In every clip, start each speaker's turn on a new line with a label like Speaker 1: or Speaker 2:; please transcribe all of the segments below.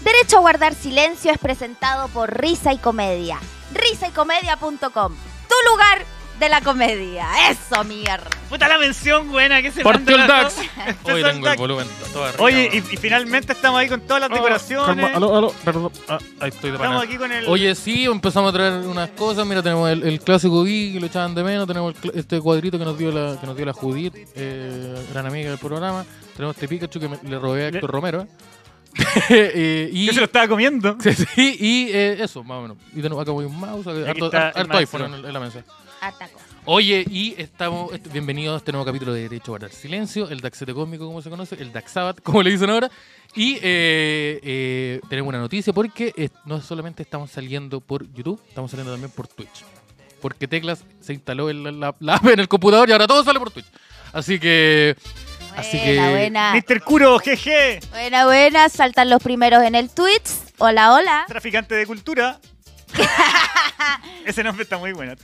Speaker 1: Derecho a guardar silencio es presentado por Risa y Comedia. Risaycomedia.com, tu lugar de la comedia. Eso, mierda.
Speaker 2: Puta la mención buena que se
Speaker 3: Partió el
Speaker 2: mandan las
Speaker 3: DAX.
Speaker 2: dos. Empezó
Speaker 3: Hoy
Speaker 2: el
Speaker 3: tengo el
Speaker 2: DAX.
Speaker 3: volumen todo arriba.
Speaker 2: Oye, y, y finalmente estamos ahí con todas las
Speaker 3: Oh,
Speaker 2: decoraciones.
Speaker 3: calma, aló, aló, perdón. Ah, ahí estoy de
Speaker 2: estamos
Speaker 3: pana.
Speaker 2: aquí con el.
Speaker 3: Oye, sí, empezamos a traer unas cosas. Mira, tenemos el, el clásico Gui, que lo echaban de menos. Tenemos el cl- este cuadrito que nos dio la, que nos dio la Judith, eh, gran amiga del programa. Tenemos este Pikachu que me- le robé a
Speaker 2: Le-
Speaker 3: Héctor Romero. Eh, y,
Speaker 2: Yo se lo estaba comiendo.
Speaker 3: Sí, sí, y eh, eso, más o menos. Y tenemos acá voy un mouse,
Speaker 2: aquí
Speaker 3: harto,
Speaker 2: está
Speaker 3: harto
Speaker 2: el mouse.
Speaker 3: iPhone en, en la mesa.
Speaker 1: Ataco.
Speaker 3: Oye, y estamos, est- bienvenidos a este nuevo capítulo de Derecho a Guardar Silencio, el Daxete Cósmico, como se conoce, el Daxabat, como le dicen ahora. Y eh, eh, tenemos una noticia porque eh, no solamente estamos saliendo por YouTube, estamos saliendo también por Twitch. Porque Teclas se instaló en la, la- la app en el computador y ahora todo sale por Twitch. Así que, Así que-
Speaker 1: buena, buena.
Speaker 2: Mr. Curo, jeje,
Speaker 1: Buena, buena. Saltan los primeros en el Twitch. Hola, hola.
Speaker 2: traficante de cultura. Ese nombre está muy bueno.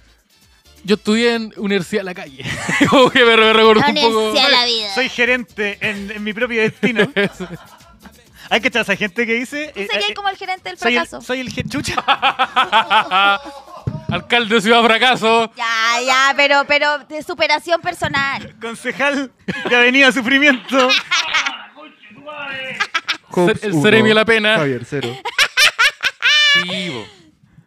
Speaker 3: yo estudié en Universidad de la Calle. como que me, me recordó un poco. eh,
Speaker 1: universidad de la vida.
Speaker 2: Soy gerente en, en mi propio destino. Hay que echar a esa gente que dice. eh,
Speaker 1: Sé que
Speaker 2: eh,
Speaker 1: hay como el gerente del
Speaker 2: soy el,
Speaker 1: fracaso.
Speaker 2: soy el je- chucha.
Speaker 3: Alcalde de Ciudad Fracaso.
Speaker 1: Ya, ya, pero, pero de superación personal.
Speaker 2: concejal de Avenida Sufrimiento.
Speaker 4: Hobbes
Speaker 3: El
Speaker 4: uno,
Speaker 3: Ceremio La Pena.
Speaker 4: Javier, cero.
Speaker 3: Sí, bo.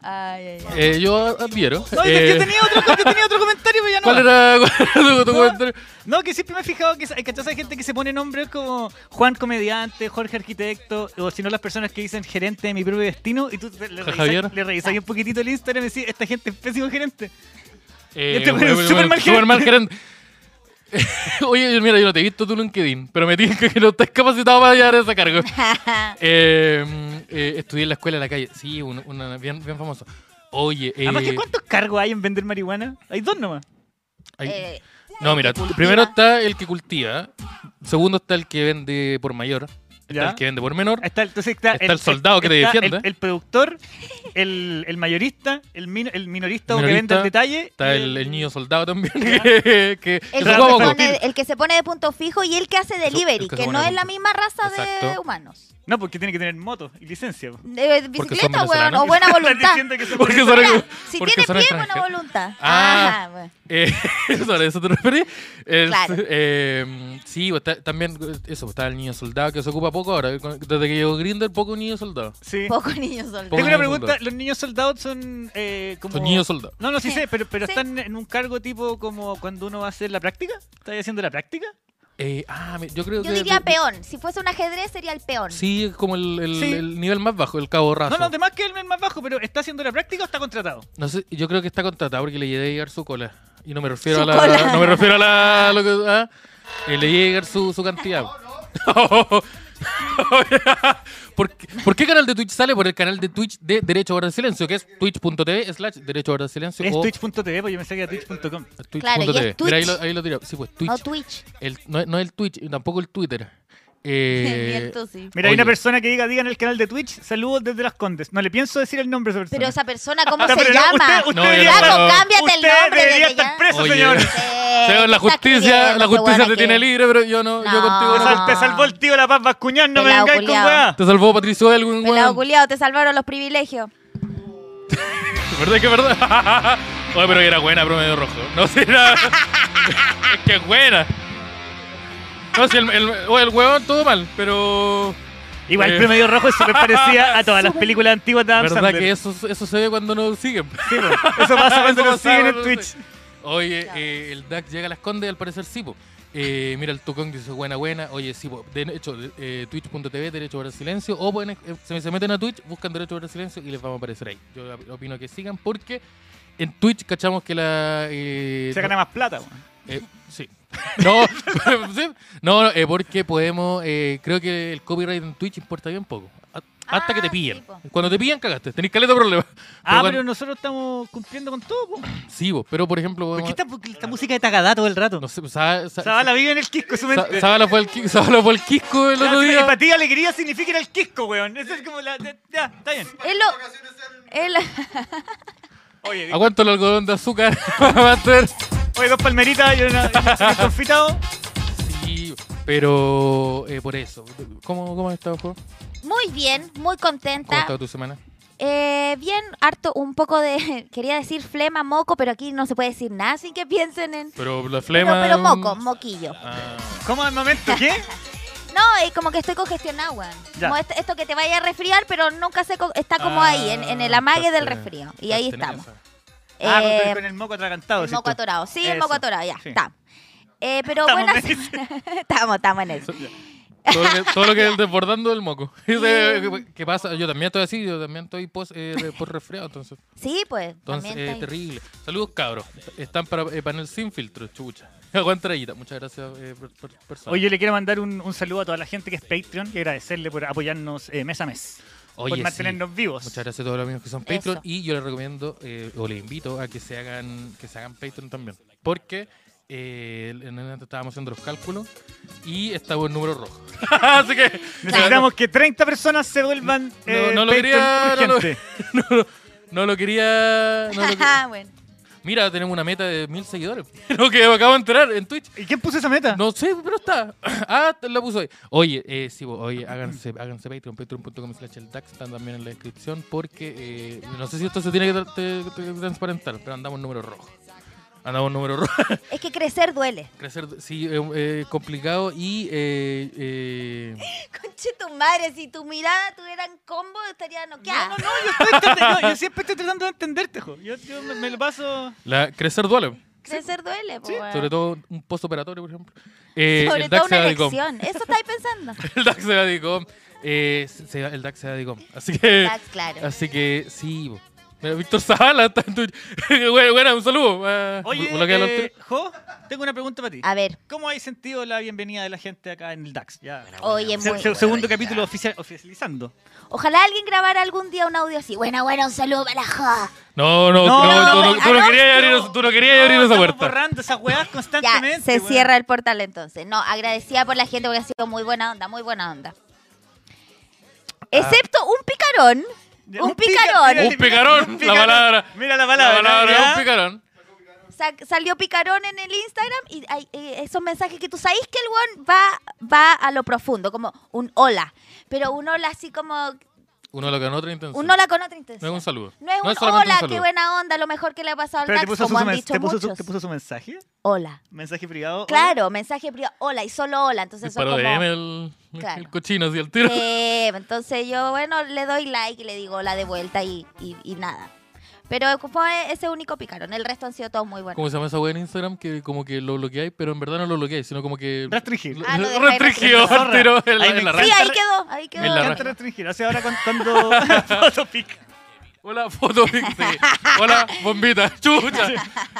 Speaker 1: Ay, ay, ay.
Speaker 3: Eh, yo adviero.
Speaker 2: No,
Speaker 3: Eh,
Speaker 2: yo, tenía otro, yo tenía otro comentario, pero ya no.
Speaker 3: ¿Cuál
Speaker 2: va.
Speaker 3: era, cuál era tu- tu comentario?
Speaker 2: No, que siempre me he fijado que hay cachazas de gente que se pone nombres como Juan Comediante, Jorge Arquitecto, o si no las personas que dicen gerente de mi propio destino, y tú te- le revisas,
Speaker 3: Javier.
Speaker 2: le revisas ahí un poquitito el Instagram y decís, esta gente es pésimo gerente.
Speaker 3: Eh,
Speaker 2: Este fue un
Speaker 3: bueno,
Speaker 2: super mal
Speaker 3: bueno, super mal gerente. Oye, yo- mira, yo no te he visto tu LinkedIn, pero me digas que no estás capacitado para llevar esa carga. Eh, mm, eh, estudié en la escuela de la calle. Sí, un- una bien, bien famoso. Oye, eh,
Speaker 2: Además, ¿que ¿cuántos cargos hay en vender marihuana? Hay dos nomás.
Speaker 3: ay,
Speaker 1: Eh,
Speaker 3: no, mira,
Speaker 1: cultiva.
Speaker 3: primero está el que cultiva, segundo está el que vende por mayor, está
Speaker 2: Ya.
Speaker 3: el que vende por menor,
Speaker 2: Ahí Está, entonces está,
Speaker 3: Está el soldado que te
Speaker 2: está
Speaker 3: defiende.
Speaker 2: El, el productor, el, el mayorista, el, min- el minorista, o que vende
Speaker 3: Minorista,
Speaker 2: el detalle.
Speaker 3: está
Speaker 2: y
Speaker 3: el, el niño soldado también, que, que- que
Speaker 1: el,
Speaker 3: se
Speaker 1: que se
Speaker 2: Rafa
Speaker 3: ocupa poco.
Speaker 1: pone, el que se pone de punto fijo y el que hace delivery,
Speaker 3: el que
Speaker 1: que,
Speaker 3: se pone
Speaker 1: no
Speaker 3: de
Speaker 1: es la
Speaker 3: punto-
Speaker 1: misma raza de
Speaker 3: Exacto.
Speaker 1: humanos.
Speaker 2: No, porque tiene que tener moto y licencia. po.
Speaker 1: De
Speaker 3: Porque
Speaker 1: Eh, bicicleta,
Speaker 3: son
Speaker 1: weón, o
Speaker 3: venezolanos.
Speaker 1: buena
Speaker 2: Estás
Speaker 1: voluntad.
Speaker 2: diciendo que se puede-
Speaker 3: Porque son-
Speaker 1: Mira, si
Speaker 3: porque
Speaker 1: tiene
Speaker 3: son
Speaker 1: pie, buena
Speaker 3: extranjeros.
Speaker 1: voluntad.
Speaker 3: Ah.
Speaker 1: Ajá, bueno.
Speaker 3: Eh, sobre eso te referí. El-
Speaker 1: Claro.
Speaker 3: eh, sí, pues, ta- también eh, eso, pues, está el niño soldado que se ocupa poco ahora. eh, con- Desde que llegó Grinder, poco niño soldado.
Speaker 2: Sí.
Speaker 1: Poco niño soldado.
Speaker 3: Poco
Speaker 2: Tengo una
Speaker 3: niños
Speaker 2: pregunta. ¿Los niños soldados son eh, como...?
Speaker 3: Son niños soldados.
Speaker 2: No, no, sí
Speaker 1: Sí.
Speaker 2: sé, pero, pero
Speaker 1: Sí.
Speaker 2: están en un cargo tipo como cuando uno va a hacer la práctica. ¿Estás haciendo la práctica?
Speaker 3: Eh, ah, mi- yo creo
Speaker 1: Yo
Speaker 3: que.
Speaker 1: diría
Speaker 3: de-
Speaker 1: peón. Si fuese un ajedrez, sería el peón.
Speaker 3: Sí, es como el, el-
Speaker 2: Sí.
Speaker 3: el nivel más bajo, el cabo raso.
Speaker 2: No, no, además que el más bajo, pero ¿está haciendo la práctica o está contratado?
Speaker 3: No sé, yo creo que está contratado porque le llegué a llegar su cola. Y no me refiero
Speaker 1: Su
Speaker 3: a la.
Speaker 1: cola.
Speaker 3: No me refiero a la. a lo que- ah, eh, le llegué a llegar su, su cantidad. ¿Por, qué- por qué canal de Twitch sale? Por el canal de Twitch de Derecho a Guardar Silencio, que es twitch.tv slash Derecho a Guardar Silencio.
Speaker 2: Es
Speaker 3: o
Speaker 2: twitch.tv, pues yo pensé que era twitch.com.
Speaker 3: twitch.tv.
Speaker 1: Claro, y es
Speaker 3: Mira,
Speaker 1: Twitch.
Speaker 3: ahí lo, ahí lo tiré. Sí, pues Twitch.
Speaker 1: No Twitch.
Speaker 3: El- no, es- no es el Twitch, y tampoco el Twitter.
Speaker 1: Ni
Speaker 3: Eh,
Speaker 1: el tú, sí.
Speaker 2: Mira, hay
Speaker 3: Oye.
Speaker 2: una persona que diga, diga en el canal de Twitch, saludos desde Las Condes. No le pienso decir el nombre a esa persona.
Speaker 1: Pero esa persona,
Speaker 3: Ah,
Speaker 1: ¿cómo
Speaker 2: No,
Speaker 1: se
Speaker 2: pero no,
Speaker 1: llama?
Speaker 2: Usted, usted
Speaker 3: No, yo
Speaker 2: debería,
Speaker 3: no-
Speaker 1: Flaco,
Speaker 2: estar,
Speaker 1: cámbiate el
Speaker 2: usted
Speaker 1: nombre
Speaker 2: debería
Speaker 1: desde
Speaker 2: estar
Speaker 1: ya.
Speaker 2: preso,
Speaker 3: Oye.
Speaker 2: señor.
Speaker 1: Sí,
Speaker 3: Señor, la
Speaker 1: ¿qué estás
Speaker 3: justicia, la
Speaker 1: escribiendo,
Speaker 3: justicia
Speaker 1: weona,
Speaker 3: te
Speaker 1: que-
Speaker 3: tiene libre, pero yo no, yo
Speaker 1: No.
Speaker 3: contigo
Speaker 2: Te
Speaker 3: no.
Speaker 2: sal- Te salvó el tío la paz Bascuñán, no me
Speaker 1: Pelao
Speaker 2: vengáis con
Speaker 1: culiao.
Speaker 2: weá.
Speaker 3: Te salvó Patricio Elwin,
Speaker 1: Pelado
Speaker 3: weón.
Speaker 1: culiao, te salvaron los privilegios.
Speaker 3: ¿Verdad que es verdad? Oye, pero era buena promedio rojo. No sé, era... es que es buena. No, si el, el, oye, el huevón todo mal, pero...
Speaker 2: Igual
Speaker 3: Eh.
Speaker 2: Promedio Rojo es súper parecida a todas las películas antiguas de Adam
Speaker 3: ¿Verdad
Speaker 2: Sandler.
Speaker 3: que eso, eso se ve cuando no siguen?
Speaker 2: Sí, po. Eso pasa cuando
Speaker 3: Eso
Speaker 2: nos siguen en
Speaker 3: pasaba, no
Speaker 2: Twitch.
Speaker 3: sé. Oye, eh, el DAC llega a las condes, al parecer sí, po. Eh, mira, el Tucón dice buena, buena. Oye, sí, po. De hecho, de- eh, twitch.tv, derecho para el silencio. O pueden, eh, se, se meten a Twitch, buscan derecho para el silencio y les vamos a aparecer ahí. Yo ap- opino que sigan porque en Twitch cachamos que la. eh,
Speaker 2: Se gana más plata, weón.
Speaker 3: eh, sí. No, sí. no, no, eh, porque podemos. eh, creo que el copyright en Twitch importa bien poco. A- Hasta
Speaker 1: Ah,
Speaker 3: que te
Speaker 1: sí,
Speaker 3: pillen.
Speaker 1: po.
Speaker 3: Cuando te pillan, cagaste. Tenés caleta de problemas.
Speaker 2: Ah,
Speaker 3: cuando-
Speaker 2: pero nosotros estamos cumpliendo con todo, po.
Speaker 3: Sí, po, pero por ejemplo.
Speaker 2: ¿Por qué
Speaker 3: podemos-
Speaker 2: esta, esta música de Tagadá todo el rato?
Speaker 3: No sé, pues, Sa- Sa-
Speaker 2: Zavala vive en el Quisco, su
Speaker 3: Sa-
Speaker 2: mente.
Speaker 3: Sábala fue el, qui- Sábala fue el Quisco el otro
Speaker 2: Y para
Speaker 3: día.
Speaker 2: ti alegría significa ir al Quisco, weón. Eso es como la... de- Ya, está bien.
Speaker 1: Es lo. es la-
Speaker 2: Oye, di-
Speaker 3: Aguanto el algodón de azúcar. Va a ser.
Speaker 2: oye dos palmeritas y una- y un confitado.
Speaker 3: Sí, pero eh, por eso. ¿Cómo, cómo está el juego?
Speaker 1: Muy bien, muy
Speaker 3: ¿Cómo ha
Speaker 1: contenta.
Speaker 3: estado tu semana?
Speaker 1: Eh, bien, harto, un poco de. Quería decir flema, moco, pero aquí no se puede decir nada sin que piensen en.
Speaker 3: Pero la
Speaker 1: Pero,
Speaker 3: flema. mm,
Speaker 1: pero moco, moquillo.
Speaker 3: Ah,
Speaker 2: ¿Cómo al momento qué?
Speaker 1: Eh, No, es como que estoy congestionada, weón.
Speaker 2: Ya.
Speaker 1: Como esto, esto que te vaya a resfriar, pero nunca se co- está como ahí, en, en el
Speaker 3: Ah,
Speaker 1: amague del
Speaker 3: estás-
Speaker 1: resfrío. Y
Speaker 3: estás
Speaker 1: ahí
Speaker 3: tenesa.
Speaker 1: estamos.
Speaker 2: Ah,
Speaker 1: Eh,
Speaker 2: con- con el moco atragantado.
Speaker 1: el moco
Speaker 2: ¿cierto?
Speaker 1: atorado. Sí, el
Speaker 2: Eso.
Speaker 1: moco atorado, ya,
Speaker 2: Sí.
Speaker 1: está. Eh, pero
Speaker 2: Estamos
Speaker 1: buenas.
Speaker 2: en
Speaker 1: estamos, estamos en eso.
Speaker 3: Todo lo que, todo lo que es desbordando el moco. ¿Qué pasa? Yo también estoy así, yo también estoy pos- eh, de- por resfriado, entonces.
Speaker 1: Sí, pues.
Speaker 3: Entonces,
Speaker 1: también
Speaker 3: eh,
Speaker 1: está ahí.
Speaker 3: terrible. Saludos, cabros. Están para eh, panel sin filtro, chucha. Aguanta rayita. Muchas gracias, eh, per- per- persona.
Speaker 2: Oye, yo le quiero mandar un, un saludo a toda la gente que es Patreon y agradecerle por apoyarnos eh, mes a mes. por
Speaker 3: sí.
Speaker 2: mantenernos vivos.
Speaker 3: Muchas gracias a todos los amigos que son Patreon
Speaker 1: Eso.
Speaker 3: y yo les recomiendo eh, o les invito a que se hagan que se hagan Patreon también. Porque eh, en el momento estábamos haciendo los cálculos y estaba en número rojo. Así que
Speaker 2: Necesitamos que 30 personas se vuelvan
Speaker 3: No,
Speaker 2: eh,
Speaker 3: no
Speaker 2: Patreon
Speaker 3: lo quería, no lo-
Speaker 2: urgente.
Speaker 3: no, no, no lo quería. no lo quería.
Speaker 1: Ajá, bueno.
Speaker 3: Mira, tenemos una meta de mil seguidores. Lo que me acabo de enterar en Twitch.
Speaker 2: ¿Y quién puso esa
Speaker 1: Ah.
Speaker 2: meta?
Speaker 3: No sé, pero está. Ah, la puso ahí. Oye, eh, sí, bo- oye, háganse, háganse Patreon, patreon.com slash el DAX, están también en la descripción, porque eh, no sé si esto se tiene que tra- te- te- transparentar, pero andamos en número rojo. Andamos en número rojo.
Speaker 1: Es que crecer duele.
Speaker 3: Crecer, sí, eh, eh, complicado y... eh, eh,
Speaker 1: Conche tu madre, si tu mirada tuviera en combo, estaría noqueada.
Speaker 2: no, no, yo, estoy tratando- yo- yo siempre estoy tratando de entenderte, jo. Yo, yo me, me lo paso.
Speaker 3: la, crecer duele,
Speaker 1: Crecer duele, po, weón.
Speaker 3: sobre todo un postoperatorio, por ejemplo. Eh,
Speaker 1: Sobre
Speaker 3: el
Speaker 1: todo
Speaker 3: DAX se
Speaker 1: una
Speaker 3: va de com.
Speaker 1: elección. Eso estáis pensando.
Speaker 3: El DAX se va de com. Eh, se- se- el DAX se va de com. Así que...
Speaker 1: Está claro.
Speaker 3: Así que sí, bo. Mira, Víctor Zavala está en Twitch. bueno, bueno, un saludo. eh,
Speaker 2: Oye,
Speaker 3: por lo que habla el
Speaker 2: eh, Jo, tengo una pregunta para ti.
Speaker 1: A ver,
Speaker 2: ¿Cómo has sentido la bienvenida de la gente acá en el DAX? Ya.
Speaker 1: oye,
Speaker 2: Se-
Speaker 1: muy.
Speaker 2: se- segundo capítulo oficia- oficializando.
Speaker 1: Ojalá alguien grabara algún día un audio así. Bueno, bueno, un saludo para la joda.
Speaker 3: No, no,
Speaker 2: No,
Speaker 3: no,
Speaker 1: no,
Speaker 3: tú, no, tú no
Speaker 1: ah, no,
Speaker 3: querías abrir,
Speaker 2: no.
Speaker 3: tú no querías abrir
Speaker 2: No,
Speaker 3: esa
Speaker 2: estamos
Speaker 3: puerta.
Speaker 2: borrando esas weas
Speaker 1: Ya,
Speaker 2: constantemente.
Speaker 1: se
Speaker 2: weón.
Speaker 1: cierra el portal entonces. No, agradecida por la gente porque ha sido muy buena onda, muy buena onda. Excepto un picarón.
Speaker 2: Ah. Ya,
Speaker 1: Un
Speaker 2: pica-
Speaker 1: picarón.
Speaker 2: mira,
Speaker 3: Un picarón, la palabra.
Speaker 2: Mira la palabra.
Speaker 3: La palabra
Speaker 2: ya.
Speaker 3: es un picarón.
Speaker 1: Sa- salió picarón en el Instagram y hay eh, esos mensajes que tú sabes que el weón va, va a lo profundo, como un hola. Pero un hola así como.
Speaker 3: Uno lo ganó otra intención.
Speaker 1: Un hola con otra
Speaker 3: No
Speaker 1: intención.
Speaker 3: es un saludo.
Speaker 1: No es un
Speaker 3: solamente
Speaker 1: hola,
Speaker 3: un
Speaker 1: qué
Speaker 3: saludo.
Speaker 1: buena onda, lo mejor que le ha pasado al
Speaker 2: Pero te
Speaker 1: Dax,
Speaker 2: puso,
Speaker 1: como
Speaker 2: su,
Speaker 1: han
Speaker 2: men-
Speaker 1: dicho
Speaker 2: te puso su-
Speaker 1: muchos.
Speaker 2: te puso su mensaje,
Speaker 1: Hola.
Speaker 2: mensaje privado.
Speaker 1: Claro, mensaje privado. Hola, y solo hola. Entonces son
Speaker 3: Disparo de
Speaker 1: como-
Speaker 3: M el,
Speaker 1: Claro.
Speaker 3: el cochino, así el tiro.
Speaker 1: Eh, entonces yo, bueno, le doy like y le digo hola de vuelta y, y- y nada. Pero fue ese único picarón. El resto han sido todos muy buenos.
Speaker 3: ¿Cómo se llama esa wea en Instagram? Que como que lo bloqueáis, pero en verdad no lo bloqueáis, sino como que...
Speaker 2: Restringir.
Speaker 1: Ah, lo dejáis
Speaker 3: Restringió
Speaker 2: restringido.
Speaker 3: el tiro en la-
Speaker 2: Ahí me
Speaker 3: en la
Speaker 2: encanta.
Speaker 3: red.
Speaker 1: Sí,
Speaker 2: arranca-
Speaker 1: ahí quedó, ahí quedó.
Speaker 2: Me
Speaker 3: En la
Speaker 2: encanta restringir. O sea, ahora cuan- cuando. cuando pica.
Speaker 3: Hola, foto pixie. Hola, bombita. Chucha.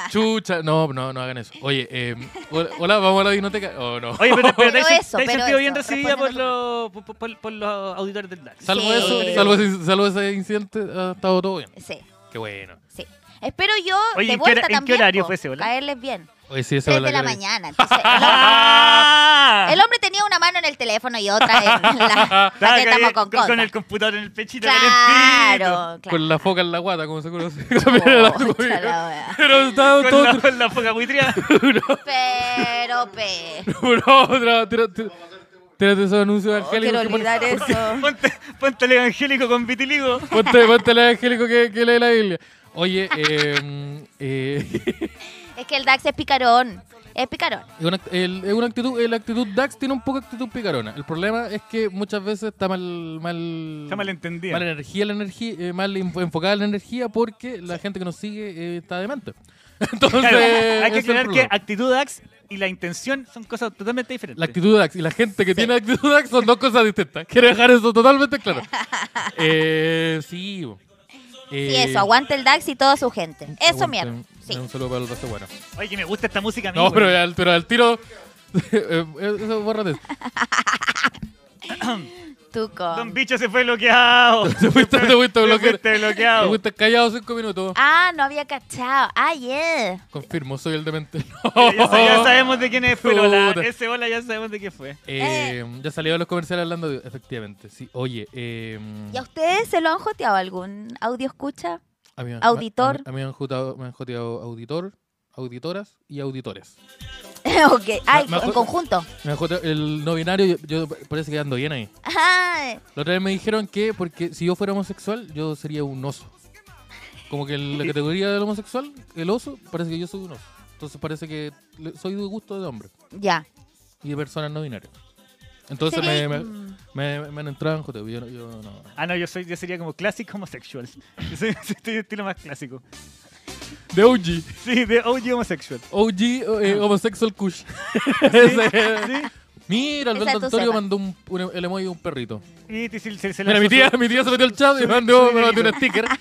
Speaker 3: Chucha. No, no, no hagan eso. Oye, eh, hola, hola, vamos a la biblioteca. Oh, no.
Speaker 2: Oye, pero, pero, te
Speaker 1: Pero
Speaker 2: has sen-
Speaker 1: eso,
Speaker 2: te has
Speaker 1: pero
Speaker 2: sentido
Speaker 1: eso,
Speaker 2: bien recibida por
Speaker 1: respondiendo
Speaker 2: los, por, por- por los auditores del DAX.
Speaker 3: Salvo
Speaker 1: Sí.
Speaker 3: eso, salvo ese, salvo ese incidente, ha estado todo bien.
Speaker 1: Sí,
Speaker 3: Qué bueno.
Speaker 1: sí. Espero yo
Speaker 2: Oye,
Speaker 1: de
Speaker 2: ¿en qué hora-
Speaker 1: vuelta
Speaker 2: en qué
Speaker 1: también,
Speaker 2: horario
Speaker 1: po,
Speaker 2: fue ese, hola?
Speaker 1: Caerles bien.
Speaker 3: Oye, sí, eso
Speaker 1: Tres
Speaker 3: es
Speaker 1: de la
Speaker 3: que-
Speaker 1: mañana. entonces, el, hombre,
Speaker 2: ¡Ah!
Speaker 1: el hombre tenía una mano en el teléfono y otra en la
Speaker 2: Estaba
Speaker 1: paqueta
Speaker 2: ahí
Speaker 1: con,
Speaker 2: con, con
Speaker 1: cosas.
Speaker 2: el computador en el pechito. calentito.
Speaker 1: Claro, claro.
Speaker 3: Con la foca en la guata, como se conoce.
Speaker 1: Oh, chala, wea.
Speaker 3: Pero estaba
Speaker 2: Con
Speaker 3: todo.
Speaker 2: la, con la foca buitría.
Speaker 1: Pero, pe.
Speaker 3: No, tra- tra- tra- Tírate esos anuncios
Speaker 1: Oh, quiero
Speaker 3: angélicos. que ponen-
Speaker 1: olvidar eso.
Speaker 2: Ponte, ponte el evangélico con vitiligo.
Speaker 3: Ponte, ponte el angélico que, que lee la Biblia. Oye, eh, eh,
Speaker 1: Es que el Dax es picarón. Es picarón.
Speaker 3: Es una, act- el, es una actitud, el actitud DAX tiene un poco actitud picarona. El problema es que muchas veces está mal, mal,
Speaker 2: Está malentendido.
Speaker 3: mala energía la energía, eh, mal info- enfocada la energía porque la gente que nos sigue eh, está demente. Entonces,
Speaker 2: Claro, hay
Speaker 3: ese
Speaker 2: que
Speaker 3: es el
Speaker 2: aclarar que
Speaker 3: problema.
Speaker 2: actitud DAX y la intención son cosas totalmente diferentes.
Speaker 3: la actitud DAX y la gente que tiene actitud DAX son dos cosas distintas. Quiero dejar eso totalmente claro. Eh, sí. bo.
Speaker 1: Y
Speaker 3: Eh,
Speaker 1: eso, aguante el DAX y toda su gente. Eso,
Speaker 3: aguanta,
Speaker 1: mierda. Sí.
Speaker 3: Un saludo para el resto, bueno.
Speaker 2: Oye, que me gusta esta música a mí,
Speaker 3: No,
Speaker 2: güey.
Speaker 3: pero al, pero al tiro. eh, eso, bórrate.
Speaker 1: Tuco.
Speaker 2: Don Bicho se fue bloqueado.
Speaker 3: Te fuiste, te fuiste
Speaker 2: Te
Speaker 3: bloqueado.
Speaker 2: fuiste bloqueado.
Speaker 3: Te fuiste callado cinco minutos.
Speaker 1: Ah, no había cachado. Ah, yeah.
Speaker 3: Confirmo, soy el demente.
Speaker 2: Ya, sa- ya sabemos de quién es, pero la,
Speaker 3: Oh. Puta.
Speaker 2: ese hola ya sabemos de qué fue.
Speaker 3: Eh, ya salieron los comerciales hablando de... Efectivamente, sí. Oye, eh,
Speaker 1: ¿Y a ustedes se lo han joteado algún audio escucha?
Speaker 3: a mí-
Speaker 1: auditor?
Speaker 3: A mí, a mí me, han jutado- me han joteado auditor, auditoras y auditores.
Speaker 1: ok. Ay,
Speaker 3: Me- me-
Speaker 1: en conjunto.
Speaker 3: Me jota- el no binario, yo, yo parece que ando bien ahí.
Speaker 1: Ay,
Speaker 3: La otra vez me dijeron que porque si yo fuera homosexual, yo sería un oso. Como que en la categoría del homosexual, el oso, parece que yo soy un oso. Entonces parece que le- soy de gusto de hombre
Speaker 1: ya.
Speaker 3: y de personas no binarias. Entonces me,
Speaker 1: Sería-
Speaker 3: me,
Speaker 1: mm.
Speaker 3: me- me han entrado en joteo. Yo, no- yo no.
Speaker 2: Ah, no, yo, soy, yo sería como clásico homosexual. Yo soy, soy estilo más clásico.
Speaker 3: De OG.
Speaker 2: Sí, de OG homosexual.
Speaker 3: OG, eh, homosexual Kush. Ese-
Speaker 2: Sí.
Speaker 1: Esa
Speaker 3: Mira,
Speaker 1: es
Speaker 3: Alberto
Speaker 1: tu
Speaker 3: Antonio
Speaker 1: cepa.
Speaker 3: mandó un, un- em, el emoji de un perrito.
Speaker 2: Y te- se, se- se
Speaker 3: Mira,
Speaker 2: lanzó
Speaker 3: mi tía,
Speaker 2: su-
Speaker 3: mi tía se metió al chat y
Speaker 2: Sube-
Speaker 3: mandó,
Speaker 2: sube
Speaker 3: me mandó un
Speaker 2: videito.
Speaker 3: sticker.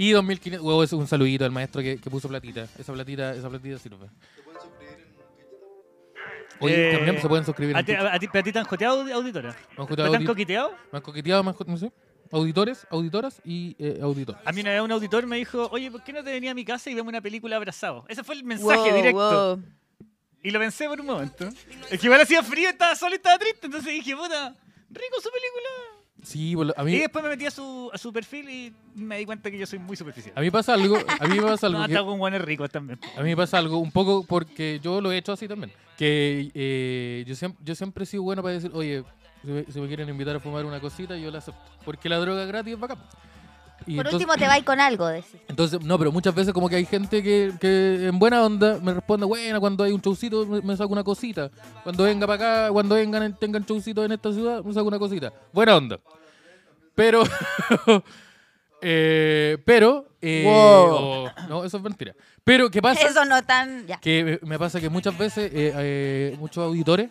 Speaker 3: Y 2500, huevo, es un saludito al maestro que, que puso platita. Esa platita, esa platita sirve. Oye,
Speaker 2: Eh,
Speaker 3: también se pueden suscribir.
Speaker 2: ¿A
Speaker 3: en
Speaker 2: ti,
Speaker 3: Twitch.
Speaker 2: a, ti- pero a ti te han joteado audi- auditora?
Speaker 3: Me han
Speaker 2: ¿No
Speaker 3: coqueteado,
Speaker 2: te han
Speaker 3: audi-
Speaker 2: coqueteado?
Speaker 3: me han coqueteado, me han co- no sé. Auditores, auditoras y eh, auditores.
Speaker 2: A mí una vez un auditor me dijo, oye, ¿por qué no te venía a mi casa y vemos una película abrazado? Ese fue el mensaje
Speaker 1: Wow,
Speaker 2: directo.
Speaker 1: wow.
Speaker 2: Y lo pensé por un momento. Es que igual hacía frío, estaba solo y estaba triste. Entonces dije, puta, rico su película.
Speaker 3: Sí, por lo- a
Speaker 2: Y
Speaker 3: mí,
Speaker 2: después me metí a su, a su perfil y me di cuenta que yo soy muy superficial.
Speaker 3: a mí pasa algo. A mí me pasa algo.
Speaker 2: No,
Speaker 3: que-
Speaker 2: hasta con guanes ricos también.
Speaker 3: A mí me pasa algo, un poco porque yo lo he hecho así también. Que eh, yo, siempre, yo siempre he sido bueno para decir, oye, si me, si me quieren invitar a fumar una cosita, yo la acepto. Porque la droga gratis es bacán. Y
Speaker 1: Por
Speaker 3: entonces,
Speaker 1: último te vais con algo, decís.
Speaker 3: entonces, no, pero muchas veces como que hay gente que, que en buena onda me responde, bueno, cuando hay un showcito me, me saco una cosita. Cuando venga para acá, cuando vengan, tengan showcito en esta ciudad, me saco una cosita. Buena onda. Pero... eh, pero... eh,
Speaker 1: Wow.
Speaker 3: oh, no, eso es mentira. Pero, ¿qué pasa?
Speaker 1: Eso no tan. Ya.
Speaker 3: que me- me pasa que muchas veces eh, eh, muchos auditores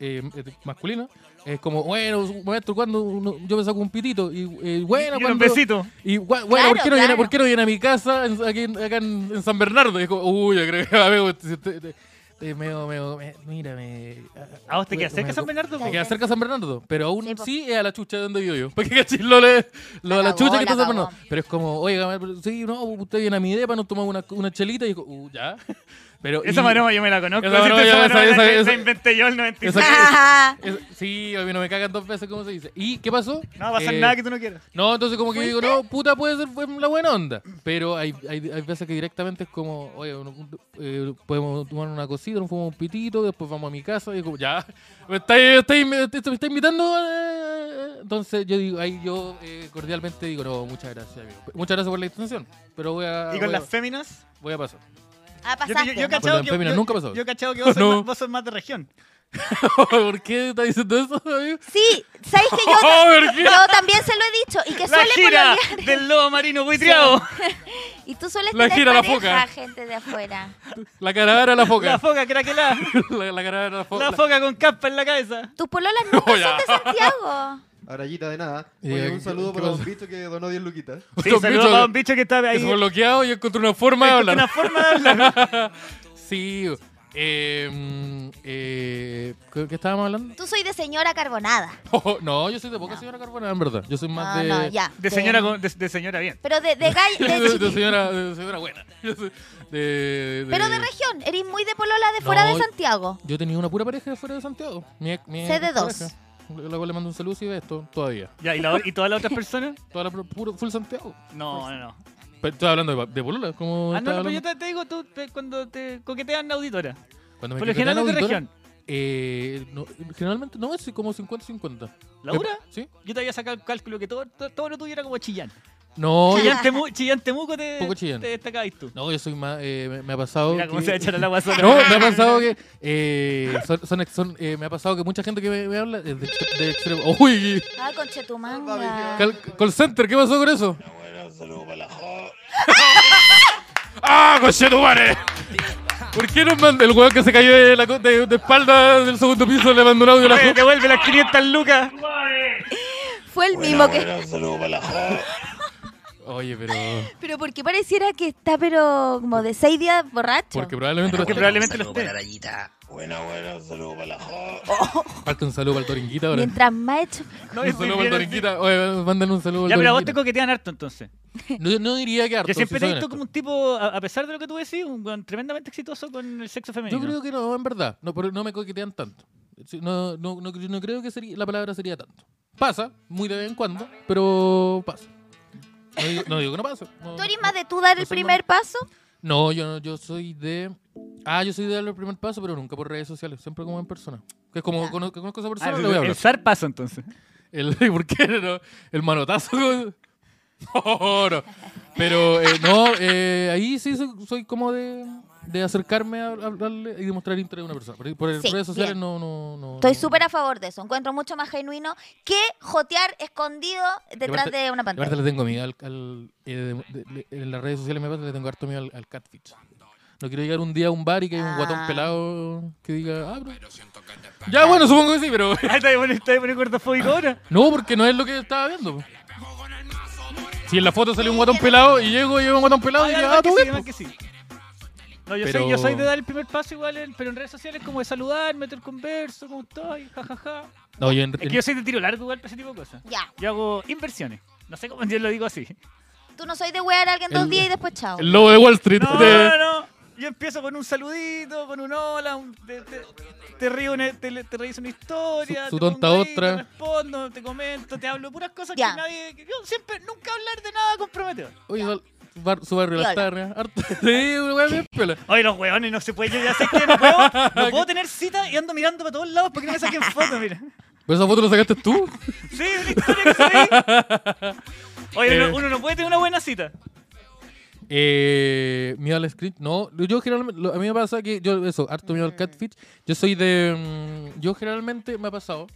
Speaker 3: eh, eh, masculinos es como bueno maestro cuando yo me saco un pitito y eh, bueno
Speaker 2: Y un
Speaker 3: cuando
Speaker 2: besito.
Speaker 3: y gua- bueno ¿por,
Speaker 1: Claro,
Speaker 3: qué no viene,
Speaker 1: claro.
Speaker 3: por qué no viene a mi casa en- aquí en- acá en, en San Bernardo y es como uy yo creo que amigo, si te- te- te- meo, meo, me- mírame
Speaker 2: ¿A vos te quedas cerca
Speaker 3: me-
Speaker 2: de San Bernardo?
Speaker 3: me
Speaker 2: po?
Speaker 3: queda cerca San Bernardo, pero aún
Speaker 1: Sí,
Speaker 3: sí,
Speaker 1: po.
Speaker 3: es a la chucha de donde vivo yo. Porque cachis lo, le- lo a la
Speaker 1: La
Speaker 3: chucha
Speaker 1: cagó,
Speaker 3: que está
Speaker 1: la
Speaker 3: San Bernardo.
Speaker 1: cagó.
Speaker 3: Pero es como, oye, Gamal, pero sí, no, usted viene a mi depa, nos tomamos una, una chelita y digo, uh, ya. Pero,
Speaker 2: Esa
Speaker 3: y-
Speaker 2: maroma yo me la conozco.
Speaker 3: Esa
Speaker 2: Esa
Speaker 3: maroma, ya,
Speaker 2: maroma
Speaker 3: esa- esa-
Speaker 2: la-
Speaker 3: esa-
Speaker 2: la inventé yo el 95.
Speaker 3: esa-
Speaker 1: Ah,
Speaker 3: es- sí, a mí no me cagan dos veces, como se dice. ¿Y qué pasó?
Speaker 2: No va a ser
Speaker 3: Eh,
Speaker 2: nada que tú no quieras.
Speaker 3: No, entonces como que digo, no, puta, puede ser bu- la buena onda. Pero hay, hay, hay veces que directamente es como, oye, uno- eh, podemos tomar una cosita, nos fumamos un pitito, después vamos a mi casa. Y es como, ya, me está, está- está- me está invitando. eh. Entonces yo digo, ahí yo eh, cordialmente digo, no, muchas gracias, amigo. Muchas gracias por la extensión, pero voy a,
Speaker 2: Y
Speaker 3: voy
Speaker 2: con
Speaker 3: a-
Speaker 2: las féminas.
Speaker 3: voy a pasar.
Speaker 1: ah,
Speaker 2: Yo, yo,
Speaker 1: pasaste.
Speaker 2: yo he
Speaker 1: ¿no?
Speaker 3: Con
Speaker 2: cachado
Speaker 3: las
Speaker 2: que,
Speaker 3: féminas
Speaker 2: yo-
Speaker 3: nunca pasó.
Speaker 2: yo he cachado que vos, sos
Speaker 3: No.
Speaker 2: más, vos sos más de región.
Speaker 3: ¿Por qué estás diciendo eso, amigo? Oh,
Speaker 1: Sí, ¿sabes que yo,
Speaker 3: ¿Por qué?
Speaker 1: yo también se lo he dicho? Y que
Speaker 2: La
Speaker 1: suele
Speaker 2: gira
Speaker 1: pololear.
Speaker 2: del lobo marino buitreado.
Speaker 1: Y tú sueles
Speaker 3: La
Speaker 1: tener
Speaker 3: gira, la
Speaker 1: pareja,
Speaker 3: foca.
Speaker 1: gente de afuera.
Speaker 3: La caravana, la
Speaker 2: La
Speaker 3: foca.
Speaker 2: foca craquelada.
Speaker 3: La, la caravana, la foca.
Speaker 2: La foca con capa en la cabeza.
Speaker 1: Tus pololas nunca
Speaker 3: Oh,
Speaker 1: son
Speaker 3: ya.
Speaker 1: de Santiago.
Speaker 4: Arayita de nada.
Speaker 3: Eh,
Speaker 4: Oye,
Speaker 3: ¿qué-
Speaker 4: un saludo
Speaker 3: qué
Speaker 4: para
Speaker 3: pasa?
Speaker 4: Don Bicho que donó 10 luquitas.
Speaker 2: Sí,
Speaker 3: Estos
Speaker 2: saludos
Speaker 3: bichos-
Speaker 2: para un bicho que está
Speaker 3: Que
Speaker 2: ahí.
Speaker 3: se fue bloqueado y encontré una forma de
Speaker 2: Encontré
Speaker 3: hablar.
Speaker 2: Una forma de hablar.
Speaker 3: Sí. eh, mm, eh, ¿Qué qué estábamos hablando? Oh,
Speaker 1: Tú soy de señora carbonada.
Speaker 3: no, yo soy de poca señora Carbonara, en verdad. Yo soy más
Speaker 1: no,
Speaker 3: de.
Speaker 1: no, ya.
Speaker 2: De señora, con- de, de señora bien.
Speaker 1: Pero de, de gall-
Speaker 3: De,
Speaker 1: de
Speaker 3: de
Speaker 1: chiqui-
Speaker 3: señora, de señora buena. Yo soy de, de-
Speaker 1: Pero de región. Eres muy de polola de fuera
Speaker 3: No,
Speaker 1: de Santiago.
Speaker 3: Yo tenía una pura pareja de fuera de Santiago. Mi, ex- mi ex
Speaker 1: Sé de dos.
Speaker 3: pareja. La cual le mando un saludo si ve esto todavía.
Speaker 2: Ya, ¿y, la o- y todas las otras personas?
Speaker 3: Toda la pro- puro, full Santiago.
Speaker 2: No, no, no.
Speaker 3: Pero estoy hablando de, de Polola. Como
Speaker 2: Ah, no,
Speaker 3: estaba
Speaker 2: no, pero yo
Speaker 3: hablando.
Speaker 2: te, te digo, tú te- cuando te coquetean la auditora.
Speaker 3: Cuando me
Speaker 2: Por lo
Speaker 3: etiquetan
Speaker 2: general es de
Speaker 3: auditora,
Speaker 2: región.
Speaker 3: eh, no, generalmente no, es como 50-50.
Speaker 2: ¿Laura?
Speaker 3: ¿Sí?
Speaker 2: Yo te había sacado el cálculo que todo, todo, todo lo tuyo era como chillán.
Speaker 3: No, yo-
Speaker 2: Chillán, Temu- Chillán Temuco te,
Speaker 3: Poco Chillán.
Speaker 2: te destacabas tú.
Speaker 3: No, yo soy más. eh, me, me ha pasado.
Speaker 2: Mira cómo
Speaker 3: que-
Speaker 2: se va a echar al agua sola.
Speaker 3: No, me ha pasado que. eh, son, son- son, eh, me ha pasado que mucha gente que me, me habla es de, de extremo. ¡Uy!
Speaker 1: Ah, conchetumanga.
Speaker 3: Cal- call center, ¿qué pasó con eso?
Speaker 5: Bueno, saludos para la jo.
Speaker 3: ¡Ah, conchetumare! ¿Por qué nos manda el weón que se cayó de, la, co- de, de espalda del segundo piso? Le mandó un audio a la
Speaker 2: Oye,
Speaker 3: jo-
Speaker 2: Devuelve las 500 lucas.
Speaker 1: Fue el mismo
Speaker 5: Bueno,
Speaker 1: que...
Speaker 5: bueno, saludos para la jo.
Speaker 3: Oye, pero.
Speaker 1: Pero porque pareciera que está pero como de seis días borracho.
Speaker 3: Porque probablemente.
Speaker 2: Porque
Speaker 3: nos-
Speaker 2: probablemente los
Speaker 6: Para
Speaker 2: tenga.
Speaker 6: la rayita.
Speaker 5: Bueno, bueno, saludos para la jo.
Speaker 3: Falta un saludo para el Toringuita ahora.
Speaker 1: Mientras más hecho...
Speaker 2: No,
Speaker 3: Un
Speaker 2: yo soy
Speaker 3: saludo para
Speaker 2: bien
Speaker 3: el
Speaker 2: así.
Speaker 3: Toringuita. Oye, mándale un saludo al
Speaker 2: Ya, pero a vos te
Speaker 3: Toringuita.
Speaker 2: coquetean harto entonces.
Speaker 3: No, no diría que harto.
Speaker 2: Yo siempre
Speaker 3: si
Speaker 2: te he
Speaker 3: soy
Speaker 2: visto
Speaker 3: honesto.
Speaker 2: como un tipo, a, a pesar de lo que tú decís, un weón tremendamente exitoso con el sexo femenino.
Speaker 3: Yo creo que no, en verdad. No, pero no me coquetean tanto. Sí, No, no, no, no creo que sería, la palabra sería tanto. Pasa, muy de vez en cuando, pero pasa. No digo, no digo que no pasa. No,
Speaker 1: ¿Tú eres más de tú dar el
Speaker 3: No soy
Speaker 1: primer paso?
Speaker 3: no, yo, no- yo soy de... Ah, yo soy de darle el primer paso, pero nunca por redes sociales, siempre como en persona. Que es como
Speaker 1: Ya.
Speaker 3: conozco, conozco a esa
Speaker 2: Ah,
Speaker 3: persona, le voy a
Speaker 2: el,
Speaker 3: hablar.
Speaker 2: el zarpazo, entonces.
Speaker 3: El, ¿Por qué no? El manotazo. No, no. Pero eh, no, eh, ahí sí soy, soy como de, de acercarme a hablarle y demostrar interés a una persona. Por, por
Speaker 1: Sí,
Speaker 3: redes sociales
Speaker 1: bien.
Speaker 3: no, no, no.
Speaker 1: Estoy
Speaker 3: no.
Speaker 1: súper a favor de eso. Encuentro mucho más genuino que jotear escondido detrás
Speaker 3: aparte-
Speaker 1: de una
Speaker 3: Y Aparte
Speaker 1: pantalla.
Speaker 3: le tengo miedo al, al- eh, de- de- en las redes sociales me pasa, le tengo harto miedo al, al catfish. No quiero llegar un día a un bar y que hay un
Speaker 1: Ah.
Speaker 3: guatón pelado que diga, ah, pero- Ya, bueno, supongo que sí, pero...
Speaker 2: Ah, está bien, está bien, gordofóbico ahora.
Speaker 3: No, porque no es lo que yo estaba viendo. Si en la foto salió un guatón pelado y llego y veo un guatón pelado y
Speaker 2: Ah,
Speaker 3: digo, ah,
Speaker 2: además que sí,
Speaker 3: tú ves,
Speaker 2: además
Speaker 3: po".
Speaker 2: que sí. No, yo,
Speaker 3: Pero-
Speaker 2: soy, yo soy de dar el primer paso igual, en- pero en redes sociales como de saludar, meter converso, como estoy, jajaja.
Speaker 3: No, yo en-
Speaker 2: Es que yo soy de tiro largo igual para ese tipo de cosas.
Speaker 1: Ya.
Speaker 2: Yo hago inversiones. No sé cómo yo lo digo así.
Speaker 1: Tú no soy de wear a alguien dos
Speaker 3: El-
Speaker 1: días y después chao.
Speaker 3: El lobo de Wall Street. este.
Speaker 2: No,
Speaker 3: de-
Speaker 2: no, no. Yo empiezo con un saludito, con un hola, un- te, te, te río una, te, le- te reís una historia,
Speaker 3: Su- su
Speaker 2: te pongo
Speaker 3: tonta
Speaker 2: ahí,
Speaker 3: otra.
Speaker 2: te respondo, te comento, te hablo puras cosas
Speaker 1: Ya.
Speaker 2: que nadie. que yo siempre, nunca hablar de nada comprometedor.
Speaker 3: Oye, bar- su bar- su barrio
Speaker 1: Viola.
Speaker 3: la tarde. harto- Sí, una wea bien piola.
Speaker 2: Oye, los hueones, no se puede, yo ya sé que no puedo, no puedo tener cita y ando mirando para todos lados para que no me saquen fotos, mira.
Speaker 3: Pero esa foto la sacaste tú.
Speaker 2: Sí, es una historia que subí. Oye,
Speaker 3: Eh.
Speaker 2: uno, uno no puede tener una buena cita.
Speaker 3: Eh, miedo al script, no. Yo generalmente, lo- a mí me pasa que yo, eso, harto miedo al catfish. Yo soy de. mm, Yo generalmente me ha pasado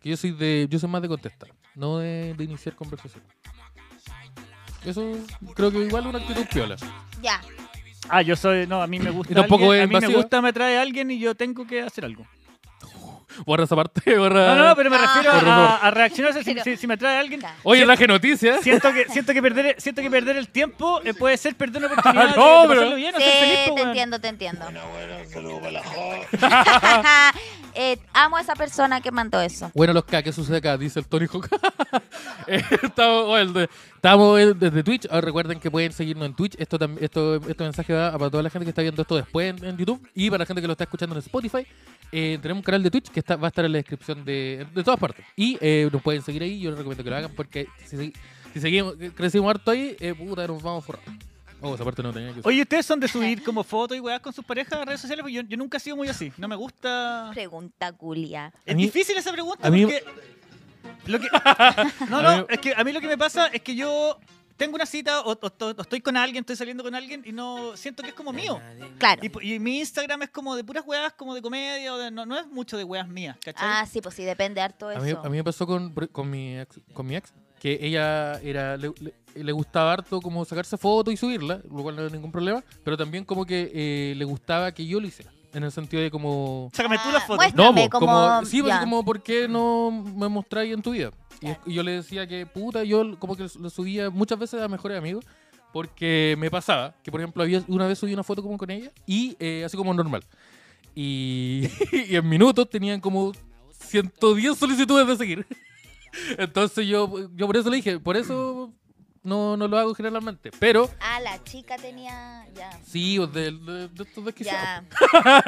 Speaker 3: que yo soy de. Yo soy más de contestar, no de, de iniciar conversación. Eso creo que igual es una actitud piola.
Speaker 1: Ya.
Speaker 2: Ah, yo soy, no, a mí me gusta.
Speaker 3: Y tampoco
Speaker 2: alguien,
Speaker 3: es
Speaker 2: a mí me
Speaker 3: invasivo.
Speaker 2: gusta, me atrae alguien y yo tengo que hacer algo.
Speaker 3: Borra esa parte, borra.
Speaker 2: No, no, no, pero me
Speaker 1: Ah.
Speaker 2: refiero
Speaker 3: Por
Speaker 2: a,
Speaker 3: favor.
Speaker 2: a reaccionar si,
Speaker 1: Pero-
Speaker 2: si- si me atrae alguien.
Speaker 1: Ya.
Speaker 3: Oye, raje noticias.
Speaker 2: Siento que, siento que perder, siento que perder el tiempo eh, puede ser perder una oportunidad de-
Speaker 3: Ah, No,
Speaker 2: de,
Speaker 3: pero-
Speaker 2: pasarlo bien o
Speaker 1: Sí,
Speaker 2: ser
Speaker 3: pues,
Speaker 2: feliz, po,
Speaker 1: te
Speaker 2: weón.
Speaker 1: entiendo, te entiendo.
Speaker 5: Buena, buena, saludo para la joven.
Speaker 1: Eh, amo a esa persona que mandó eso.
Speaker 3: Bueno, los K, ¿qué sucede acá? Dice el Tony Hawk. Eh, estamos, oh, el de- estamos en- desde Twitch. Ahora recuerden que pueden seguirnos en Twitch. Esto, tam- esto, este mensaje va para toda la gente que está viendo esto después en, en YouTube y para la gente que lo está escuchando en Spotify. Eh, tenemos un canal de Twitch que está, va a estar en la descripción de, de todas partes. Y eh, nos pueden seguir ahí. Yo les recomiendo que lo hagan porque si, segui- si seguimos, crecimos harto ahí, eh, puta, nos vamos a forrar. Oh, esa parte no tenía que
Speaker 2: Oye, ¿ustedes son de subir como fotos y weas con sus parejas a redes sociales? Porque yo, yo nunca he sido muy así. No me gusta.
Speaker 1: Pregunta culia.
Speaker 2: Es
Speaker 3: A mí-
Speaker 2: difícil esa pregunta
Speaker 3: a mí-
Speaker 2: porque. Lo que, no,
Speaker 3: A mí-
Speaker 2: no, es que a mí lo que me pasa es que yo tengo una cita o, o- o estoy con alguien, estoy saliendo con alguien y no siento que es como mío.
Speaker 1: Claro.
Speaker 2: Y, po- y mi Instagram es como de puras weas, como de comedia, o de- no, no es mucho de weas mías, ¿cachai?
Speaker 1: Ah, sí, pues sí, depende harto
Speaker 3: A mí,
Speaker 1: eso.
Speaker 3: a mí me pasó con, con, mi ex, con mi ex que ella era le, le- le gustaba harto como sacarse fotos y subirla, lo cual no era ningún problema, pero también como que eh, le gustaba que yo lo hiciera, en el sentido de como...
Speaker 2: Sácame tú
Speaker 1: Ah,
Speaker 2: la foto.
Speaker 1: muestra.
Speaker 3: No,
Speaker 1: Dame
Speaker 3: po, como,
Speaker 1: como-
Speaker 3: sí, pues,
Speaker 1: ya.
Speaker 3: como, ¿por qué no me mostráis en tu vida? Y, es- y yo le decía que, puta, yo como que lo subía muchas veces a mejores amigos, porque me pasaba que, por ejemplo, había, una vez subí una foto como con ella, y eh, así como normal. Y, y en minutos tenían como 110 solicitudes de seguir. Entonces yo, yo por eso le dije, por eso no, no lo hago generalmente. Pero
Speaker 1: Ah, la chica tenía. Ya.
Speaker 3: sí, o de, de, de estos desquiciados.
Speaker 1: Ya.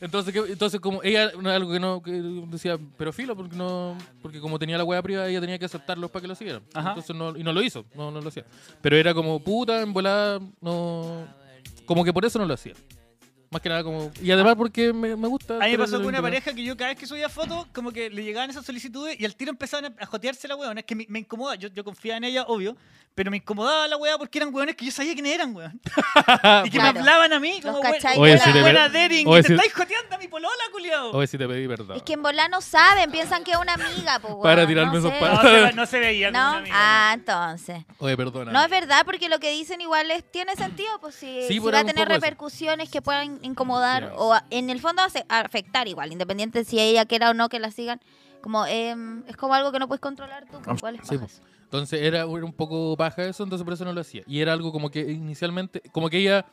Speaker 3: entonces, que- entonces como ella no, algo que no que decía, pero filo, porque no, porque como tenía la hueá privada, ella tenía que aceptarlos para que lo siguieran.
Speaker 2: Ajá.
Speaker 3: Entonces no, y no lo hizo, no, no lo hacía. Pero era como puta, en volada, no, como que por eso no lo hacía. Más que nada como. Y además porque me, me gusta.
Speaker 2: A mí me pasó
Speaker 3: tener-
Speaker 2: con una pareja que yo cada vez que subía fotos, como que le llegaban esas solicitudes y al tiro empezaban a a jotearse la weón. Es que me, me incomodaba, yo, yo confiaba en ella, obvio, pero me incomodaba la weá porque eran weones que yo sabía quiénes eran, weón. Y que
Speaker 1: Claro.
Speaker 2: me hablaban a mí como
Speaker 1: Los
Speaker 2: weón.
Speaker 1: cachai con
Speaker 3: Oye, si
Speaker 1: la-
Speaker 3: de ver-
Speaker 2: Buena Dering,
Speaker 3: Oye,
Speaker 2: que
Speaker 3: si-
Speaker 2: te estáis joteando a mi polola, culiao.
Speaker 3: Oye, si te pedí perdón.
Speaker 1: Es que en volar no saben, piensan que es una amiga, pues.
Speaker 3: Para tirarme esos
Speaker 2: No,
Speaker 3: palos.
Speaker 2: se, ve- no se veía como una
Speaker 1: No,
Speaker 2: amiga.
Speaker 1: ah, entonces.
Speaker 3: Oye, perdona.
Speaker 1: No es verdad, porque lo que dicen igual es, tiene sentido, pues si,
Speaker 3: Sí,
Speaker 1: si
Speaker 3: por
Speaker 1: va a
Speaker 3: algo un
Speaker 1: tener
Speaker 3: poco eso.
Speaker 1: repercusiones que puedan incomodar
Speaker 3: Mira.
Speaker 1: o a- en el fondo hace- afectar igual, independiente si ella quiera o no que la sigan. Como em, es como algo que no puedes controlar tú, pues, igual es
Speaker 3: Sí,
Speaker 1: paja
Speaker 3: pues.
Speaker 1: eso.
Speaker 3: Entonces era, era un poco baja eso, entonces por eso no lo hacía. Y era algo como que inicialmente, como que ella,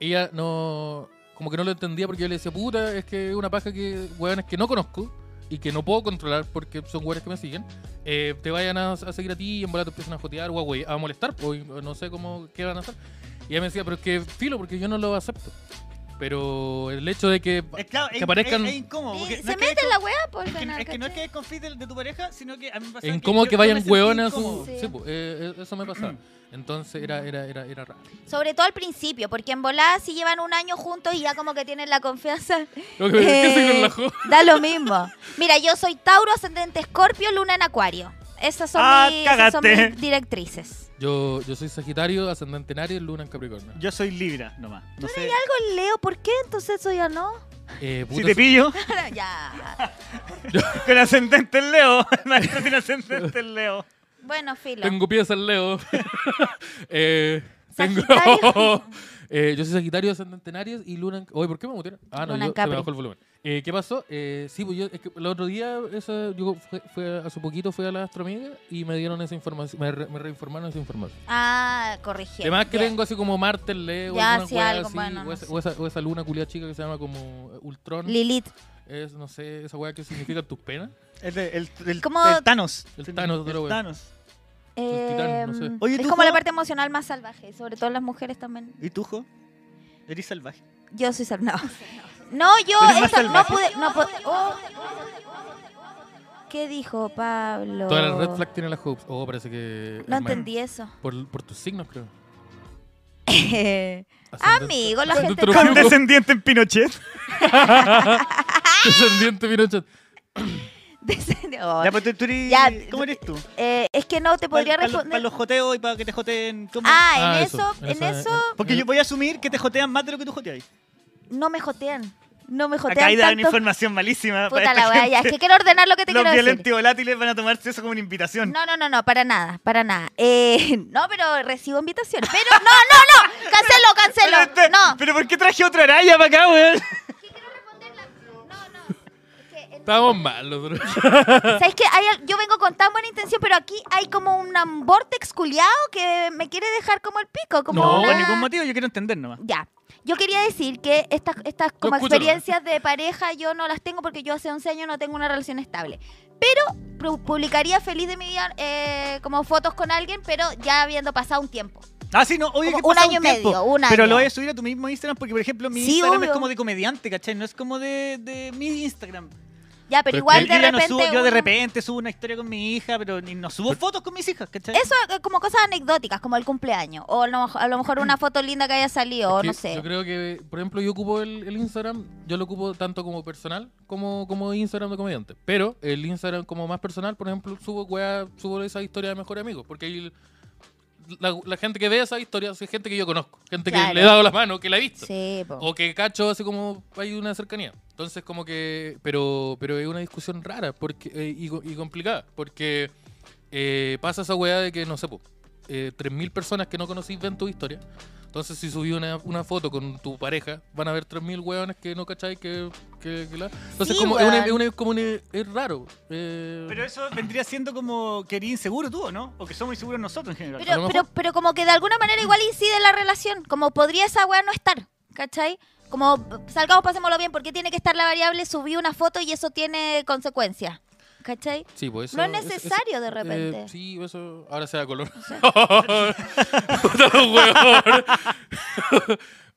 Speaker 3: ella no, como que no lo entendía porque yo le decía, puta, es que es una paja que, hueones que no conozco y que no puedo controlar porque son hueones que me siguen, eh, te vayan a, a seguir a ti y en volada te empiezan a jotear o a, güey- a molestar, o, no sé cómo, qué van a hacer. Y ella me decía, pero es que filo, porque yo no lo acepto. Pero el hecho de que,
Speaker 2: Es, claro,
Speaker 3: que
Speaker 2: es-
Speaker 3: aparezcan.
Speaker 2: es- es incómodo. porque
Speaker 1: Sí,
Speaker 2: no
Speaker 1: se
Speaker 2: es que
Speaker 1: mete en la weá por
Speaker 2: Es que,
Speaker 1: ganar,
Speaker 2: es que no es que
Speaker 1: ¿cachai?
Speaker 2: desconfíes de, de tu pareja, sino que a mí me pasa
Speaker 3: en
Speaker 2: que yo-
Speaker 3: cómo que
Speaker 2: yo me
Speaker 3: vayan
Speaker 2: sentí
Speaker 3: hueones.
Speaker 2: incómodo.
Speaker 1: Sí.
Speaker 3: Sí, pues, eh, eh, eso me pasaba. Entonces era, era, era, era raro.
Speaker 1: Sobre todo al principio, porque en volada si llevan un año juntos y ya como que tienen la confianza.
Speaker 3: Lo que- que se
Speaker 1: Eh,
Speaker 3: relajó.
Speaker 1: Da lo mismo. Mira, yo soy Tauro, ascendente Escorpio, luna en Acuario. Esas son,
Speaker 2: Ah,
Speaker 1: mis, esas son
Speaker 2: cagaste.
Speaker 1: mis directrices.
Speaker 3: Yo, yo soy Sagitario, ascendente en Aries, Luna en Capricornio.
Speaker 2: Yo soy Libra nomás. No sé.
Speaker 1: Algo Leo, ¿por qué entonces eso ya no?
Speaker 3: Eh, puta,
Speaker 2: Si te pillo,
Speaker 1: ya.
Speaker 2: con ascendente en Leo. El maestro tiene ascendente en Leo.
Speaker 1: Bueno, filo.
Speaker 3: tengo pies al Leo. eh, tengo-
Speaker 1: Sagitario.
Speaker 3: Eh, yo soy Sagitario, ascendente en Aries y Luna en... Oye, ¿por qué me mutearon? Ah, no,
Speaker 1: Luna
Speaker 3: yo,
Speaker 1: en
Speaker 3: se me
Speaker 1: Capri.
Speaker 3: bajó el volumen. Eh, ¿Qué pasó? Eh, sí, pues yo... Es que el otro día, esa- yo fue, fue hace poquito fui a la astroamiga y me dieron esa información, me, re- me reinformaron esa información.
Speaker 1: Ah, corrigieron.
Speaker 3: Además que
Speaker 1: Bien.
Speaker 3: tengo así como Marte, en Leo,
Speaker 1: Ya,
Speaker 3: alguna
Speaker 1: sí,
Speaker 3: hueá
Speaker 1: algo,
Speaker 3: así,
Speaker 1: bueno,
Speaker 3: o,
Speaker 1: no
Speaker 3: esa,
Speaker 1: sé.
Speaker 3: o esa- o esa luna culia chica que se llama como eh, Ultron.
Speaker 1: Lilith.
Speaker 3: Es, no sé, esa weá que significa tus penas.
Speaker 2: El, de- el, el-
Speaker 1: ¿Cómo?
Speaker 2: el Thanos.
Speaker 3: El Thanos, otra
Speaker 2: el
Speaker 3: wea.
Speaker 2: Thanos.
Speaker 3: un titán, no sé.
Speaker 1: Em,
Speaker 2: Oye,
Speaker 1: es
Speaker 2: ¿tú
Speaker 1: como la
Speaker 2: juegas?
Speaker 1: parte emocional más salvaje, sobre todo las mujeres también.
Speaker 2: ¿Y tú, Jo? Eres salvaje.
Speaker 1: Yo soy salvaje. No, yo
Speaker 2: Pero es más
Speaker 1: esta- no
Speaker 2: salvaje.
Speaker 1: pude. No pude- oh. ¿Qué dijo Pablo?
Speaker 3: Todas las red flag tienen las hopes. Oh, parece que...
Speaker 1: No
Speaker 3: es más-
Speaker 1: entendí eso.
Speaker 3: Por, por tus signos, creo.
Speaker 1: Amigo, la gente-
Speaker 3: Ascendente
Speaker 1: Con
Speaker 3: Rodrigo,
Speaker 2: descendiente en Pinochet.
Speaker 3: Descendiente Pinochet.
Speaker 1: Descendió. Oh.
Speaker 2: Ya, pues tú, tú eres-
Speaker 1: Ya,
Speaker 2: ¿Cómo eres tú?
Speaker 1: Eh, es que no te podría
Speaker 2: Para
Speaker 1: responder.
Speaker 2: los joteos y para que te joteen. ¿cómo?
Speaker 1: Ah,
Speaker 3: Ah,
Speaker 1: en
Speaker 3: eso,
Speaker 1: eso,
Speaker 3: en
Speaker 1: en
Speaker 3: eso-
Speaker 1: eso
Speaker 2: Porque yo voy a asumir que te jotean más de lo que tú joteas.
Speaker 1: no me jotean. No me
Speaker 2: Acá hay
Speaker 1: jotean
Speaker 2: una
Speaker 1: tanto.
Speaker 2: información malísima. para
Speaker 1: Puta
Speaker 2: esta
Speaker 1: la weá, ya, es
Speaker 2: gente.
Speaker 1: que quiero ordenar lo que te
Speaker 2: Los
Speaker 1: quiero decir.
Speaker 2: violentos y volátiles van a tomarse eso como una invitación.
Speaker 1: No, no, no, no, para nada, para nada. Eh, no, pero recibo invitaciones. Pero no, no, no, cancelo,
Speaker 2: pero, este-
Speaker 1: cancelo. No.
Speaker 2: pero ¿por qué traje otra araña para acá, weón?
Speaker 3: Estábamos mal los otros.
Speaker 1: ¿Sabes qué? Hay al- yo vengo con tan buena intención, pero aquí hay como un vortex culiado que me quiere dejar como el pico. Como
Speaker 3: No,
Speaker 1: una-
Speaker 2: por ningún motivo, yo quiero entender nomás.
Speaker 1: Ya. Yo quería decir que estas, estas como
Speaker 3: escúchalo.
Speaker 1: experiencias de pareja yo no las tengo porque yo hace 11 años no tengo una relación estable. Pero pu- publicaría feliz de mi vida eh, como fotos con alguien, pero ya habiendo pasado un tiempo.
Speaker 2: Ah, sí, no, oye,
Speaker 1: Como
Speaker 2: que
Speaker 1: un
Speaker 2: pasa
Speaker 1: año y
Speaker 2: tiempo,
Speaker 1: medio, un
Speaker 2: Pero
Speaker 1: año.
Speaker 2: lo voy a subir a tu mismo Instagram porque, por ejemplo, mi
Speaker 1: Sí,
Speaker 2: Instagram es
Speaker 1: obvio.
Speaker 2: como de comediante, ¿cachai? No es como de, de mi Instagram.
Speaker 1: Ya, pero
Speaker 3: Pero
Speaker 1: igual de
Speaker 2: yo, yo ya no
Speaker 1: repente.
Speaker 2: subo, yo de
Speaker 1: uno-
Speaker 2: repente subo una historia con mi hija, pero ni- no subo fotos con mis hijas, ¿cachai?
Speaker 1: Eso es como cosas anecdóticas, como el cumpleaños. O a lo, a lo mejor una foto linda que haya salido, o
Speaker 3: Que
Speaker 1: no sé.
Speaker 3: Yo creo que, por ejemplo, yo ocupo el, el Instagram, yo lo ocupo tanto como personal como, como Instagram de comediante. Pero el Instagram como más personal, por ejemplo, subo weá, subo esa historia de mejores amigos. Porque ahí la, la gente que ve esa historia es gente que yo conozco, gente que
Speaker 1: Claro.
Speaker 3: le he dado la mano, que la he visto.
Speaker 1: Sí, po.
Speaker 3: O que cacho hace como hay una cercanía. Entonces como que, pero pero es una discusión rara porque eh, y, co- y complicada, porque eh, pasa esa weá de que, no sé, po, eh, 3.000 personas que no conocís ven tu historia. Entonces si subí una, una foto con tu pareja, van a ver 3.000 weones que no cacháis que, que, que la... Entonces
Speaker 1: Sí,
Speaker 3: como, es, una-
Speaker 1: weón.
Speaker 3: es una- como una- es raro. eh,
Speaker 2: Pero eso vendría siendo como que eres inseguro tú, ¿o no? O que somos inseguros nosotros en general.
Speaker 3: A lo
Speaker 1: Pero,
Speaker 3: mejor-
Speaker 1: pero, pero como que de alguna manera igual incide en la relación. Como podría esa weá no estar, ¿cachai? Como p- salgamos, pasémoslo bien, porque tiene que estar la variable, subí una foto y eso tiene consecuencias. ¿Cachai?
Speaker 3: sí, pues,
Speaker 1: no es
Speaker 3: eso- eso-
Speaker 1: necesario de
Speaker 3: eh,
Speaker 1: repente.
Speaker 3: sí, eso. Ahora se da color. Puta los huevones.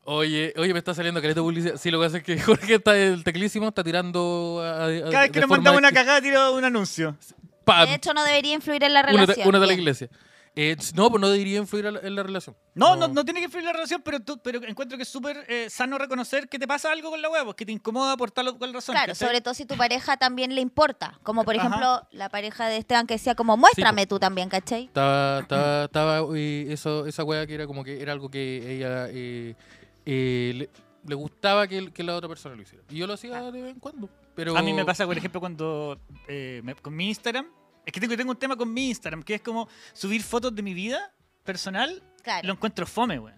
Speaker 3: Oye, oye, me está saliendo caleta de publicidad. Sí, lo que hace es que Jorge está el teclísimo, está tirando a- a-
Speaker 2: Cada vez que
Speaker 3: de
Speaker 2: nos
Speaker 3: forma
Speaker 2: mandamos una
Speaker 3: extra-
Speaker 2: cagada, tiro un anuncio.
Speaker 3: Pam,
Speaker 1: De hecho, no debería influir en la
Speaker 3: Ah, una, de-
Speaker 1: relación.
Speaker 3: una de la
Speaker 1: Bien.
Speaker 3: iglesia. Eh, no, pues no debería influir a la- en la relación.
Speaker 2: No, no, no tiene que influir la relación, pero, tú, pero encuentro que es súper eh, sano reconocer que te pasa algo con la web, que te incomoda por tal o cual razón.
Speaker 1: Claro,
Speaker 2: ¿cachai?
Speaker 1: sobre todo si tu pareja también le importa. Como por
Speaker 2: Ajá.
Speaker 1: ejemplo la pareja de Esteban que decía como muéstrame tú también, ¿cachai?
Speaker 3: Estaba, estaba, estaba eh, eso, esa weá que era como que era algo que ella eh, eh, le, le gustaba que, el- que la otra persona lo hiciera. Y yo lo
Speaker 1: Ah.
Speaker 3: hacía de vez en cuando. Pero
Speaker 2: A mí me pasa, por ejemplo, cuando eh, me- con mi Instagram. Es que tengo, tengo un tema con mi Instagram, que es como subir fotos de mi vida personal.
Speaker 1: Claro.
Speaker 2: Lo encuentro fome, güey.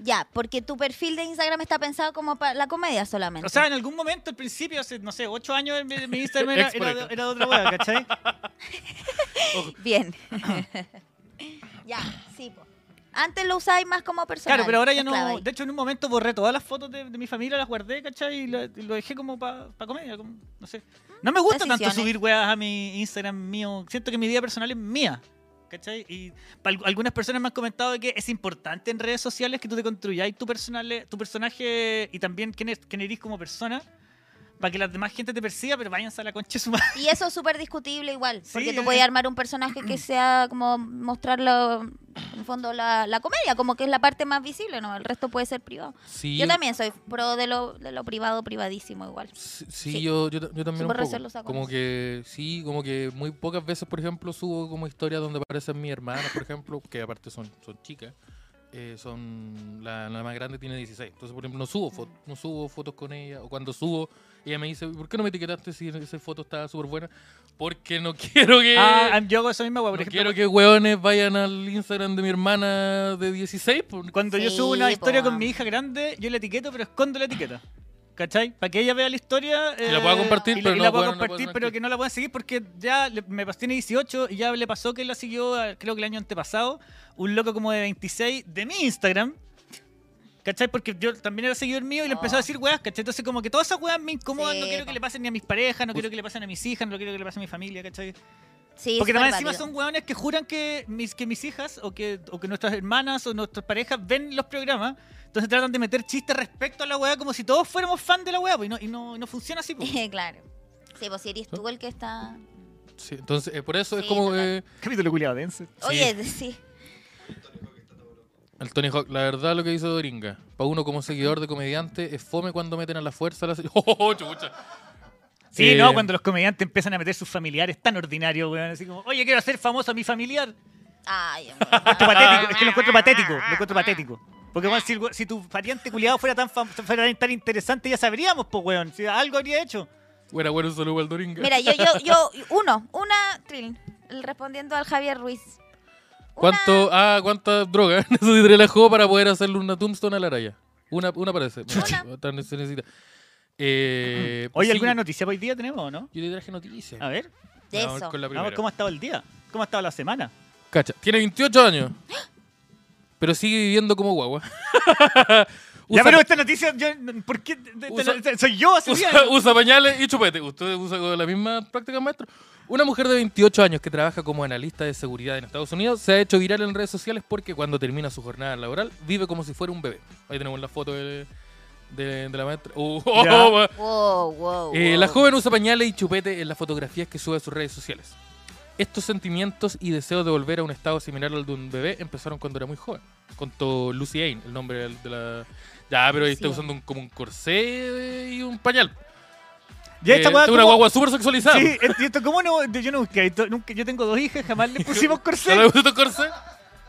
Speaker 1: Ya, porque tu perfil de Instagram está pensado como para la comedia solamente.
Speaker 2: O sea, en algún momento, al principio, hace, no sé, ocho años, mi, mi Instagram era, era de-
Speaker 3: Expareja.
Speaker 2: era de otra weá, ¿cachai?
Speaker 1: Bien. ya, sí. po. Antes lo usáis más como personal.
Speaker 2: Claro, pero ahora ya no.
Speaker 1: mezclabais.
Speaker 2: De hecho, en un momento borré todas las fotos de, de mi familia, las guardé, ¿cachai? Y, la- y lo dejé como para comedia, como- no sé. No me gusta tanto
Speaker 1: Decisiones.
Speaker 2: subir weas a mi Instagram mío. Siento que mi vida personal es mía. ¿Cachai? Y pa- algunas personas me han comentado de que es importante en redes sociales que tú te construyáis tu, personale- tu personaje y también quién, es- quién eres como persona para que la demás gente te persiga, pero váyanse a la concha de su madre.
Speaker 3: Eh,
Speaker 1: Y eso es súper discutible igual,
Speaker 2: Sí,
Speaker 1: porque
Speaker 2: eh.
Speaker 1: tú puedes armar un personaje que sea como mostrarlo, en el fondo, la, la comedia, como que es la parte más visible, ¿no? El resto puede ser privado.
Speaker 3: Sí,
Speaker 1: Yo también soy pro de lo, de lo privado, privadísimo igual.
Speaker 3: Sí, sí,
Speaker 1: Sí.
Speaker 3: Yo, yo, ta- yo también
Speaker 1: Súper
Speaker 3: un
Speaker 1: recelosa
Speaker 3: poco.
Speaker 1: con
Speaker 3: Como
Speaker 1: eso.
Speaker 3: que, sí, como que muy pocas veces, por ejemplo, subo como historias donde aparecen mis hermanas, por ejemplo, que aparte son, son chicas. eh, son la, la más grande tiene 16 entonces por ejemplo no subo fotos no subo fotos con ella o cuando subo ella me dice ¿por qué no me etiquetaste si esa foto estaba súper buena? porque no quiero que
Speaker 2: Ah, yo hago esa misma hueá,
Speaker 3: no
Speaker 2: por ejemplo.
Speaker 3: quiero que hueones vayan al Instagram de mi hermana de 16 por-
Speaker 2: Cuando yo
Speaker 1: Sí,
Speaker 2: subo una
Speaker 1: po,
Speaker 2: historia con
Speaker 1: ah.
Speaker 2: mi hija grande, yo la etiqueto, pero escondo la etiqueta. ¿Cachai? Para que ella vea la historia. eh,
Speaker 3: Y la pueda compartir,
Speaker 2: y la-
Speaker 3: pero
Speaker 2: y
Speaker 3: no
Speaker 2: la pueda
Speaker 3: pueda- no pueda
Speaker 2: compartir,
Speaker 3: tener
Speaker 2: pero
Speaker 3: clic.
Speaker 2: que no la pueda seguir porque ya le- me pasó, tiene 18 y ya le pasó que la siguió, ah, creo que el año antepasado, un loco como de 26 de mi Instagram. ¿Cachai? Porque yo también era seguidor mío y le empezó a
Speaker 1: Oh.
Speaker 2: decir weas, ¿cachai? Entonces, como que todas esas weas me incomodan,
Speaker 1: Sí,
Speaker 2: no quiero
Speaker 1: po.
Speaker 2: que le pasen ni a mis parejas, no quiero que le pasen a mis hijas, no quiero que le pasen a mi familia, ¿cachai?
Speaker 1: Sí,
Speaker 2: Porque
Speaker 1: súper
Speaker 2: además encima
Speaker 1: válido.
Speaker 2: son hueones que juran que mis, que mis hijas o que, o que nuestras hermanas o nuestras parejas ven los programas. Entonces tratan de meter chistes respecto a la hueá como si todos fuéramos fan de la hueá. pues, y, no, y no, y no funciona así. pues.
Speaker 1: claro. Sí, pues si eres tú el que está...
Speaker 3: Sí, entonces eh, por eso es
Speaker 1: Sí,
Speaker 3: como
Speaker 1: total.
Speaker 3: eh,
Speaker 2: Capítulo culiado dense.
Speaker 3: Sí.
Speaker 1: Oye, sí.
Speaker 3: El Tony Hawk, la verdad lo que hizo Doringa. Para uno como seguidor de comediante, es fome cuando meten a la fuerza a la... ¡Oh, chucha!
Speaker 2: Sí,
Speaker 3: Eh,
Speaker 2: no, cuando los comediantes empiezan a meter sus familiares tan ordinarios, weón. Así como, oye, quiero hacer famoso a mi familiar.
Speaker 1: Ay, Ah,
Speaker 2: Encuentro patético, es que lo encuentro patético, lo encuentro patético. Porque weón, si, el we- si tu pariente culiado fuera tan, fam- fuera tan interesante, ya sabríamos, pues, weón. Si algo habría hecho.
Speaker 3: Bueno, bueno, un saludo al Doringa.
Speaker 1: Mira, yo, yo, yo, uno, una trill, el- respondiendo al Javier Ruiz. Una-
Speaker 3: ¿Cuánto, ah, ¿Cuánta droga necesitaría la juego para poder hacerle una tombstone a la raya? Una, una parece. Mira, otra se necesita. Eh,
Speaker 2: Oye,
Speaker 3: sí,
Speaker 2: ¿alguna noticia para hoy día tenemos o no?
Speaker 3: Yo te traje noticias.
Speaker 2: A ver.
Speaker 1: De
Speaker 3: Vamos
Speaker 1: eso.
Speaker 3: con la
Speaker 2: Vamos,
Speaker 3: primera.
Speaker 2: ¿cómo ha estado el día? ¿Cómo ha estado la semana?
Speaker 3: Cacha, tiene 28 años, pero sigue viviendo como guagua. Usa-
Speaker 2: ya, pero esta noticia, yo, ¿por qué? De- de-
Speaker 3: Usa-
Speaker 2: de- soy yo hace
Speaker 3: usa,
Speaker 2: día.
Speaker 3: usa pañales y chupete. Usted usa con la misma práctica, maestro. Una mujer de 28 años que trabaja como analista de seguridad en Estados Unidos se ha hecho viral en redes sociales porque cuando termina su jornada laboral vive como si fuera un bebé. Ahí tenemos la foto del- de, de la maestra. Uh,
Speaker 2: Ya.
Speaker 3: va.
Speaker 1: Wow, wow,
Speaker 3: Eh,
Speaker 1: Oh, wow.
Speaker 3: la joven usa pañales y chupete en las fotografías que sube a sus redes sociales. Estos sentimientos y deseos de volver a un estado similar al de un bebé empezaron cuando era muy joven. Contó Lucy Ain, el nombre del- de la... Ya, pero ahí está
Speaker 1: Lucy
Speaker 3: usando un- como un corsé y un pañal.
Speaker 2: Ya esta
Speaker 3: Eh,
Speaker 2: weá
Speaker 3: tengo una
Speaker 2: como-
Speaker 3: guagua súper sexualizada.
Speaker 2: Sí, es- y esto, ¿cómo no? Yo no busqué, esto- nunca, yo tengo dos hijas, jamás le pusimos
Speaker 3: ¿No le
Speaker 2: corsé.
Speaker 3: gustan estos corsés?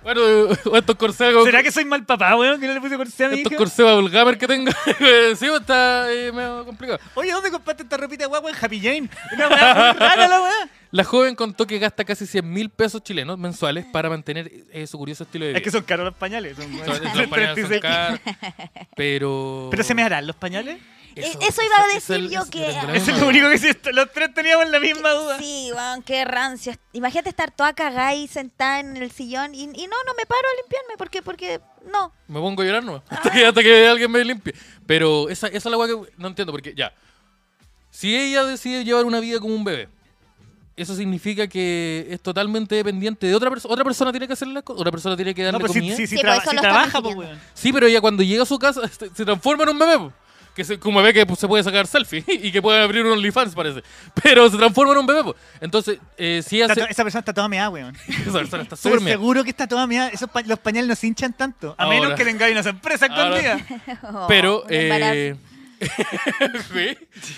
Speaker 3: Bueno, eh, estos corsés... como-
Speaker 2: ¿Será que soy mal papá, weón? Que no le puse corsé a mi
Speaker 3: Estos
Speaker 2: hija.
Speaker 3: corsés Bubblegamer que tengo... eh, sí, está eh, medio complicado.
Speaker 2: Oye, ¿dónde compraste esta ropita de guagua en Happy Jane? Una weá muy rara la weá.
Speaker 3: La joven contó que gasta casi 100 mil pesos chilenos mensuales para mantener eh, su curioso estilo de vida.
Speaker 2: Es que son caros los pañales. son-
Speaker 3: Son- son pañales, son
Speaker 2: 36.
Speaker 3: caros, Pero.
Speaker 2: ¿Pero se me harán los pañales?
Speaker 1: Eh, Eso- Eso iba a
Speaker 3: eso-
Speaker 1: decir yo
Speaker 3: eso-
Speaker 1: que-
Speaker 3: tengo
Speaker 2: Eso
Speaker 3: la misma
Speaker 2: es lo
Speaker 3: duda.
Speaker 2: único que sí, esto- los tres teníamos la misma
Speaker 3: ¿eh?
Speaker 2: duda.
Speaker 1: Sí, weón, qué rancio. Imagínate estar toda cagada y sentada en el sillón y, y no, no me paro a limpiarme porque, porque, no.
Speaker 3: Me pongo a llorar nomás. Hasta que, hasta que alguien me limpie. Pero esa, esa es la weá que no entiendo, porque ya. Si ella decide llevar una vida como un bebé, eso significa que es totalmente dependiente de otra persona. Otra persona tiene que hacer las cosas, otra persona tiene que darle
Speaker 2: No, pero si,
Speaker 3: comida.
Speaker 2: si, si,
Speaker 1: Sí,
Speaker 2: traba-
Speaker 1: pues, eso
Speaker 2: si
Speaker 1: lo
Speaker 2: trabaja,
Speaker 1: estamos
Speaker 2: pues
Speaker 1: pidiendo.
Speaker 2: weón.
Speaker 3: Sí, pero ella cuando llega a su casa se se transforma en un bebé. po. Que se, un bebé que pues, se puede sacar selfie y que puede abrir un OnlyFans, parece. Pero se transforma en un bebé. po. Entonces, eh, si ella
Speaker 2: Está
Speaker 3: se-
Speaker 2: to- Esa persona está toda meada, weón.
Speaker 3: Esa persona está
Speaker 2: Estoy
Speaker 3: súper mía.
Speaker 2: seguro que está toda mía. Esos pa- los pañales no se hinchan tanto. A menos
Speaker 3: Ahora.
Speaker 2: que tengáis una sorpresa
Speaker 3: Ahora.
Speaker 2: escondida.
Speaker 1: Oh,
Speaker 3: Pero,
Speaker 1: un
Speaker 3: eh,
Speaker 1: embarazo.
Speaker 3: sí,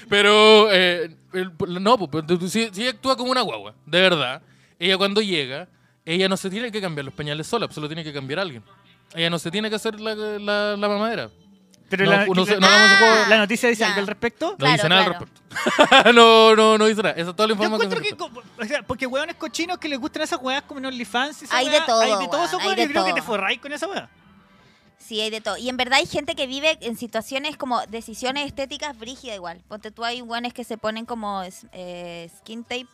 Speaker 3: pero, eh, el- no, po, pero tú- si, si ella actúa como una guagua, de verdad, ella cuando llega, ella no se tiene que cambiar los pañales sola, se lo tiene que cambiar alguien. Ella no se tiene que hacer la, la, la mamadera.
Speaker 2: Pero
Speaker 3: No,
Speaker 2: la,
Speaker 3: uno se- no
Speaker 1: hagamos un juego.
Speaker 2: la noticia dice
Speaker 1: Ya.
Speaker 2: algo al respecto.
Speaker 3: No
Speaker 1: Claro,
Speaker 3: dice nada
Speaker 1: claro.
Speaker 3: al respecto. no, no, no dice nada. Esa es toda la
Speaker 2: Yo
Speaker 3: información.
Speaker 2: encuentro
Speaker 3: que
Speaker 2: que, co- o sea, porque hueones cochinos que les gustan esas weas como en OnlyFans. y esa
Speaker 1: Hay de
Speaker 2: weá,
Speaker 1: todo,
Speaker 2: Hay de todo
Speaker 1: weón,
Speaker 2: esos
Speaker 1: hay
Speaker 2: weones.
Speaker 1: de
Speaker 2: Yo creo que
Speaker 1: todo.
Speaker 2: te forráis con esa wea.
Speaker 1: Sí, hay de todo. Y en verdad hay gente que vive en situaciones como decisiones estéticas brígidas igual. Ponte tú, hay guanes que se ponen como es- eh, skin tape.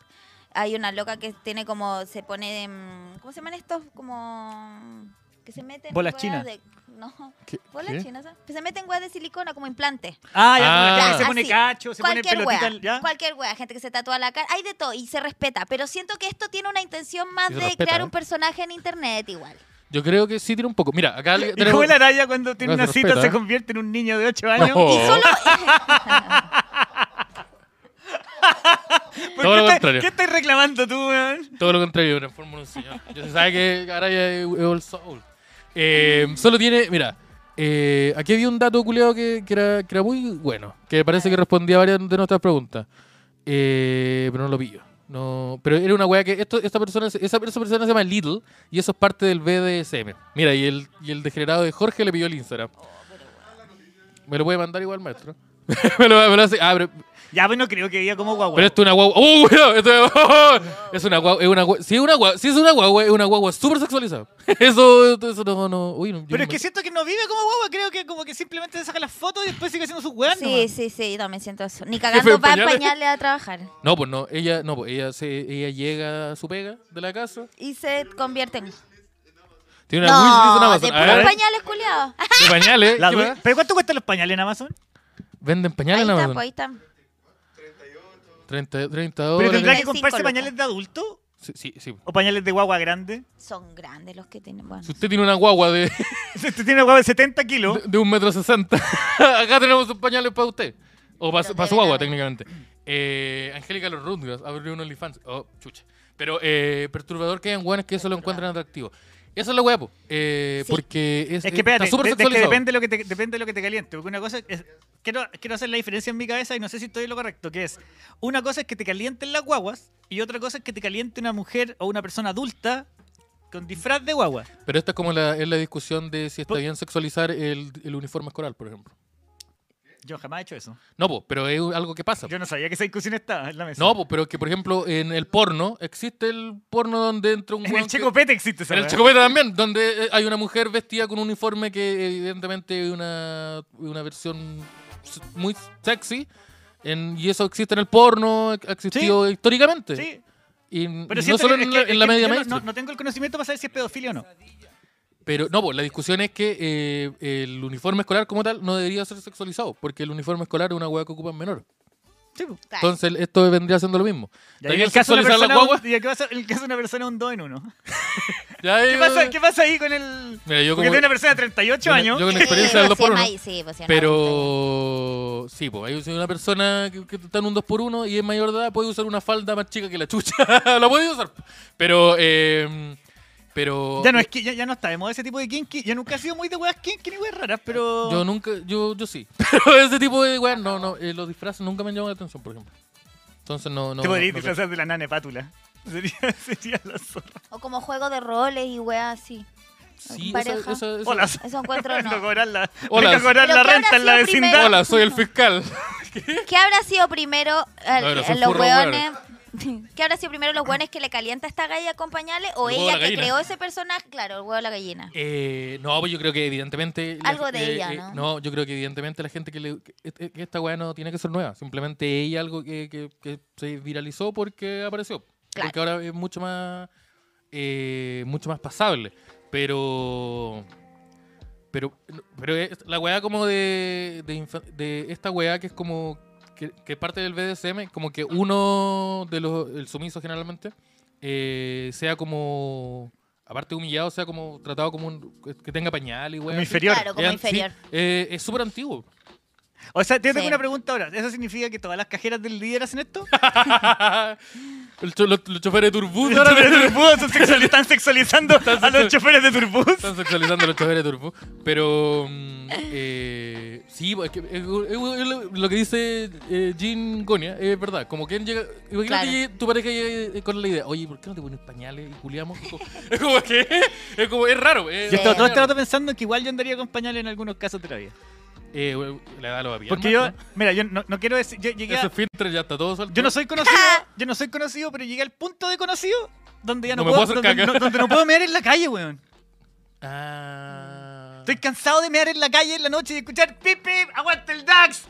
Speaker 1: Hay una loca que tiene como, se pone, mm, ¿cómo se llaman estos? Como, que se meten.
Speaker 2: Bolas
Speaker 1: weá,
Speaker 2: chinas.
Speaker 1: de- No.
Speaker 3: ¿Qué-
Speaker 1: ¿Vos
Speaker 3: qué?
Speaker 1: la china esa? Pues se meten weas de silicona como implante.
Speaker 2: Ah, ya,
Speaker 3: Ah.
Speaker 2: como la gente se pone
Speaker 1: Así.
Speaker 2: cacho, se pone
Speaker 1: cualquier
Speaker 2: pelotita.
Speaker 1: wea.
Speaker 2: ¿ya?
Speaker 1: Cualquier wea. Gente que se tatúa la cara. Hay de todo y se respeta. Pero siento que esto tiene una intención más
Speaker 3: Y
Speaker 1: de
Speaker 3: se respeta,
Speaker 1: crear
Speaker 3: ¿eh?
Speaker 1: un personaje en internet igual.
Speaker 3: Yo creo que sí tiene un poco. Mira, acá le-
Speaker 2: Y como la araya cuando tiene
Speaker 3: No se
Speaker 2: una cita
Speaker 3: respeta, ¿eh?
Speaker 2: se convierte en un niño de 8 años.
Speaker 3: No.
Speaker 1: Y
Speaker 3: Oh.
Speaker 1: solo.
Speaker 2: ¿Por
Speaker 3: Todo
Speaker 2: qué
Speaker 3: lo
Speaker 2: te-
Speaker 3: contrario.
Speaker 2: ¿Qué estás reclamando tú, weón?
Speaker 3: Todo lo contrario, me transformo en un señor. Yo se sabe que Araya es es old soul. Eh, solo tiene, mira, eh, aquí había un dato culeado que, que era, que era muy bueno, que parece que respondía a varias de nuestras preguntas. Eh, pero no lo pillo. No, pero era una weá que esto, esta persona, se- esa, esa persona se llama Little y eso es parte del BDSM. Mira, y el, y el degenerado de Jorge le pidió el Instagram. Me lo puede mandar igual, maestro. me lo, me lo hace. Ah, pero
Speaker 2: Ya, pues no creo que diga como guagua.
Speaker 3: pero esto es una guagua. ¡Oh, cuidado! Esto es, ¡Oh! es una guagua. Es una guagua. Si es una guagua, si es una guagua, es una guagua súper sexualizada. Eso, eso no, no. Uy, no yo
Speaker 2: Pero
Speaker 3: no
Speaker 2: es que
Speaker 3: me-
Speaker 2: siento que no vive como guagua, creo que como que simplemente se saca las fotos y después sigue haciendo sus weas.
Speaker 1: Sí,
Speaker 2: nomás.
Speaker 1: sí, sí. No, me siento eso. Ni
Speaker 3: Jefe de
Speaker 1: cagando va en
Speaker 3: pañales.
Speaker 1: pañales a trabajar.
Speaker 3: No, pues no, ella, no, pues ella se, ella llega a su pega de la casa.
Speaker 1: Y se convierten.
Speaker 3: Tiene una wishlist
Speaker 1: No,
Speaker 3: en
Speaker 1: de
Speaker 3: Amazon. A
Speaker 1: puros
Speaker 3: ver,
Speaker 1: pañales culiados.
Speaker 3: de pañales.
Speaker 2: La
Speaker 3: ¿qué
Speaker 2: du-
Speaker 3: más?
Speaker 2: ¿Pero cuánto cuestan los pañales en Amazon?
Speaker 3: Venden
Speaker 1: Ahí
Speaker 3: pañales en
Speaker 1: está, pues,
Speaker 3: Amazon.
Speaker 1: ahí están.
Speaker 3: 30, 30
Speaker 2: ¿Pero tendrá
Speaker 3: dólares.
Speaker 2: que
Speaker 1: Cinco
Speaker 2: comprarse
Speaker 1: lucas.
Speaker 2: pañales de adulto?
Speaker 3: Sí, sí, sí.
Speaker 2: ¿O pañales de guagua grande?
Speaker 1: Son grandes los que tienen. Bueno.
Speaker 3: Si usted tiene una guagua de,
Speaker 2: Usted tiene una guagua de 70 kilos.
Speaker 3: de un metro sesenta, acá tenemos sus pañales para usted. O para,
Speaker 1: Los
Speaker 3: su
Speaker 1: deben
Speaker 3: guagua,
Speaker 1: haber.
Speaker 3: técnicamente. Eh, Angélica Los Rundgras abrió un OnlyFans. Oh, chucha. Pero eh, perturbador que hayan weones que eso lo encuentran atractivo. Eso es la hueá, po. Eh,
Speaker 1: Sí.
Speaker 3: Porque es,
Speaker 2: Es que
Speaker 3: eh,
Speaker 2: espérate,
Speaker 3: está súper
Speaker 2: de- de- que
Speaker 3: sexualizado.
Speaker 2: depende, lo que te, depende de lo que te caliente. Porque una cosa es. Quiero, quiero hacer la diferencia en mi cabeza y no sé si estoy en lo correcto, que es. Una cosa es que te calienten las guaguas y otra cosa es que te caliente una mujer o una persona adulta con disfraz de guagua.
Speaker 3: Pero esta es como la, es la discusión de si está
Speaker 2: Por-
Speaker 3: bien sexualizar el, el uniforme escolar, por ejemplo.
Speaker 2: Yo jamás he hecho eso.
Speaker 3: No, po, pero es algo que pasa. po.
Speaker 2: Yo no sabía que esa discusión estaba en la mesa.
Speaker 3: No, pues, po, pero es que, por ejemplo, en el porno, existe el porno donde entra un
Speaker 2: En
Speaker 3: weón
Speaker 2: el
Speaker 3: que-
Speaker 2: Checopete existe esa
Speaker 3: En el
Speaker 2: weá.
Speaker 3: Chocopete también, donde eh, hay una mujer vestida con un uniforme que evidentemente es una, una versión s- muy sexy. en- y eso existe en el porno, ha existido históricamente.
Speaker 2: Sí,
Speaker 3: Y
Speaker 2: pero
Speaker 3: no
Speaker 2: siento
Speaker 3: solo
Speaker 2: que-
Speaker 3: en,
Speaker 2: es
Speaker 3: la,
Speaker 2: que-
Speaker 3: en la
Speaker 2: es que
Speaker 3: media
Speaker 2: yo no-
Speaker 3: mainstream.
Speaker 2: no, no tengo el conocimiento para saber si es pedofilia o no.
Speaker 3: Pero no, pues, la discusión es que eh, el uniforme escolar como tal no debería ser sexualizado, porque el uniforme escolar es una hueá que ocupan menor.
Speaker 2: Sí, po.
Speaker 1: Claro.
Speaker 3: Entonces esto vendría siendo lo mismo.
Speaker 2: Y ahí
Speaker 3: También
Speaker 2: el caso de una
Speaker 3: sexualizar las
Speaker 2: persona-
Speaker 3: guaguas.
Speaker 2: y aquí va a ser el caso de una persona un 2 en uno.
Speaker 3: Ya,
Speaker 2: ¿Qué
Speaker 3: eh,
Speaker 2: pasa, qué pasa ahí con el...?
Speaker 3: Mira, yo
Speaker 2: Porque
Speaker 3: como-
Speaker 2: tiene una persona de 38
Speaker 3: yo-
Speaker 2: años.
Speaker 3: yo con la
Speaker 1: Sí,
Speaker 3: experiencia del
Speaker 1: pues, sí,
Speaker 3: porno.
Speaker 1: es maíz, sí, pues, sí, es maíz.
Speaker 3: Pero sí, pues hay una persona que, que está en un 2x1 y es mayor de edad, puede usar una falda más chica que la chucha. la puede usar. Pero, eh, pero.
Speaker 2: Ya no, es que, ya, ya no está de moda ese tipo de kinky. Yo nunca he sido muy de weas kinky ni weas raras, pero...
Speaker 3: Yo nunca, yo, yo sí. Pero ese tipo de weas, no, no, eh, los disfraces nunca me han llamado la atención, por ejemplo. Entonces no, no.
Speaker 2: Te podrías
Speaker 3: no- no-
Speaker 2: disfrazar de la nana pátula. Sería, sería la zorra.
Speaker 1: O como juego de roles y weas así.
Speaker 3: Sí, esa-
Speaker 1: pareja.
Speaker 3: esa- esa-
Speaker 2: Hola.
Speaker 1: Eso encuentro
Speaker 2: Vengo a
Speaker 1: no.
Speaker 2: cobrar la,
Speaker 3: Hola.
Speaker 2: vengo
Speaker 1: Pero
Speaker 2: a cobrar la
Speaker 1: ¿qué habrá
Speaker 2: renta en la
Speaker 1: sido primero?
Speaker 2: vecindad.
Speaker 3: Hola, soy el fiscal.
Speaker 1: ¿Qué habrá sido primero eh,
Speaker 3: No, pero son
Speaker 1: los
Speaker 3: furros,
Speaker 1: weones? ¿Qué habrá sido primero los weones que le calienta esta galla con pañales o
Speaker 3: El huevo de
Speaker 1: ella
Speaker 3: la
Speaker 1: que
Speaker 3: gallina.
Speaker 1: creó ese personaje? Claro, el huevo de la gallina.
Speaker 3: Eh, no, pues yo creo que evidentemente... la-
Speaker 1: Algo de
Speaker 3: eh,
Speaker 1: ella,
Speaker 3: eh,
Speaker 1: ¿no?
Speaker 3: yo creo que evidentemente la gente que le... que- que- que esta weá no tiene que ser nueva. Simplemente ella algo que, que- que se viralizó porque apareció.
Speaker 1: Claro.
Speaker 3: Porque ahora es mucho más... eh, mucho más pasable. Pero... Pero, pero es- la weá como de, de, infa- de esta weá que es como... Que, que parte del BDSM, como que uno de los... El sumiso generalmente eh, sea como... Aparte de humillado, sea como tratado como un... Que tenga pañal y weá.
Speaker 2: Como
Speaker 3: así.
Speaker 2: inferior.
Speaker 1: Claro, como
Speaker 3: Eh, sí,
Speaker 1: inferior.
Speaker 3: eh, es súper antiguo.
Speaker 2: O sea, te tengo
Speaker 1: Sí.
Speaker 2: una pregunta ahora. ¿Eso significa que todas las cajeras del líder hacen esto?
Speaker 3: El cho- los, los choferes de Turbus
Speaker 2: Los
Speaker 3: ahora
Speaker 2: choferes de Turbus son sexuali- están sexualizando a los choferes de Turbus.
Speaker 3: están sexualizando los choferes de Turbus. Pero mm, eh, sí, es que- es- es- es lo que dice eh, Jean Gonia es verdad. Como que él llega, imagínate
Speaker 1: Claro.
Speaker 3: que tu pareja llega eh, con la idea, oye, ¿por qué no te pones pañales y culiamos? Es como, es como que es, como, es raro. es-
Speaker 2: Yo estaba todo este
Speaker 3: raro.
Speaker 2: rato pensando que igual yo andaría con pañales en algunos casos de la vida.
Speaker 3: Eh, bueno, la edad lo va a pillar
Speaker 2: Porque
Speaker 3: más,
Speaker 2: yo,
Speaker 3: ¿no?
Speaker 2: mira, yo no, no quiero decir, yo llegué a-
Speaker 3: Ese filtro ya está todo soltado.
Speaker 2: yo no soy conocido, yo no soy conocido, pero llegué al punto de conocido donde ya no,
Speaker 3: No me
Speaker 2: puedo,
Speaker 3: puedo hacer
Speaker 2: donde,
Speaker 3: caca.
Speaker 2: no, donde no puedo mear en la calle, weón.
Speaker 3: Ah.
Speaker 2: Estoy cansado de mear en la calle en la noche y escuchar pip pip, aguanta el Dax.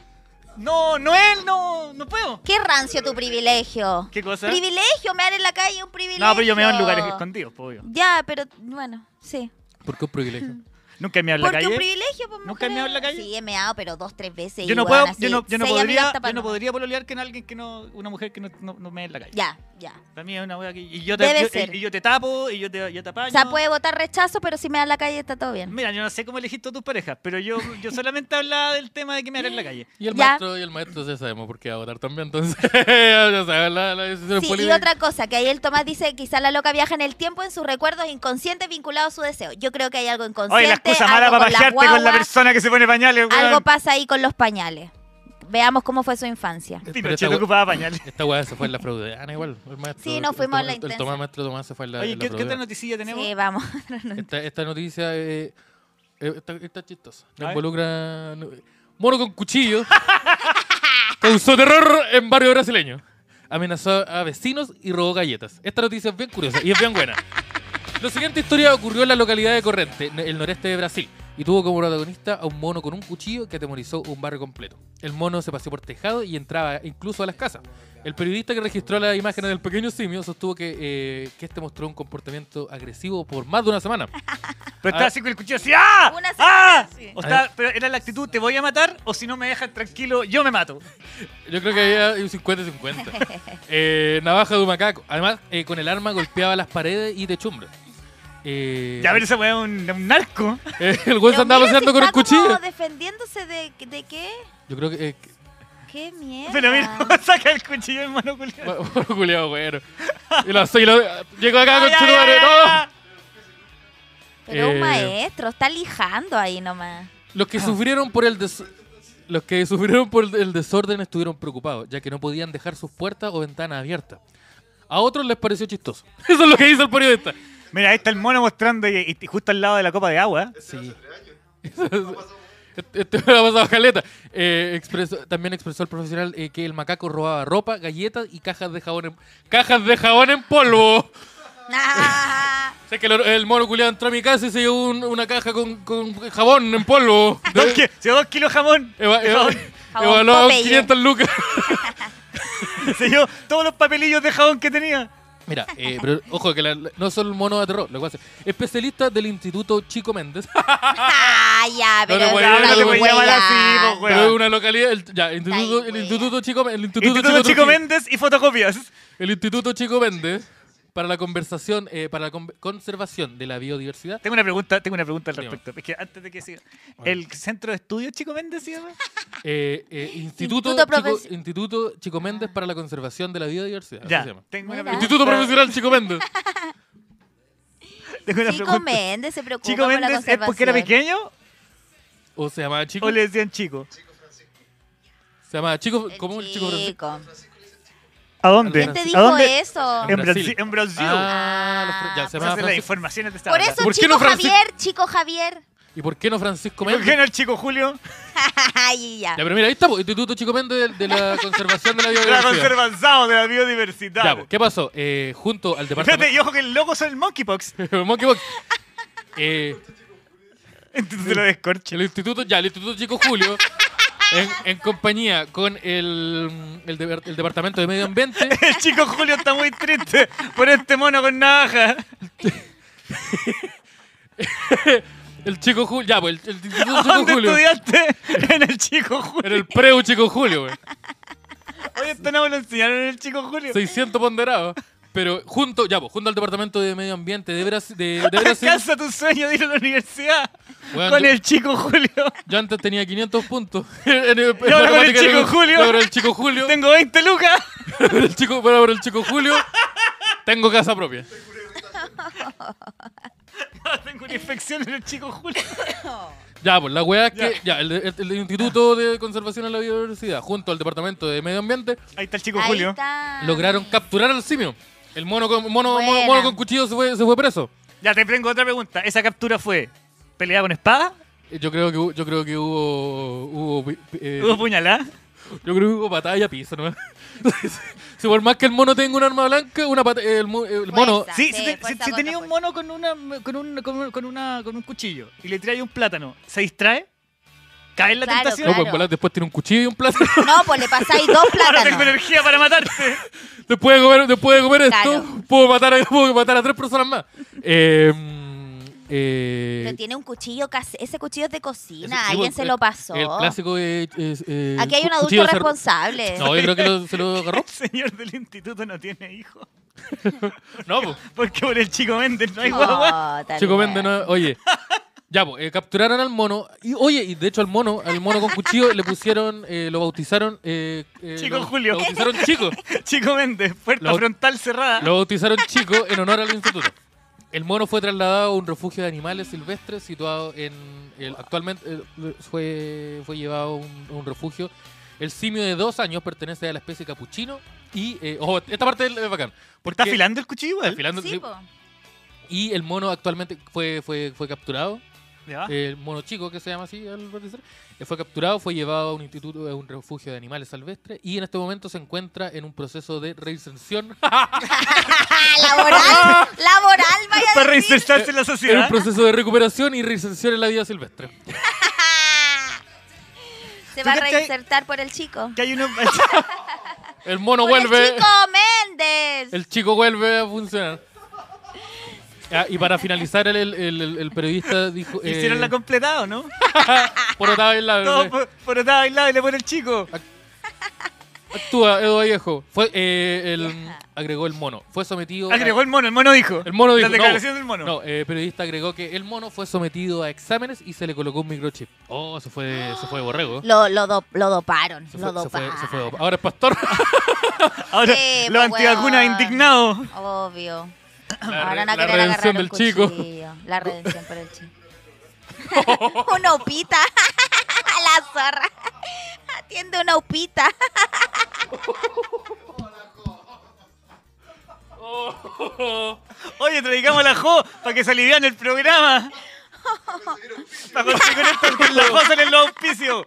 Speaker 2: No, Noel, no, no puedo.
Speaker 1: Qué rancio tu privilegio.
Speaker 2: ¿Qué cosa?
Speaker 1: Privilegio, mear en la calle es un privilegio.
Speaker 2: No, pero yo meo en lugares escondidos, po, obvio.
Speaker 1: Ya, pero bueno, sí.
Speaker 3: ¿Por qué un privilegio?
Speaker 2: Nunca me habla la
Speaker 1: Porque un
Speaker 2: calle.
Speaker 1: privilegio, pues,
Speaker 2: ¿Nunca he meado en la
Speaker 1: mujeres.
Speaker 2: calle?
Speaker 1: Sí, he meado, pero dos, tres veces.
Speaker 2: Yo
Speaker 1: y,
Speaker 2: no,
Speaker 1: weón,
Speaker 2: puedo,
Speaker 1: así,
Speaker 2: yo no, yo no
Speaker 1: seis
Speaker 2: podría,
Speaker 1: amigas
Speaker 2: yo no
Speaker 1: tapando.
Speaker 2: podría pololear con alguien que no, una mujer que no, no, no me dé en la calle.
Speaker 1: Ya, ya.
Speaker 2: Para mí es una wea que. Y yo te,
Speaker 1: Debe
Speaker 2: yo-
Speaker 1: ser.
Speaker 2: y yo te tapo, y yo te, yo te apaño.
Speaker 1: O sea, puede votar rechazo, pero si me da en la calle está todo bien.
Speaker 2: Mira, yo no sé cómo elegiste tus parejas, pero yo, yo solamente hablaba del tema de que me haré en la calle.
Speaker 3: Y el
Speaker 1: Ya.
Speaker 3: maestro, y el maestro ya sabemos por qué va a votar también, entonces ya sabes la, la decisión
Speaker 1: Sí, y
Speaker 3: política.
Speaker 1: otra cosa, que ahí el Tomás dice, quizá la loca viaja en el tiempo en sus recuerdos inconscientes vinculados a su deseo. Yo creo que hay algo inconsciente.
Speaker 2: Oye, la excusa mala
Speaker 1: algo con
Speaker 2: para
Speaker 1: la
Speaker 2: pajearte con la
Speaker 1: guagua,
Speaker 2: persona que se pone pañales, weón.
Speaker 1: Algo pasa ahí con los pañales. Veamos cómo fue su infancia.
Speaker 3: Pero
Speaker 2: Pinochet
Speaker 3: esta wea-
Speaker 2: ocupaba pañales.
Speaker 3: Esta weá se fue en la fraudeana igual. El maestro,
Speaker 1: Sí, nos
Speaker 3: el
Speaker 1: fuimos a
Speaker 3: Tomás-
Speaker 1: la
Speaker 3: el Tomás-
Speaker 1: intensa.
Speaker 3: El maestro Tomás se fue en la,
Speaker 2: Oye,
Speaker 3: en la
Speaker 2: ¿qué, qué otra
Speaker 3: fraudeana.
Speaker 2: noticia tenemos?
Speaker 1: Sí, vamos.
Speaker 3: Esta, esta noticia eh, eh, está, está chistosa.
Speaker 2: A ver.
Speaker 3: Involucra no- mono con cuchillo. causó terror en barrio brasileño. Amenazó a vecinos y robó galletas. Esta noticia es bien curiosa y es bien buena. La siguiente historia ocurrió en la localidad de Corrente, en el noreste de Brasil, y tuvo como protagonista a un mono con un cuchillo que atemorizó un barrio completo. El mono se paseó por tejado y entraba incluso a las casas. El periodista que registró las imágenes del pequeño simio sostuvo que, eh, que este mostró un comportamiento agresivo por más de una semana.
Speaker 2: Pero
Speaker 3: Ah.
Speaker 2: estaba así con el cuchillo así, ¡ah!
Speaker 1: Una
Speaker 2: ¡Ah!
Speaker 1: semana, sí.
Speaker 2: O estaba- pero era la actitud, te voy a matar, o si no me dejas tranquilo, yo me mato.
Speaker 3: Yo creo que había un 50-50. Eh, navaja de un macaco. Además, eh, con el arma golpeaba las paredes y techumbres. Eh,
Speaker 2: Ya ver, ese weón es un, un narco.
Speaker 3: eh, el
Speaker 2: Pues
Speaker 3: güey se
Speaker 1: Pero
Speaker 3: andaba
Speaker 1: mira si
Speaker 3: paseando con un
Speaker 1: está como
Speaker 3: cuchillo.
Speaker 1: defendiéndose de, de qué?
Speaker 3: Yo creo que. eh, que-
Speaker 1: ¿Qué mierda?
Speaker 2: Pero mira, saca el cuchillo en mano, culiao.
Speaker 3: bueno, culiao, güero. Y lo, y lo- llegó acá con
Speaker 2: Ay,
Speaker 3: su
Speaker 2: ay,
Speaker 3: madre.
Speaker 2: ay,
Speaker 3: ¡No!
Speaker 2: ay.
Speaker 1: Pero un
Speaker 3: Eh,
Speaker 1: maestro, está lijando ahí nomás.
Speaker 3: Los que sufrieron por el des- los que sufrieron por el desorden estuvieron preocupados, ya que no podían dejar sus puertas o ventanas abiertas. A otros les pareció chistoso. Eso es lo que dice el periodista.
Speaker 2: Mira, ahí está el mono mostrando y, y justo al lado de la copa de agua.
Speaker 3: Sí. Este me la ha pasado caleta. Eh, expresó- también expresó el profesional eh, que el macaco robaba ropa, galletas y cajas de jabón en, cajas de jabón en polvo. O
Speaker 1: Ah,
Speaker 3: sea que el, el mono culiado entró a mi casa y se llevó un- una caja con, con jabón en polvo.
Speaker 2: Dos, ki- se llevó dos kilos de jamón.
Speaker 3: Eva- eva-
Speaker 1: Jabón
Speaker 3: evaluado en
Speaker 1: Popeye.
Speaker 3: 500 lucas.
Speaker 2: Se llevó todos los papelillos de jabón que tenía.
Speaker 3: Mira, eh, pero ojo que la- la- no son monos de terror, lo que pasa es- Especialista del Instituto Chico Méndez.
Speaker 1: ah, ya, pero
Speaker 3: te voy a-
Speaker 1: estáis
Speaker 3: no te voy a
Speaker 2: llamar así,
Speaker 1: hueando.
Speaker 2: po,
Speaker 3: Pero es una localidad. el- ya, instituto, el
Speaker 1: wea.
Speaker 3: Instituto Chico el Instituto,
Speaker 2: Instituto
Speaker 3: Chico
Speaker 2: Chico,
Speaker 3: Trujillo.
Speaker 2: Méndez y fotocopias.
Speaker 3: El Instituto Chico Méndez para la conversación, eh, para la con- conservación de la biodiversidad.
Speaker 2: Tengo una pregunta, tengo una pregunta al
Speaker 3: Dime.
Speaker 2: respecto. Es que antes de que siga. ¿El centro de estudios Chico Méndez se llama?
Speaker 3: eh, eh, Instituto,
Speaker 1: Instituto
Speaker 3: Chico,
Speaker 1: Profes-
Speaker 3: Instituto Chico Méndez para la conservación de la biodiversidad. así
Speaker 2: Ya.
Speaker 3: se llama.
Speaker 2: Tengo una
Speaker 1: Mira.
Speaker 2: pregunta.
Speaker 3: Instituto Profesional Chico Méndez.
Speaker 2: Tengo una
Speaker 1: Chico
Speaker 2: pregunta.
Speaker 1: Méndez se preocupa
Speaker 2: Chico
Speaker 1: por la
Speaker 2: Méndez es porque era
Speaker 1: conservación.
Speaker 2: pequeño
Speaker 3: O se llamaba Chico.
Speaker 2: o le decían chico.
Speaker 3: Se llamaba Chico.
Speaker 1: El
Speaker 3: ¿Cómo el Chico Francisco?
Speaker 2: ¿A
Speaker 3: dónde?
Speaker 2: dónde?
Speaker 1: Eh, ¿Quién
Speaker 3: Francisco.
Speaker 1: te Este dijo
Speaker 2: ¿A dónde?
Speaker 1: eso?
Speaker 2: En
Speaker 3: Brasil.
Speaker 2: Brasil. En Brasil.
Speaker 3: Ah, los fr- ya se
Speaker 2: Esas
Speaker 3: llamaba
Speaker 2: son las
Speaker 3: Francisco.
Speaker 2: informaciones de esta
Speaker 1: Por
Speaker 2: banda.
Speaker 1: eso,
Speaker 3: ¿Por qué
Speaker 1: chico
Speaker 3: no Francisco?
Speaker 1: Javier, chico Javier.
Speaker 3: ¿Y por qué no Francisco
Speaker 2: ¿Por qué
Speaker 3: Méndez?
Speaker 2: no el chico Julio?
Speaker 1: Ay, ya.
Speaker 3: Ya, pero mira, ahí está, po, Instituto Chico Méndez de, de la conservación de la
Speaker 2: La
Speaker 3: biodiversidad.
Speaker 2: conservanzado de la biodiversidad.
Speaker 3: Ya, po, ¿Qué pasó? Eh, junto al departamento.
Speaker 2: Espérate, y ojo que el loco son el monkeypox.
Speaker 3: Monkey Box. Eh,
Speaker 2: Entonces se lo descorche.
Speaker 3: El instituto, ya, el Instituto Chico Julio, en, en compañía con el, el, deber- el Departamento de Medio Ambiente,
Speaker 2: El chico Julio está muy triste por este mono con navaja.
Speaker 3: el Chico Julio, ya, pues, el, el Instituto Chico
Speaker 2: ¿Dónde
Speaker 3: Julio,
Speaker 2: estudiaste? En el chico Julio.
Speaker 3: en el Preu Chico Julio, güey,
Speaker 2: Oye, esto no me lo enseñaron en el chico Julio.
Speaker 3: 600 ponderados. Pero junto, ya, pues, junto al Departamento de Medio Ambiente de, Brasil, de, de Brasil,
Speaker 2: Alcanza tu sueño de ir a la universidad
Speaker 3: Bueno,
Speaker 2: con
Speaker 3: yo-
Speaker 2: el chico Julio.
Speaker 3: yo antes tenía 500 puntos. en- en- en
Speaker 2: con el
Speaker 3: matemática,
Speaker 2: Chico
Speaker 3: yo-
Speaker 2: Julio.
Speaker 3: yo con el Chico Julio,
Speaker 2: Tengo 20 lucas.
Speaker 3: pero el Chico, pero por el Chico Julio, tengo casa propia.
Speaker 2: Tengo una infección en el chico Julio.
Speaker 3: Ya, pues la weá es que. Ya, el, el- el Instituto de Conservación de la Biodiversidad, junto al Departamento de Medio Ambiente,
Speaker 2: Ahí está el chico
Speaker 1: Ahí
Speaker 2: Julio.
Speaker 1: está.
Speaker 3: lograron capturar al simio. El mono con, mono, mono-
Speaker 1: Ah. Buena.
Speaker 3: mono con cuchillo se fue, se fue preso.
Speaker 2: Ya te tengo otra pregunta. ¿Esa captura fue pelea con espada?
Speaker 3: Eh, Yo creo que, hu- yo creo que hubo. hubo pi- pi- eh,
Speaker 2: ¿Hubo puñalada?
Speaker 3: yo creo que hubo batalla piso, ¿no? si por más que el mono tenga un arma blanca, una pata- el, mo- el mono.
Speaker 1: Fuerza.
Speaker 2: Sí,
Speaker 1: Sí,
Speaker 2: si, te-
Speaker 1: fuerza
Speaker 2: si-
Speaker 1: con
Speaker 2: si
Speaker 1: pues.
Speaker 2: tenía
Speaker 1: la
Speaker 2: un mono con una con un, con un- con una- con un cuchillo y le tiráis un plátano, ¿se distrae? ¿Cae en la
Speaker 1: Claro,
Speaker 3: No,
Speaker 2: tentación?
Speaker 3: pues en volar después tiene un cuchillo y un plato.
Speaker 1: No, pues le pasáis dos
Speaker 2: Ahora tengo
Speaker 1: plátanos.
Speaker 2: energía para matarte.
Speaker 3: después de comer, después de comer esto,
Speaker 1: Claro.
Speaker 3: puedo matar, a, puedo matar a tres personas más. Eh, mm, Eh,
Speaker 1: Pero tiene un cuchillo, cas- ese cuchillo es de
Speaker 3: ese-
Speaker 1: cocina,
Speaker 3: sí,
Speaker 1: alguien
Speaker 3: pues,
Speaker 1: se
Speaker 3: el-
Speaker 1: lo pasó.
Speaker 3: El clásico es. es, eh,
Speaker 1: Aquí hay un
Speaker 3: cu-
Speaker 1: adulto
Speaker 3: cuchillo de cerdo.
Speaker 1: responsable.
Speaker 3: No, yo creo que lo- se lo agarró.
Speaker 2: El señor del instituto no tiene hijos.
Speaker 3: No, pues.
Speaker 2: Porque por el chico Méndez no hay guagua.
Speaker 1: Oh, tal
Speaker 3: Chico
Speaker 1: wea.
Speaker 3: Méndez, no- oye. Ya, pues, eh, capturaron al mono. Y, oye, y de hecho al mono, al mono con cuchillo, le pusieron, eh, lo bautizaron. eh, eh,
Speaker 2: Chico
Speaker 3: lo-
Speaker 2: Julio.
Speaker 3: Lo bautizaron chico.
Speaker 2: Chico Méndez, puerta
Speaker 3: Lo-
Speaker 2: frontal cerrada.
Speaker 3: Lo bautizaron chico en honor al instituto. El mono fue trasladado a un refugio de animales silvestres situado en. el- actualmente eh, fue, fue llevado a un, a un refugio. El simio de dos años pertenece a la especie capuchino. Y. eh, ojo, esta parte es bacán.
Speaker 2: Está
Speaker 3: porque-
Speaker 2: afilando el cuchillo igual.
Speaker 3: afilando,
Speaker 1: Sí,
Speaker 3: sí.
Speaker 1: po.
Speaker 3: y el mono actualmente fue, fue, fue capturado.
Speaker 2: Ya.
Speaker 3: El mono chico, que se llama así al parecer, eh, fue capturado, fue llevado a un instituto, a un refugio de animales silvestres y en este momento se encuentra en un proceso de reinserción.
Speaker 1: Ah, laboral,
Speaker 3: Ah.
Speaker 1: laboral, vaya.
Speaker 2: Para reinsertarse en la
Speaker 3: en eh, un
Speaker 2: sociedad.
Speaker 3: proceso de recuperación y reinserción en la vida silvestre.
Speaker 1: Se
Speaker 2: ¿Tú
Speaker 1: va a
Speaker 2: cachai?
Speaker 1: reinsertar por el chico.
Speaker 2: Que hay unos-
Speaker 3: El mono
Speaker 1: Por
Speaker 3: vuelve,
Speaker 1: El chico Méndez.
Speaker 3: el chico vuelve a funcionar. Ah, y para finalizar, el, el- el- el periodista dijo... eh,
Speaker 2: Hicieron la completada, ¿o ¿no?
Speaker 3: por Otavio en la-
Speaker 2: Todo por, por estar bailado y le pone el chico.
Speaker 3: Actúa, Edo Vallejo. Fue, eh, el- agregó el mono. Fue sometido... a-
Speaker 2: Agregó el mono, el mono dijo.
Speaker 3: El mono dijo,
Speaker 2: La declaración
Speaker 3: no,
Speaker 2: del mono.
Speaker 3: No, eh, periodista agregó que el mono fue sometido a exámenes y se le colocó un microchip. Oh, se fue, se fue de borrego.
Speaker 1: Lo, lo, do- lo doparon.
Speaker 3: Se
Speaker 1: lo
Speaker 3: fue, se fue-
Speaker 1: doparon.
Speaker 3: se fue de- Ahora es pastor.
Speaker 2: Ahora,
Speaker 1: Sí,
Speaker 2: los
Speaker 1: pues,
Speaker 2: antivacunas
Speaker 1: weón.
Speaker 2: indignados.
Speaker 1: Obvio.
Speaker 3: La
Speaker 1: Ahora
Speaker 3: re-
Speaker 1: van a
Speaker 3: la
Speaker 1: querer agarrar
Speaker 3: redención
Speaker 1: un
Speaker 3: del chico.
Speaker 1: cuchillo. La redención por el chico. una upita. la zorra. Atiende una upita.
Speaker 2: Oye, traigamos la Jo para que se alivian el programa. para conseguir con la Jo sale en los auspicios.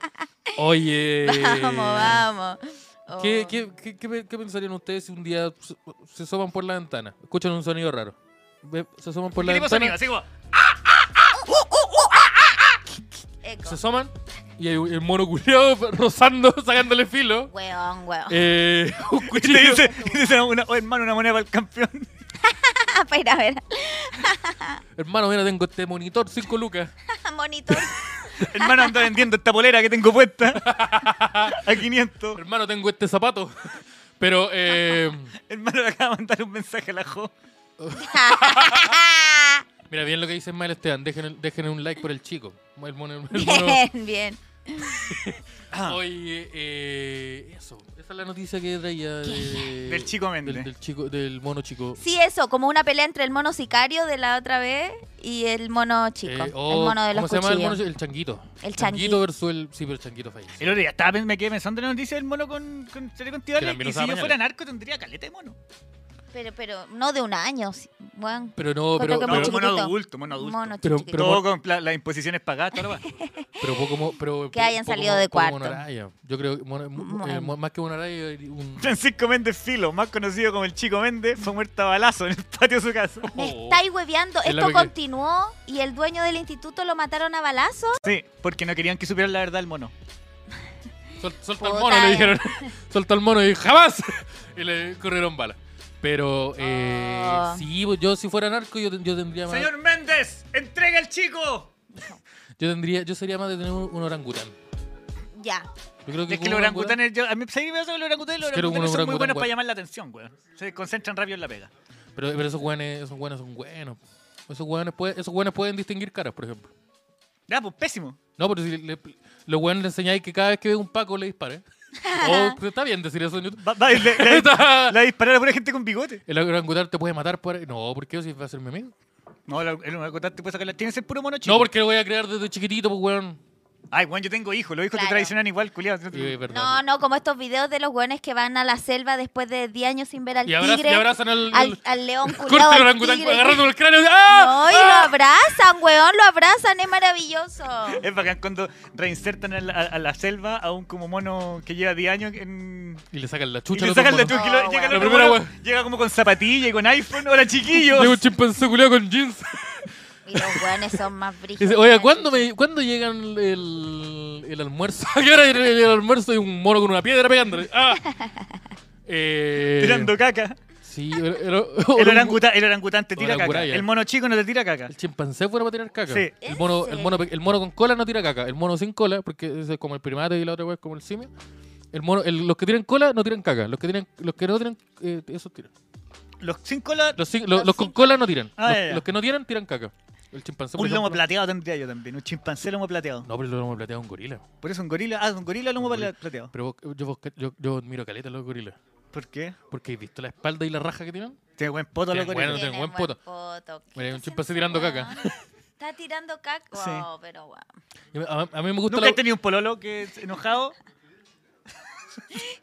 Speaker 3: Oye.
Speaker 1: Vamos, vamos. Oh.
Speaker 3: ¿Qué, qué, qué- qué pe- qué pensarían ustedes si un día se- se asoman por la ventana? Escuchan un sonido raro. Ve- Se asoman por la
Speaker 2: ¿Qué tipo de sonido?
Speaker 3: ventana.
Speaker 2: Así como,
Speaker 1: Eco.
Speaker 3: Se asoman y hay un- el mono culiado rozando, sacándole filo.
Speaker 1: Weón, weón.
Speaker 3: Eh, un
Speaker 2: y
Speaker 3: cuchillo.
Speaker 2: te dice, y dice una, oh, hermano, una moneda para el campeón.
Speaker 1: Ah, espera, a ver.
Speaker 3: Hermano, mira, tengo este monitor, 5 lucas.
Speaker 1: Monitor.
Speaker 2: hermano, anda vendiendo esta polera que tengo puesta a 500.
Speaker 3: Hermano, tengo este zapato. Pero, eh.
Speaker 2: Hermano, le acaba de mandar un mensaje a la Jo.
Speaker 3: Mira, bien lo que dice Ismael Esteban. Dejen, el- dejen un like por el chico. El mono- el mono-
Speaker 1: bien, bien.
Speaker 2: Ah.
Speaker 3: Oye, eh, eso. Esa es la noticia que traía. de-
Speaker 2: Del chico Méndez.
Speaker 3: Del, del chico, del mono chico.
Speaker 1: Sí, eso, como una pelea entre el mono sicario de la otra vez y el mono chico.
Speaker 3: Eh, oh,
Speaker 1: el mono de los
Speaker 3: ¿Cómo se llama el
Speaker 1: cuchillos.
Speaker 3: mono? chi- El changuito.
Speaker 1: El changuito.
Speaker 3: changuito versus el. Sí, pero el changuito falleció.
Speaker 2: El otro día estaba, pen- me quedé pensando en la noticia del mono con, con, con, con Tibales,
Speaker 3: también
Speaker 2: Y si
Speaker 3: usaba
Speaker 2: yo
Speaker 3: pañales.
Speaker 2: fuera narco, tendría caleta de mono.
Speaker 1: Pero, pero no de un año, sí, weón.
Speaker 3: Pero no,
Speaker 1: Fue
Speaker 3: pero,
Speaker 1: creo que mono
Speaker 3: pero,
Speaker 2: No, mono
Speaker 1: chiquitito.
Speaker 2: adulto, mono adulto.
Speaker 1: Mono
Speaker 3: Pero-
Speaker 1: chiquitito.
Speaker 3: pero-
Speaker 2: todo con la- las imposiciones pagadas, todo lo demás.
Speaker 3: pero poco mo- pero
Speaker 1: Que hayan
Speaker 3: poco
Speaker 1: salido
Speaker 3: mo-
Speaker 1: de
Speaker 3: poco
Speaker 1: cuarto.
Speaker 3: monoraya. Yo creo que mono- mo- eh, mo- más que monoraya, un.
Speaker 2: Francisco Méndez Filo, más conocido como el Chico Méndez, fue muerto a balazo en el patio de su casa.
Speaker 1: Me estáis hueveando.
Speaker 3: Oh. Es la
Speaker 1: Esto
Speaker 3: peque-
Speaker 1: continuó y el dueño del instituto lo mataron a balazo.
Speaker 2: Sí, porque no querían que supieran la verdad el mono.
Speaker 3: Sol- solta al
Speaker 1: Puta,
Speaker 3: mono, le
Speaker 1: eh.
Speaker 3: dijeron. solta al mono y dijo, jamás. Y le corrieron balas. Pero, eh,
Speaker 1: Oh.
Speaker 3: sí, pues, yo si fuera narco, yo, ten- yo tendría más.
Speaker 2: Señor Méndez, entrega al chico.
Speaker 3: Yo tendría, yo sería más de tener un, un orangután.
Speaker 1: Ya.
Speaker 3: Yo creo que
Speaker 2: Es que
Speaker 3: con
Speaker 2: los
Speaker 3: un
Speaker 2: orangutanes, yo, a mí sí me pasa con los orangutanes, los
Speaker 3: Es que era un
Speaker 2: orangutanes son muy
Speaker 3: orangután,
Speaker 2: buenos
Speaker 3: weón.
Speaker 2: para llamar la atención, weón. Se concentran rápido en la pega.
Speaker 3: Pero, pero esos guanes, esos guanes son buenos. Esos guanes, pueden, esos guanes pueden distinguir caras, por ejemplo.
Speaker 2: Ya, pues pésimo.
Speaker 3: No, pero si le- los guanes le enseñáis que cada vez que ve un paco le dispare. o está bien decir eso. en YouTube.
Speaker 2: Va, va, le, le-
Speaker 3: Está-
Speaker 2: la dispararon a pura gente con bigote.
Speaker 3: El orangután te puede matar por. No, ¿por qué? Si va a ser mi amigo.
Speaker 2: No, la- el orangután te puede sacar la... Tienes el puro mono chico.
Speaker 3: No, porque lo voy a crear desde chiquitito, pues, weón.
Speaker 2: Ay, weón, yo tengo hijos. Los hijos te
Speaker 1: Claro.
Speaker 2: traicionan igual, culiado.
Speaker 3: Y es verdad.
Speaker 1: No, no, como estos videos de los hueones que van a la selva después de 10 años sin ver al
Speaker 3: Y, abra-
Speaker 1: tigre.
Speaker 3: y abrazan al.
Speaker 1: al, al león culiao,
Speaker 3: Corta el
Speaker 1: al
Speaker 3: orangután
Speaker 1: tigre.
Speaker 3: agarrando el cráneo. ¡Ah!
Speaker 1: No, y lo
Speaker 3: ¡Ah!
Speaker 1: abrazan, weón, lo abrazan, es maravilloso.
Speaker 2: Es bacán cuando reinsertan a la, a- a la selva a un como mono que lleva 10 años en...
Speaker 3: Y le sacan la
Speaker 2: Y
Speaker 3: chucha.
Speaker 2: le
Speaker 3: al
Speaker 2: sacan la
Speaker 3: otro pues, mono.
Speaker 2: chucha y
Speaker 1: Oh,
Speaker 2: lo- llega,
Speaker 1: weón.
Speaker 2: el
Speaker 3: La
Speaker 2: otro
Speaker 3: primera,
Speaker 2: mono,
Speaker 3: weón.
Speaker 2: llega como con zapatilla y con iPhone. Hola, chiquillos.
Speaker 3: Llega un chimpancé culiao con jeans.
Speaker 1: Y los weones son más brillantes.
Speaker 3: Dice, oye, ¿cuándo, me, ¿cuándo llegan el, el almuerzo? ¿A qué hora llega el almuerzo y un mono con una piedra pegándole? ¡Ah! Eh,
Speaker 2: Tirando caca.
Speaker 3: Sí, el, el-
Speaker 2: El orangután, el orangután te tira caca.
Speaker 3: Oranguraya.
Speaker 2: El mono chico no te tira caca.
Speaker 3: El chimpancé fuera para tirar caca.
Speaker 2: Sí.
Speaker 3: El, mono, el, mono, pe- el mono con cola no tira caca. El mono sin cola, porque ese es como el primate y la otra wea es como el simio. El mono, el- los que tiran cola no tiran caca. Los que, tiran, los que no tiran, eh, esos tiran.
Speaker 2: Los sin cola,
Speaker 3: Los, sin- los- los con cola no tiran.
Speaker 2: Ah,
Speaker 3: los,
Speaker 2: ya, ya.
Speaker 3: los que no tiran, tiran caca. El chimpancé por
Speaker 2: un lomo
Speaker 3: ejemplo,
Speaker 2: plateado tendría yo también. Un chimpancé lomo plateado.
Speaker 3: No, pero el lomo plateado es un gorila.
Speaker 2: Por eso un gorila. Ah, un gorila lomo
Speaker 3: Un gorila.
Speaker 2: plateado.
Speaker 3: Pero vos- yo, vos- yo, yo admiro caleta a los gorilas.
Speaker 2: ¿Por qué?
Speaker 3: Porque he visto la espalda y la raja que tiran.
Speaker 2: Tiene buen poto los
Speaker 3: Tiene buen-
Speaker 2: gorilas.
Speaker 3: tiene buen
Speaker 1: Tienen
Speaker 3: poto.
Speaker 1: poto. ¿Qué
Speaker 3: Mira, hay un
Speaker 1: está
Speaker 3: chimpancé
Speaker 1: haciendo
Speaker 3: tirando
Speaker 1: ese
Speaker 3: caca.
Speaker 1: weón? Está tirando caca.
Speaker 2: Sí.
Speaker 1: Wow, pero wow.
Speaker 3: Y A, a mí me gusta
Speaker 2: ¿Nunca
Speaker 3: la-
Speaker 2: he tenido un pololo que es enojado?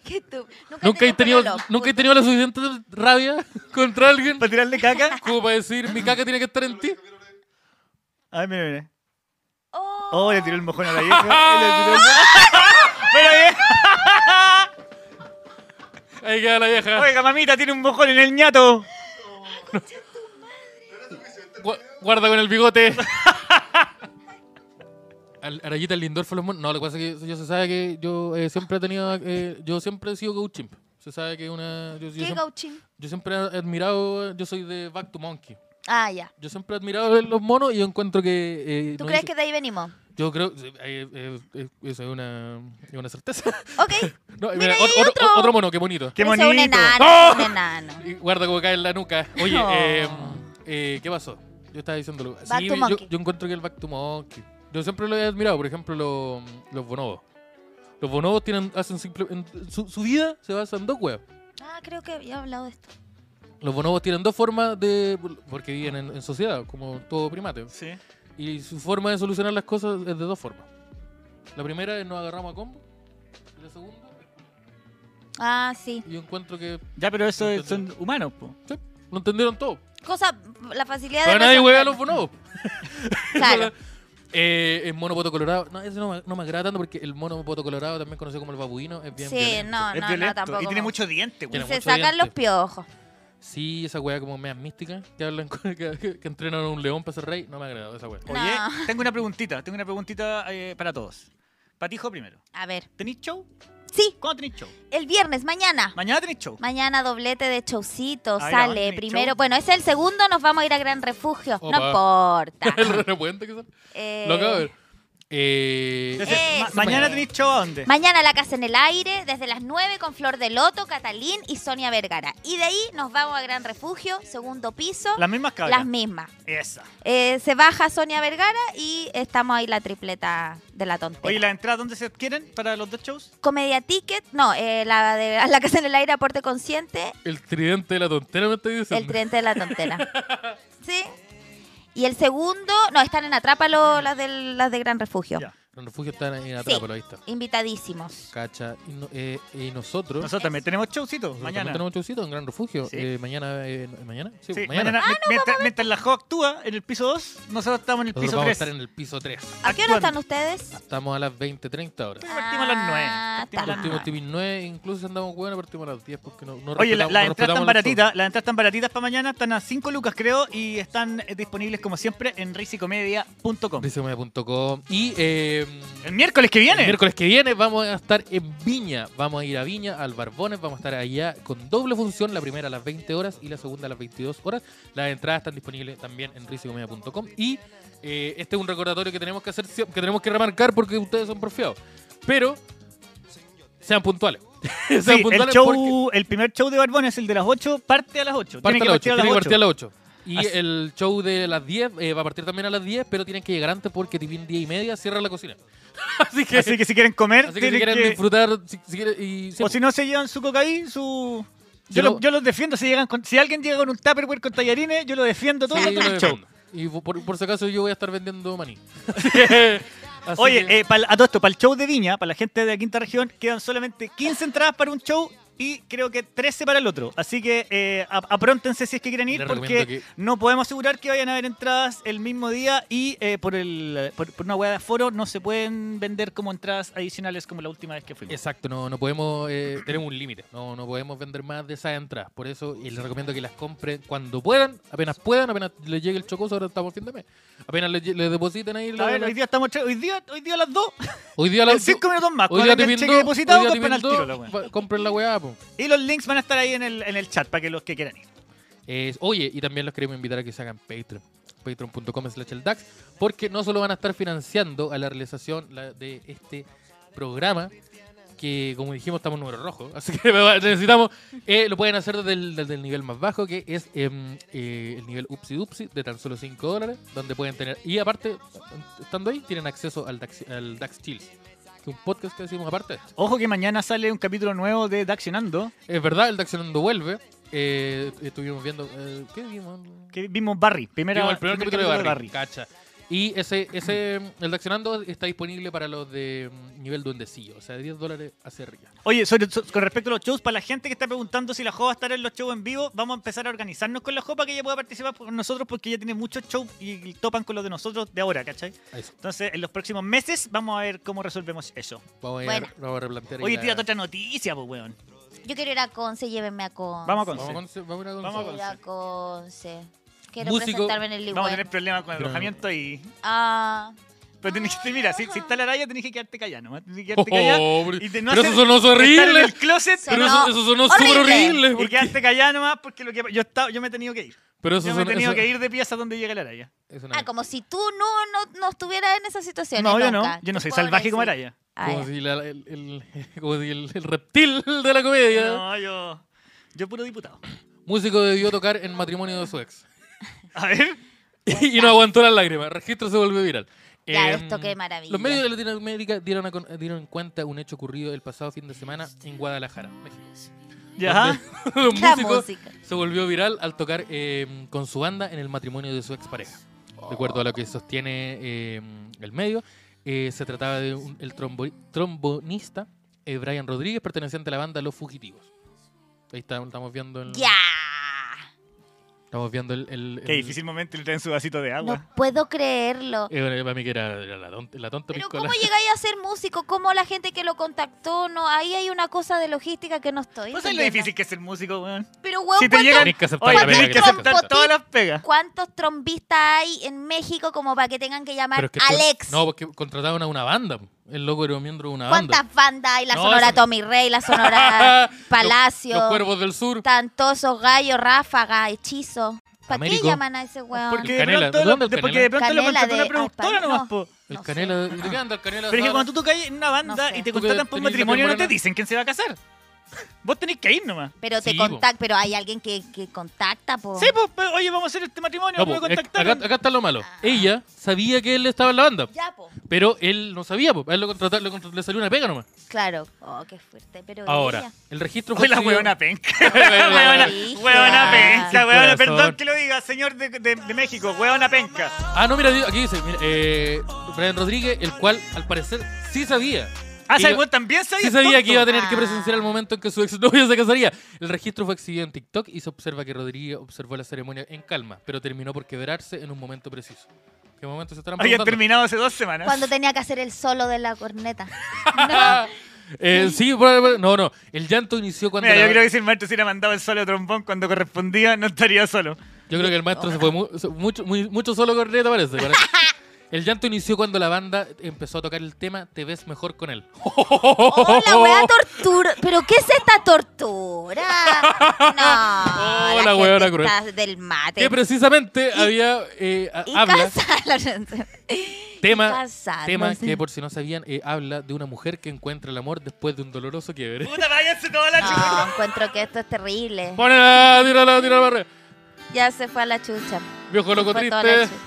Speaker 1: Qué tu-
Speaker 3: Nunca he tenido,
Speaker 1: pololo.
Speaker 3: nunca he tenido la suficiente rabia contra alguien
Speaker 2: ¿Para tirarle caca?
Speaker 3: como para decir mi caca tiene que estar en ti.
Speaker 2: Ay, mira, mira.
Speaker 1: Oh,
Speaker 2: Oh, le tiró el mojón a la vieja. Le tiró el mojón. Pero bien.
Speaker 3: Ahí queda la vieja.
Speaker 2: Oiga, mamita, tiene un mojón en el ñato.
Speaker 3: Gua- guarda con el bigote. Al- Arayita el Lindor fue los monos. No, lo que pasa es que yo se sabe que yo eh, siempre he tenido. eh, yo siempre he sido gauchimp. Se sabe que una. Yo, yo
Speaker 1: qué
Speaker 3: siem-
Speaker 1: gauchín.
Speaker 3: yo siempre he admirado. Yo soy de Back to Monkey.
Speaker 1: Ah, ya.
Speaker 3: Yo siempre he admirado los monos y yo encuentro que. eh,
Speaker 1: ¿Tú
Speaker 3: no
Speaker 1: crees
Speaker 3: hice-
Speaker 1: que de ahí venimos?
Speaker 3: Yo creo. eh, eh, eh, eso es una, es una certeza.
Speaker 1: Ok.
Speaker 3: No,
Speaker 1: Mira, ahí hay
Speaker 3: otro,
Speaker 1: otro.
Speaker 3: otro mono, qué bonito.
Speaker 2: Qué
Speaker 1: Pero ese es un
Speaker 2: bonito.
Speaker 1: enano,
Speaker 2: ¡Oh!
Speaker 1: es un enano.
Speaker 3: Y guarda como cae en la nuca. Oye,
Speaker 1: Oh.
Speaker 3: eh, eh, ¿qué pasó? Yo estaba diciéndolo.
Speaker 1: Back to
Speaker 3: yo,
Speaker 1: monkey.
Speaker 3: yo encuentro que el Back to Monkey. Yo siempre lo he admirado, por ejemplo, lo- los bonobos. Los bonobos tienen, hacen simple, en- su, su vida se basa en dos weas.
Speaker 1: Ah, creo que ya he hablado de esto.
Speaker 3: Los bonobos tienen dos formas de. porque viven en, en sociedad, como todo primate.
Speaker 2: Sí.
Speaker 3: Y su forma de solucionar las cosas es de dos formas. La primera es nos agarramos a combo. Y la segunda,
Speaker 1: Ah, sí.
Speaker 3: yo encuentro que.
Speaker 2: Ya, pero eso es- son humanos, po.
Speaker 3: sí, lo entendieron todo.
Speaker 1: Cosa, la facilidad
Speaker 3: Pero
Speaker 1: de.
Speaker 3: nadie hueve a los
Speaker 1: resolverlo.
Speaker 3: bonobos.
Speaker 1: Claro.
Speaker 3: Eh, el mono poto colorado. No, ese no me, no me agrada tanto porque el mono poto colorado, también conocido como el babuino, es bien.
Speaker 1: Sí,
Speaker 3: violento.
Speaker 1: no,
Speaker 2: es
Speaker 1: no, no,
Speaker 2: violento.
Speaker 1: tampoco.
Speaker 2: y tiene mucho
Speaker 1: Y
Speaker 2: diente, güey.
Speaker 3: Tiene
Speaker 1: se
Speaker 3: mucho
Speaker 1: sacan
Speaker 3: diente.
Speaker 1: los piojos.
Speaker 3: Sí, esa wea como mea mística que hablan con- que, que- que entrenan a un león para ser rey. No me agrada esa wea.
Speaker 2: Oye,
Speaker 1: No.
Speaker 2: tengo una preguntita. Tengo una preguntita eh, para todos. Patijo primero.
Speaker 1: A ver.
Speaker 2: ¿Tenéis show?
Speaker 1: Sí,
Speaker 2: ¿Cuándo tenéis show?
Speaker 1: el viernes, mañana.
Speaker 2: ¿Mañana tenéis show?
Speaker 1: Mañana doblete de showcito,
Speaker 2: Ay, la
Speaker 1: sale
Speaker 2: banda,
Speaker 1: primero.
Speaker 2: show.
Speaker 1: Bueno, ese es el segundo, nos vamos a ir a Gran Refugio. No
Speaker 3: el
Speaker 1: importa.
Speaker 3: reno puente que son.
Speaker 1: Eh,
Speaker 3: Lo acabo de ver. Eh,
Speaker 2: Entonces,
Speaker 1: Eh,
Speaker 2: ma-
Speaker 1: sí,
Speaker 2: ¿Mañana
Speaker 1: mañana.
Speaker 2: tenéis show a dónde?
Speaker 1: Mañana la casa en el aire, desde las 9 con Flor de Loto, Catalín y Sonia Vergara. Y de ahí nos vamos a Gran Refugio, segundo piso,
Speaker 2: Las mismas
Speaker 1: las
Speaker 2: cabras.
Speaker 1: mismas.
Speaker 2: Esa.
Speaker 1: Eh, se baja Sonia Vergara y estamos ahí la tripleta de la tontera.
Speaker 2: Oye, ¿las entradas dónde se adquieren para los dos shows?
Speaker 1: Comedia Ticket, no, eh, la de la casa en el aire, aporte consciente,
Speaker 3: el tridente de la tontera me estoy diciendo.
Speaker 1: el tridente de la tontera. ¿Sí? Y el segundo, no, están en Atrápalo las de, las de Gran Refugio.
Speaker 2: Mm. Ya.
Speaker 3: Los refugios están en Atrápalo, ahí está.
Speaker 1: Invitadísimos.
Speaker 3: Cacha. Y, no- eh, y nosotros.
Speaker 2: Nosotros también tenemos showcito
Speaker 3: nosotros
Speaker 2: mañana.
Speaker 3: también tenemos showcito en Gran Refugio.
Speaker 2: Sí.
Speaker 3: Eh, mañana. eh, ¿Mañana? Sí,
Speaker 2: Sí,
Speaker 3: mañana.
Speaker 1: Ah,
Speaker 2: mañana, mi- mientras, mientras la Jo actúa en el piso 2, nosotros estamos en el
Speaker 3: Nosotros
Speaker 2: piso
Speaker 3: vamos a
Speaker 2: 3.
Speaker 3: estar en el piso 3.
Speaker 1: ¿A qué hora
Speaker 2: Actuando.
Speaker 1: están ustedes?
Speaker 3: Estamos a las 20.30 horas.
Speaker 2: Partimos a las nueve.
Speaker 1: Ah,
Speaker 2: Partimos a las
Speaker 1: está.
Speaker 3: Partimos tipo 9, incluso si andamos buenos partimos a las 10 porque no, no
Speaker 2: Oye, la-
Speaker 3: respetamos-
Speaker 2: las entradas
Speaker 3: no respetamos
Speaker 2: están
Speaker 3: los
Speaker 2: baratitas, las entradas están baratitas para mañana, están a 5 lucas creo y están eh, disponibles como siempre en
Speaker 3: shows.
Speaker 2: risicomedia.com.
Speaker 3: Rizomedia.com. Y eh,
Speaker 2: El miércoles que viene.
Speaker 3: el miércoles que viene vamos a estar en Viña. Vamos a ir a Viña, al Barbones. Vamos a estar allá con doble función. La primera a las 20 horas y la segunda a las 22 horas. Las entradas están disponibles también en rizomedia.com. Y eh, este es un recordatorio que tenemos que hacer, sie- que tenemos que remarcar porque ustedes son porfiados. Pero sean puntuales. sean
Speaker 2: Sí, el,
Speaker 3: puntuales
Speaker 2: show-
Speaker 3: porque-
Speaker 2: el primer show de Barbón es el de las 8, parte a las 8.
Speaker 3: Parte a las 8.
Speaker 2: partir a las
Speaker 3: tiene que
Speaker 2: 8.
Speaker 3: partir a las 8. Y
Speaker 2: Así-
Speaker 3: el show de las 10 eh, va a partir también a las 10, pero tienen que llegar antes porque tipo 10 y media cierra la cocina. así que,
Speaker 2: Así que si quieren comer,
Speaker 3: así que si
Speaker 2: tienen
Speaker 3: quieren
Speaker 2: que-
Speaker 3: disfrutar, si, si quieren- y, sí,
Speaker 2: o si no se llevan su cocaí, su...
Speaker 3: Si
Speaker 2: Yo,
Speaker 3: no-
Speaker 2: lo- yo los defiendo, si, llegan con- si alguien llega con un tupperware con tallarines, yo lo defiendo todo
Speaker 3: sí,
Speaker 2: el
Speaker 3: yo lo
Speaker 2: show.
Speaker 3: defiendo. Y vo- por, por si acaso yo voy a estar vendiendo maní. Así
Speaker 2: Oye,
Speaker 3: que-
Speaker 2: eh, pa'l- a todo esto, para el show de Viña, para la gente de la quinta región, quedan solamente 15 entradas para un show y creo que 13 para el otro. Así que eh, ap- apróntense si es que quieren ir
Speaker 3: Les
Speaker 2: porque
Speaker 3: recomiendo
Speaker 2: no podemos asegurar que vayan a haber entradas el mismo día y eh, por, el, por, por una hueá de aforo no se pueden vender como entradas adicionales como la última vez que fuimos.
Speaker 3: Exacto, no, no podemos, eh, tenemos un límite, no, no podemos vender más de esas entradas, por eso y les recomiendo que las compren cuando puedan, apenas puedan, apenas les llegue el chocoso, ahora estamos a fin de mes, apenas les, lle- les depositen ahí,
Speaker 2: A
Speaker 3: la-
Speaker 2: ver, hoy día estamos tre- hoy día, hoy día a las 2,
Speaker 3: hoy día
Speaker 2: en
Speaker 3: las
Speaker 2: 5 minutos más,
Speaker 3: Hoy
Speaker 2: cuando
Speaker 3: día
Speaker 2: tengan
Speaker 3: te
Speaker 2: Ah, el
Speaker 3: pindó,
Speaker 2: cheque depositado,
Speaker 3: hoy día te
Speaker 2: compran al
Speaker 3: pindó,
Speaker 2: tiro la hueá.
Speaker 3: va- compren la weá, po. po.
Speaker 2: Y los links van a estar ahí en el, en el chat para que los que quieran ir.
Speaker 3: Es- oye, y también los queremos invitar a que se hagan Patreon. Patreon.com slash el DAX. Porque no solo van a estar financiando a la realización la- de este programa, que como dijimos estamos en número rojo, así que necesitamos, eh, lo pueden hacer desde el, desde el nivel más bajo, que es em, eh, el nivel Upsi Dupsi, de tan solo 5 dólares, donde pueden tener, y aparte, estando ahí, tienen acceso al DAX, al DAX Chills, que es un podcast que decimos aparte de esto.
Speaker 2: Ojo que mañana sale un capítulo nuevo de Daccionando,
Speaker 3: Es verdad, el Daxionando vuelve. Eh, estuvimos viendo. eh, ¿Qué vimos?
Speaker 2: que vimos Barry, primera,
Speaker 3: Vimos el primer capítulo de Barry. Cacha. Y ese, ese, el Daxionando está disponible para los de mm, nivel duendecillo, o sea, de 10 dólares hacia arriba.
Speaker 2: Oye, sobre- so- con respecto a los shows, para la gente que está preguntando si la Jo va a estar en los shows en vivo, vamos a empezar a organizarnos con la Jo para que ella pueda participar con nosotros porque ella tiene muchos shows y topan con los de nosotros de ahora, ¿cachai?
Speaker 3: Eso.
Speaker 2: Entonces, en los próximos meses vamos a ver cómo resolvemos eso.
Speaker 3: Vamos a,
Speaker 1: Bueno.
Speaker 3: vamos a replantear. ahí
Speaker 2: Oye,
Speaker 3: la-
Speaker 2: tírate otra noticia, pues, weón.
Speaker 1: Yo quiero ir a Conce, llévenme a Conce.
Speaker 2: Vamos a con-
Speaker 3: Vamos a Conce, vamos a ir a
Speaker 2: Vamos a
Speaker 1: Quiero
Speaker 3: Conce.
Speaker 1: ir a Conce. Quiero
Speaker 3: Músico.
Speaker 1: presentarme en el Ligüen.
Speaker 2: Vamos a tener problemas con el
Speaker 3: Pero-
Speaker 2: alojamiento y...
Speaker 1: Ah,
Speaker 2: Pero tenés que... Mira, si, si está la raya, tenés que quedarte callado, ¿no? Tenés que
Speaker 3: Oh,
Speaker 2: quedarte callado.
Speaker 3: pero-
Speaker 2: y de no
Speaker 3: pero
Speaker 2: hacer-
Speaker 3: eso sonó
Speaker 2: Estar en
Speaker 3: horrible.
Speaker 2: el closet
Speaker 1: Sí.
Speaker 3: Pero
Speaker 1: Sonó
Speaker 3: eso, eso sonó súper
Speaker 1: horrible.
Speaker 3: horrible.
Speaker 2: y quedarte callado nomás porque lo que... yo, estaba, yo me he tenido que ir.
Speaker 3: Pero eso
Speaker 2: Yo me he
Speaker 3: sonó.
Speaker 2: tenido
Speaker 3: eso-
Speaker 2: que ir de pieza donde llega la raya.
Speaker 3: eso no-
Speaker 1: ah, como si tú no, no, no estuvieras en esa situación.
Speaker 2: No, yo no. Yo no soy salvaje como Araya.
Speaker 1: ah,
Speaker 3: Como si, la- el, el- como si el- el reptil de la comedia.
Speaker 2: No, yo. Yo puro diputado.
Speaker 3: Músico debió tocar en matrimonio de su ex.
Speaker 2: A ver.
Speaker 3: y no aguantó las lágrimas. Registro se volvió viral.
Speaker 1: Ya,
Speaker 3: Em,
Speaker 1: esto qué maravilla.
Speaker 3: Los medios de Latinoamérica dieron, a con- eh, dieron en cuenta un hecho ocurrido el pasado fin de semana en Guadalajara, México.
Speaker 2: Ya.
Speaker 3: Donde un
Speaker 1: La
Speaker 3: músico
Speaker 1: música.
Speaker 3: se volvió viral al tocar em, con su banda en el matrimonio de su expareja. De acuerdo a lo que sostiene em, el medio, eh, se trataba de un- el trombo- trombonista eh, Brian Rodríguez, perteneciente a la banda Los Fugitivos. Ahí está- estamos viendo el,
Speaker 1: Ya.
Speaker 3: estamos viendo el, el-
Speaker 2: Qué
Speaker 3: el-
Speaker 2: difícil momento le traen su vasito de agua.
Speaker 1: No puedo creerlo.
Speaker 3: Eh, bueno, para mí que era, era la, don- la tonta
Speaker 1: Pero
Speaker 3: piscola.
Speaker 1: ¿cómo llegáis a ser músico? ¿Cómo la gente que lo contactó? No, ahí hay una cosa de logística que no estoy.
Speaker 2: ¿Pues es lo
Speaker 1: entendiendo.
Speaker 2: difícil que es ser músico, weón?
Speaker 1: Pero, weón,
Speaker 2: Si te
Speaker 1: ¿cuántos,
Speaker 2: llegan-
Speaker 3: Tenés que aceptar
Speaker 2: Oye,
Speaker 3: la pega
Speaker 2: tenés que
Speaker 3: que te
Speaker 2: aceptar
Speaker 3: toca.
Speaker 2: todas las pegas.
Speaker 1: cuántos trombistas hay en México como para que tengan que llamar
Speaker 3: Pero es que esto-
Speaker 1: Alex?
Speaker 3: no, pues, porque contrataron a una banda. El loco era miembro de una banda.
Speaker 1: ¿Cuántas bandas hay? La
Speaker 3: No,
Speaker 1: Sonora
Speaker 3: eso-
Speaker 1: Tommy Rey, la Sonora Palacio.
Speaker 3: Los cuervos del sur.
Speaker 1: Tantosos, gallo, ráfaga, hechizo. ¿Para qué
Speaker 3: Américo.
Speaker 1: llaman a ese weón?
Speaker 2: Porque de,
Speaker 3: Canela,
Speaker 2: pronto
Speaker 3: ¿de
Speaker 2: lo-
Speaker 3: dónde el
Speaker 2: de- porque
Speaker 3: Canela?
Speaker 2: de pronto lo
Speaker 1: Canela
Speaker 2: contrató
Speaker 1: de
Speaker 2: una productora
Speaker 1: Alpa-
Speaker 2: nomás,
Speaker 1: no.
Speaker 2: po.
Speaker 3: El
Speaker 1: No sé.
Speaker 3: canela. ¿De qué anda el canela?
Speaker 2: Pero es que
Speaker 3: Ahora-
Speaker 2: cuando tú caes en una banda
Speaker 1: sé.
Speaker 2: y te
Speaker 3: Tú que
Speaker 2: contratan por un
Speaker 3: tenés la piel
Speaker 2: matrimonio, no te
Speaker 3: morena.
Speaker 2: dicen quién se va a casar. Vos tenés que ir nomás.
Speaker 1: Pero te
Speaker 3: Sí, po.
Speaker 1: contacta, pero hay alguien que, que contacta, po.
Speaker 2: Sí, pues, pero, oye, vamos a hacer este matrimonio,
Speaker 3: No,
Speaker 2: me
Speaker 3: po, es-
Speaker 2: contactaron.
Speaker 3: acá, acá está lo malo. Ella sabía que él estaba en la banda,
Speaker 1: Ah. Ya, po.
Speaker 3: pero él no sabía. po. A él lo contrataron, lo contrataron- le salió una pega nomás.
Speaker 1: Claro. Oh, qué fuerte. Pero
Speaker 3: Ahora,
Speaker 1: ella-
Speaker 3: el registro
Speaker 2: Fue la
Speaker 3: exhibido-
Speaker 2: huevona penca.
Speaker 3: Huevona-
Speaker 2: Huevona huevona penca,
Speaker 3: Sin
Speaker 2: huevona.
Speaker 3: corazón.
Speaker 2: Perdón que lo diga, señor de, de- de México. Huevona penca.
Speaker 3: Ah, no, mira, di- aquí dice mira, eh, Brian Rodríguez, el cual al parecer sí sabía.
Speaker 2: Ah,
Speaker 3: que iba-
Speaker 2: ese weón también sabía.
Speaker 3: Sí sabía
Speaker 2: tonto.
Speaker 3: que iba a tener que
Speaker 1: Ah.
Speaker 3: presenciar el momento en que su exnovio se casaría. El registro fue exhibido en TikTok y se observa que Rodríguez observó la ceremonia en calma, pero terminó por quebrarse en un momento preciso. ¿Qué momento se estarán
Speaker 2: Habían
Speaker 3: preguntando?
Speaker 2: terminado hace dos semanas.
Speaker 1: Cuando tenía que hacer el solo de la corneta.
Speaker 3: Eh, sí, probable- no, no. El llanto inició cuando.
Speaker 2: Mira, yo
Speaker 3: la-
Speaker 2: creo que si el maestro se hubiera mandado el solo trombón cuando correspondía, no estaría solo.
Speaker 3: Yo creo que el maestro se fue mu- se- mucho, muy- mucho solo corneta, parece. parece. El llanto inició cuando la banda empezó a tocar el tema Te ves mejor con él.
Speaker 1: ¡Oh, la weá tortura! ¿Pero qué es esta tortura? No.
Speaker 3: la weá
Speaker 1: gente
Speaker 3: era cruel.
Speaker 1: está del mate.
Speaker 3: que precisamente había. eh, a-
Speaker 1: y
Speaker 3: habla.
Speaker 1: casada.
Speaker 3: Tema,
Speaker 1: casar,
Speaker 3: tema
Speaker 1: no sé.
Speaker 3: que por si no sabían, eh, habla de una mujer que encuentra el amor después de un doloroso quiebre.
Speaker 2: Puta, váyanse toda la chucha.
Speaker 1: No, encuentro que esto es terrible.
Speaker 3: Ponela, ah, tírala, tírala, barre.
Speaker 1: Ya se fue a la chucha.
Speaker 3: Viejo loco
Speaker 1: Fue toda la
Speaker 3: triste.
Speaker 1: chucha.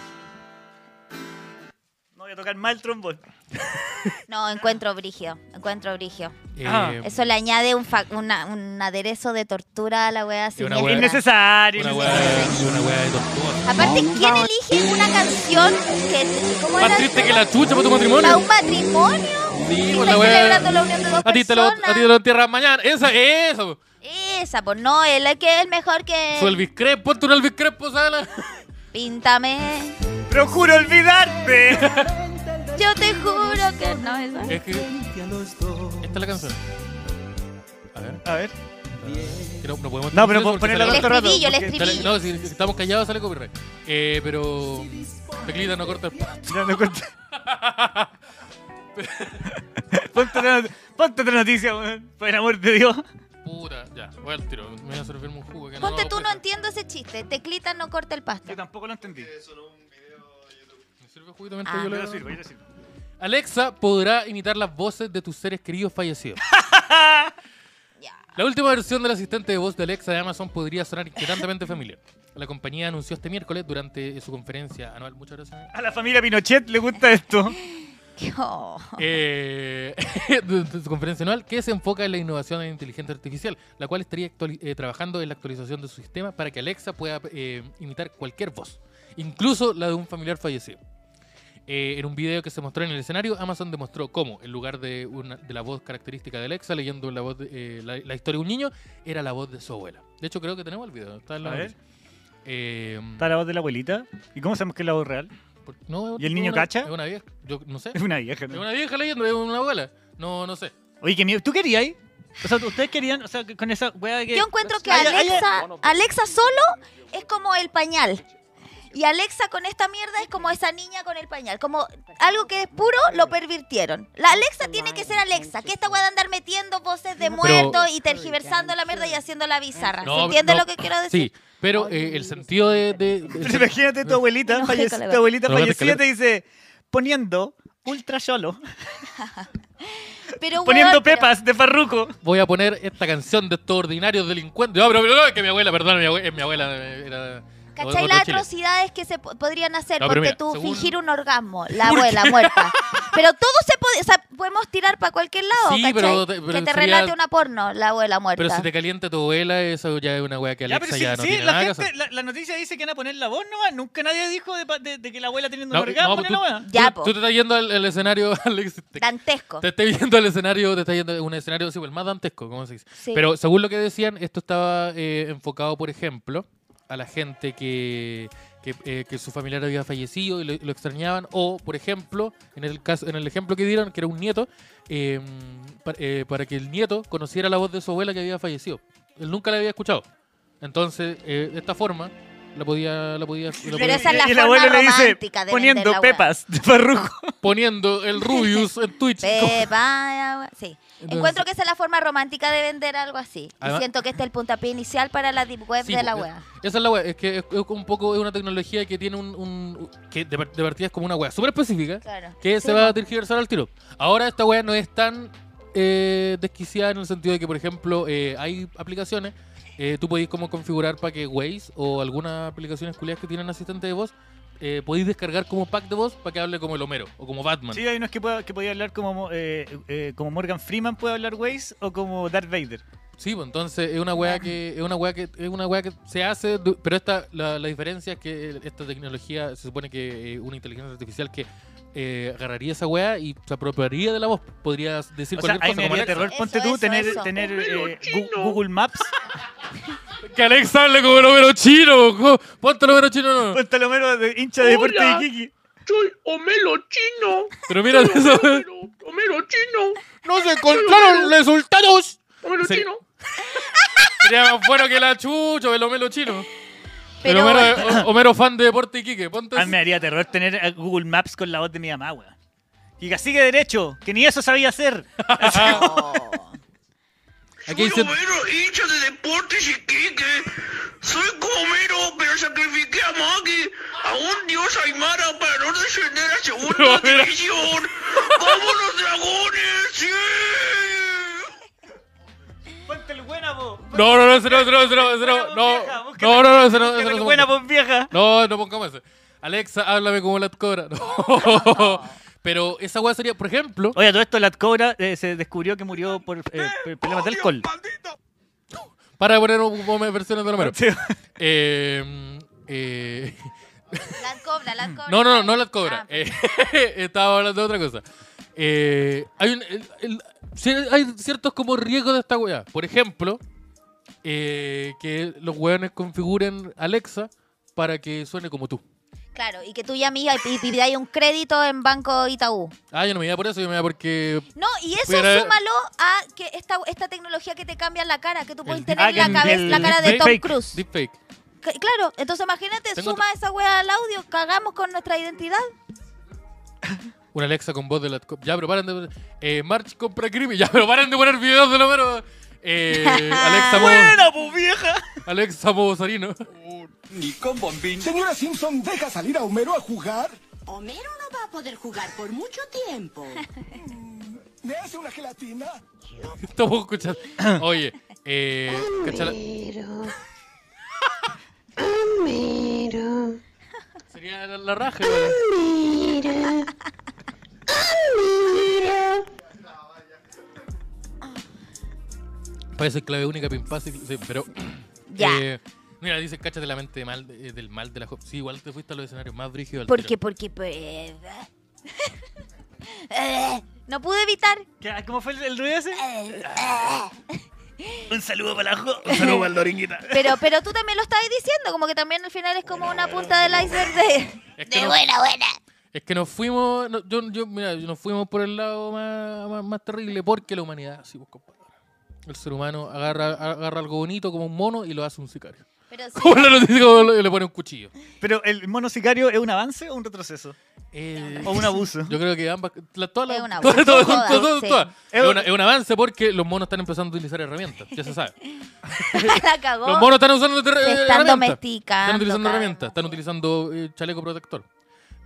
Speaker 2: No voy a tocar mal trombón.
Speaker 1: No, encuentro brigio. Encuentro brigio.
Speaker 3: Eh,
Speaker 2: Ah.
Speaker 1: Eso le añade un, fa- una- un aderezo de tortura a la weá
Speaker 3: una
Speaker 1: siniestra.
Speaker 3: weá-
Speaker 2: Innecesario.
Speaker 3: Una
Speaker 2: innecesario.
Speaker 3: weá, una weá de tortuga.
Speaker 1: Aparte, ¿quién elige una canción que ¿cómo era?
Speaker 3: Más triste que la chucha para tu
Speaker 1: para
Speaker 3: matrimonio.
Speaker 1: un matrimonio?
Speaker 3: Sí,
Speaker 1: Y
Speaker 3: pues
Speaker 1: estáis
Speaker 3: la
Speaker 1: celebrando
Speaker 3: weá.
Speaker 1: la unión de dos
Speaker 3: A ti te lo,
Speaker 1: personas.
Speaker 3: a ti te lo entierran mañana. Esa, eso.
Speaker 1: Esa, pues no, él es que es el mejor que.
Speaker 3: Su Elvis Crespo, ponte un Elvis Crespo, sala.
Speaker 1: Píntame.
Speaker 2: Procuro olvidarte.
Speaker 1: Yo te juro que no es.
Speaker 3: Es que. Esta es la canción. A ver.
Speaker 2: A ver.
Speaker 3: que No, no podemos.
Speaker 2: No, pero
Speaker 3: porque
Speaker 2: podemos ponerla
Speaker 3: sale-
Speaker 1: El
Speaker 2: otro rato.
Speaker 1: estribillo, el
Speaker 2: porque-
Speaker 1: estribillo.
Speaker 3: sale- No, si estamos callados sale copyright. Eh, pero. Teclita no corta el.
Speaker 2: Ya no cuento. ponte, otra not- ponte otra noticia, weón. Por el amor de Dios.
Speaker 3: Puta. Voy al tiro, me voy a servirme un jugo. Que no
Speaker 1: Ponte
Speaker 3: lo
Speaker 1: tú, no
Speaker 3: ofrece.
Speaker 1: entiendo ese chiste. Teclita no corta el pasto.
Speaker 2: Yo tampoco lo entendí.
Speaker 3: ¿Me sirve juguito mientras
Speaker 1: Ah.
Speaker 3: yo
Speaker 2: Yo
Speaker 3: le-
Speaker 2: lo sirvo, yo lo sirvo.
Speaker 3: Alexa podrá imitar las voces de tus seres queridos fallecidos.
Speaker 1: Ya.
Speaker 3: La última versión del asistente de voz de Alexa de Amazon podría sonar inquietantemente familiar. La compañía anunció este miércoles durante su conferencia anual. Muchas gracias.
Speaker 2: A la familia Pinochet le gusta esto.
Speaker 1: Qué- oh.
Speaker 3: Eh, durante su conferencia anual que se enfoca en la innovación en inteligencia artificial, la cual estaría actuali- eh, trabajando en la actualización de su sistema para que Alexa pueda eh, imitar cualquier voz, incluso la de un familiar fallecido. Eh, en un video que se mostró en el escenario, Amazon demostró cómo, en lugar de, una, de la voz característica de Alexa, leyendo la, voz de, eh, la, la historia de un niño, era la voz de su abuela. De hecho, creo que tenemos el video. Está en la
Speaker 2: A ver.
Speaker 3: noticia. Eh,
Speaker 2: Está la voz de la abuelita. ¿Y cómo sabemos que es la voz real?
Speaker 3: por- no,
Speaker 2: ¿Y el
Speaker 3: es
Speaker 2: niño
Speaker 3: una-
Speaker 2: cacha?
Speaker 3: Es una vieja. Yo no sé.
Speaker 2: Es una vieja.
Speaker 3: Es
Speaker 2: ¿no?
Speaker 3: una vieja leyendo, es una abuela. No, no sé.
Speaker 2: Oye, qué miedo. ¿Tú querías? O sea, ¿ustedes querían? O sea, que con esa wea de que...
Speaker 1: Yo encuentro que
Speaker 2: Ay, pues. ay, ay.
Speaker 1: Alexa, Alexa solo es como el pañal. Y Alexa con esta mierda es como esa niña con el pañal. Como algo que es puro, lo pervirtieron. La Alexa tiene que ser Alexa. Que esta weá de andar metiendo voces de muertos y tergiversando la mierda y haciéndola bizarra.
Speaker 3: No,
Speaker 1: ¿Se entiende
Speaker 3: no,
Speaker 1: lo que quiero decir?
Speaker 3: Sí, pero eh, el sentido de... de- de-
Speaker 2: Pero imagínate tu abuelita,
Speaker 1: No,
Speaker 2: falle-
Speaker 1: déjale,
Speaker 2: tu abuelita
Speaker 3: No,
Speaker 2: fallecida
Speaker 3: déjale.
Speaker 2: te dice poniendo ultra solo,
Speaker 1: Pero, weón,
Speaker 2: poniendo
Speaker 1: pero-
Speaker 2: pepas de farruco.
Speaker 3: voy a poner esta canción de estos ordinarios delincuentes. No, pero, pero no, es que mi abuela, perdón, mi abuela, mi abuela eh, era...
Speaker 1: ¿Cachai
Speaker 3: otro
Speaker 1: las
Speaker 3: Chile.
Speaker 1: atrocidades que se po- podrían hacer?
Speaker 3: No, pero
Speaker 1: Porque
Speaker 3: mira,
Speaker 1: tú
Speaker 3: según-
Speaker 1: fingir un orgasmo, la abuela muerta. Pero todo se puede, o sea, podemos tirar para cualquier lado,
Speaker 3: Sí,
Speaker 1: ¿cachai?
Speaker 3: pero te- pero
Speaker 1: que te
Speaker 3: sería-
Speaker 1: relate una porno, la abuela muerta.
Speaker 3: Pero si te calienta tu abuela, eso ya es una wea que
Speaker 2: Ya,
Speaker 3: Alexa
Speaker 2: pero
Speaker 3: ya,
Speaker 2: sí,
Speaker 3: no
Speaker 2: sí,
Speaker 3: tiene
Speaker 2: la,
Speaker 3: nada que
Speaker 2: gente-
Speaker 3: hacer.
Speaker 2: la- la noticia dice que van a poner la voz nomás. Nunca nadie dijo de, pa- de- de que la abuela teniendo
Speaker 3: No,
Speaker 2: un orgasmo
Speaker 3: no, pues
Speaker 2: ni
Speaker 3: tú-
Speaker 2: la wea.
Speaker 1: Ya,
Speaker 3: tú,
Speaker 1: po.
Speaker 3: tú te estás yendo al, al escenario, Alex. Te,
Speaker 1: Dantesco.
Speaker 3: te estás yendo al escenario, te estás yendo a un escenario, sí, pues, el más dantesco, ¿cómo se dice?
Speaker 1: Sí.
Speaker 3: Pero según lo que decían, esto estaba eh, enfocado, por ejemplo, a la gente que, que, eh, que su familiar había fallecido y lo, lo extrañaban. O, por ejemplo, en el caso, en el ejemplo que dieron, que era un nieto, eh, pa- eh, para que el nieto conociera la voz de su abuela que había fallecido. Él nunca la había escuchado. Entonces, eh, de esta forma, la podía, la podía, la
Speaker 1: Pero
Speaker 3: podía-
Speaker 1: esa es la
Speaker 2: y el
Speaker 1: forma
Speaker 2: abuelo le dice
Speaker 1: romántica de vender la
Speaker 2: poniendo
Speaker 1: wea.
Speaker 2: pepas de farruco.
Speaker 3: poniendo el Rubius en Twitch.
Speaker 1: Pepa, sí.
Speaker 3: Entonces-
Speaker 1: Encuentro que esa es la forma romántica de vender algo así. Y
Speaker 3: Además-
Speaker 1: siento que este es el puntapié inicial para la deep web
Speaker 3: Sí,
Speaker 1: de
Speaker 3: po,
Speaker 1: la
Speaker 3: eh,
Speaker 1: wea.
Speaker 3: Esa es la wea, es que es, es un poco es una tecnología que tiene un, un- que de, par- de partida es como una wea súper específica,
Speaker 1: Claro.
Speaker 3: que
Speaker 1: Sí,
Speaker 3: se va
Speaker 1: po.
Speaker 3: a tergiversar al tiro. Ahora esta weá no es tan eh, desquiciada en el sentido de que, por ejemplo, eh, hay aplicaciones, eh, tú podéis como configurar para que Waze o algunas aplicaciones culiadas que tienen asistente de voz, eh, podéis descargar como pack de voz para que hable como el Homero o como Batman.
Speaker 2: Sí, hay unos que, pueda- que podía hablar como, eh, eh, como Morgan Freeman puede hablar Waze o como Darth Vader.
Speaker 3: Sí, pues entonces es una weá que es una weá que es una weá que se hace, du- pero esta la, la diferencia es que eh, esta tecnología se supone que eh, una inteligencia artificial que eh, agarraría esa weá y se apropiaría de la voz, podría decir
Speaker 2: O sea,
Speaker 3: cualquier
Speaker 2: ahí
Speaker 3: cosa
Speaker 2: me
Speaker 3: como
Speaker 2: haría
Speaker 3: Alexa.
Speaker 2: terror.
Speaker 1: Eso,
Speaker 2: Ponte tú
Speaker 1: eso,
Speaker 2: tener,
Speaker 1: eso.
Speaker 2: tener eh, Gu- Google Maps.
Speaker 3: Que Alexa hable como el Homero chino, jo, ponte el Homero chino no.
Speaker 2: Ponte el Homero de hincha de deporte de
Speaker 6: Hola.
Speaker 2: Kiki.
Speaker 6: Soy Homero Chino.
Speaker 3: Pero mira, eso-
Speaker 6: Homero, Homero Chino.
Speaker 3: no se encontraron resultados.
Speaker 6: Homero
Speaker 3: Sí.
Speaker 6: Chino.
Speaker 3: Sería más bueno que la chucho, el Homero chino. El
Speaker 1: Pero,
Speaker 3: Homero, Homero fan de Deporte Iquique, ponte
Speaker 2: A mí Ah, me haría terror tener a Google Maps con la voz de mi mamá, weón. Y que sigue derecho, que ni eso sabía hacer.
Speaker 1: Oh.
Speaker 3: Aquí
Speaker 5: Soy
Speaker 3: dicen-
Speaker 5: Homero, hincha de deportes y Quique. Soy como Homero, pero sacrifiqué a Maggie, a un dios Aymara, para no descender a segunda
Speaker 3: Homero.
Speaker 5: división. ¡Vamos los dragones! ¡Sí!
Speaker 2: Ponte el buena, po.
Speaker 3: No, no, no, ese no, ese no, ese no, ese no, no, no, no, no, ese no, ese no,
Speaker 2: Ponte
Speaker 3: ese
Speaker 2: el
Speaker 3: no.
Speaker 2: buena, po, vieja.
Speaker 3: No, no pongamos eso. Alexa, háblame como la cobra. No. Pero esa weá sería, por ejemplo.
Speaker 2: Oye, todo esto, la cobra eh, se descubrió que murió por eh, por problemas de alcohol.
Speaker 3: Para de poner un, un- versiones de Homero.
Speaker 2: Sí.
Speaker 3: Eh, eh,
Speaker 1: La cobra, la cobra.
Speaker 3: no, no, no, no la cobra.
Speaker 1: Ah,
Speaker 3: Eh, estaba hablando de otra cosa. Eh, hay, un- el- el- cier- hay ciertos como riesgos de esta weá. Por ejemplo, eh, que los weones configuren Alexa para que suene como tú.
Speaker 1: Claro, y que tú llames y y pidáis un crédito en Banco Itaú.
Speaker 3: Ah, yo no me iba por eso, yo me iba porque
Speaker 1: No, y eso
Speaker 3: Pero- eh,
Speaker 1: súmalo a que esta, esta tecnología que te cambia la cara, que tú puedes
Speaker 3: El-
Speaker 1: tener
Speaker 2: ah,
Speaker 1: la,
Speaker 2: el-
Speaker 1: cabeza,
Speaker 2: el
Speaker 1: la cara de Tom
Speaker 2: deepfake.
Speaker 1: Cruise.
Speaker 3: deepfake.
Speaker 1: C- Claro, entonces imagínate,
Speaker 3: Tengo
Speaker 1: suma esa wea al audio, cagamos con nuestra identidad.
Speaker 3: Una Alexa con voz de la... Ya, pero paren de... Eh, March compra crimen. Ya, pero paren de poner videos de Homero. Eh, Alexa Mo-
Speaker 2: ¡Buena, pues vieja!
Speaker 3: Alexa Mobosarino.
Speaker 7: Señora Simpson, ¿deja salir a Homero a jugar?
Speaker 8: Homero no va a poder jugar por mucho tiempo.
Speaker 7: ¿Le hace una gelatina?
Speaker 3: Estamos escuchando. Oye, eh, cacha la-
Speaker 8: Homero,
Speaker 3: Sería la, la raja, ¿eh? güey.
Speaker 8: mira.
Speaker 3: Parece clave única, pimpazo, y- sí, pero.
Speaker 1: Ya.
Speaker 3: eh, mira, dice, cáchate la mente de mal, eh, del mal de la jo-". Sí, igual te fuiste a los escenarios más brígidos. al tiro.
Speaker 1: Porque, porque, pues... eh, no pude evitar.
Speaker 2: ¿Qué- Ah, ¿Cómo fue el, el ruido ese? Un saludo para la jo. Un saludo para el Doringuita.
Speaker 1: Pero, pero tú también lo estabas diciendo, como que también al final es como una punta del iceberg de...
Speaker 3: Es que
Speaker 1: de
Speaker 3: no-
Speaker 1: buena, buena.
Speaker 3: Es que nos fuimos, no- yo, yo, mira, nos fuimos por el lado más, más, más terrible porque la humanidad, sí, pues, compadre. El ser humano agarra, agarra algo bonito como un mono y lo hace un sicario.
Speaker 1: Pero sí,
Speaker 3: Como la noticia, como le le pone un cuchillo.
Speaker 2: Pero el mono sicario es un avance o un retroceso?
Speaker 3: Eh,
Speaker 2: ¿O un abuso?
Speaker 3: Yo creo que ambas, la- todas las-
Speaker 1: Es una
Speaker 3: todas-
Speaker 1: buena
Speaker 3: todas-
Speaker 1: joda,
Speaker 3: todas-
Speaker 1: sí.
Speaker 3: todas.
Speaker 2: Es
Speaker 3: Es
Speaker 2: un-
Speaker 3: una- es un avance porque los monos están empezando a utilizar herramientas, ya se sabe.
Speaker 1: la cagó.
Speaker 3: Los monos están usando ter-
Speaker 1: Se
Speaker 3: herramientas.
Speaker 1: están domesticando.
Speaker 3: Están utilizando
Speaker 1: cada
Speaker 3: herramientas, están
Speaker 1: uno.
Speaker 3: utilizando eh, chaleco protector.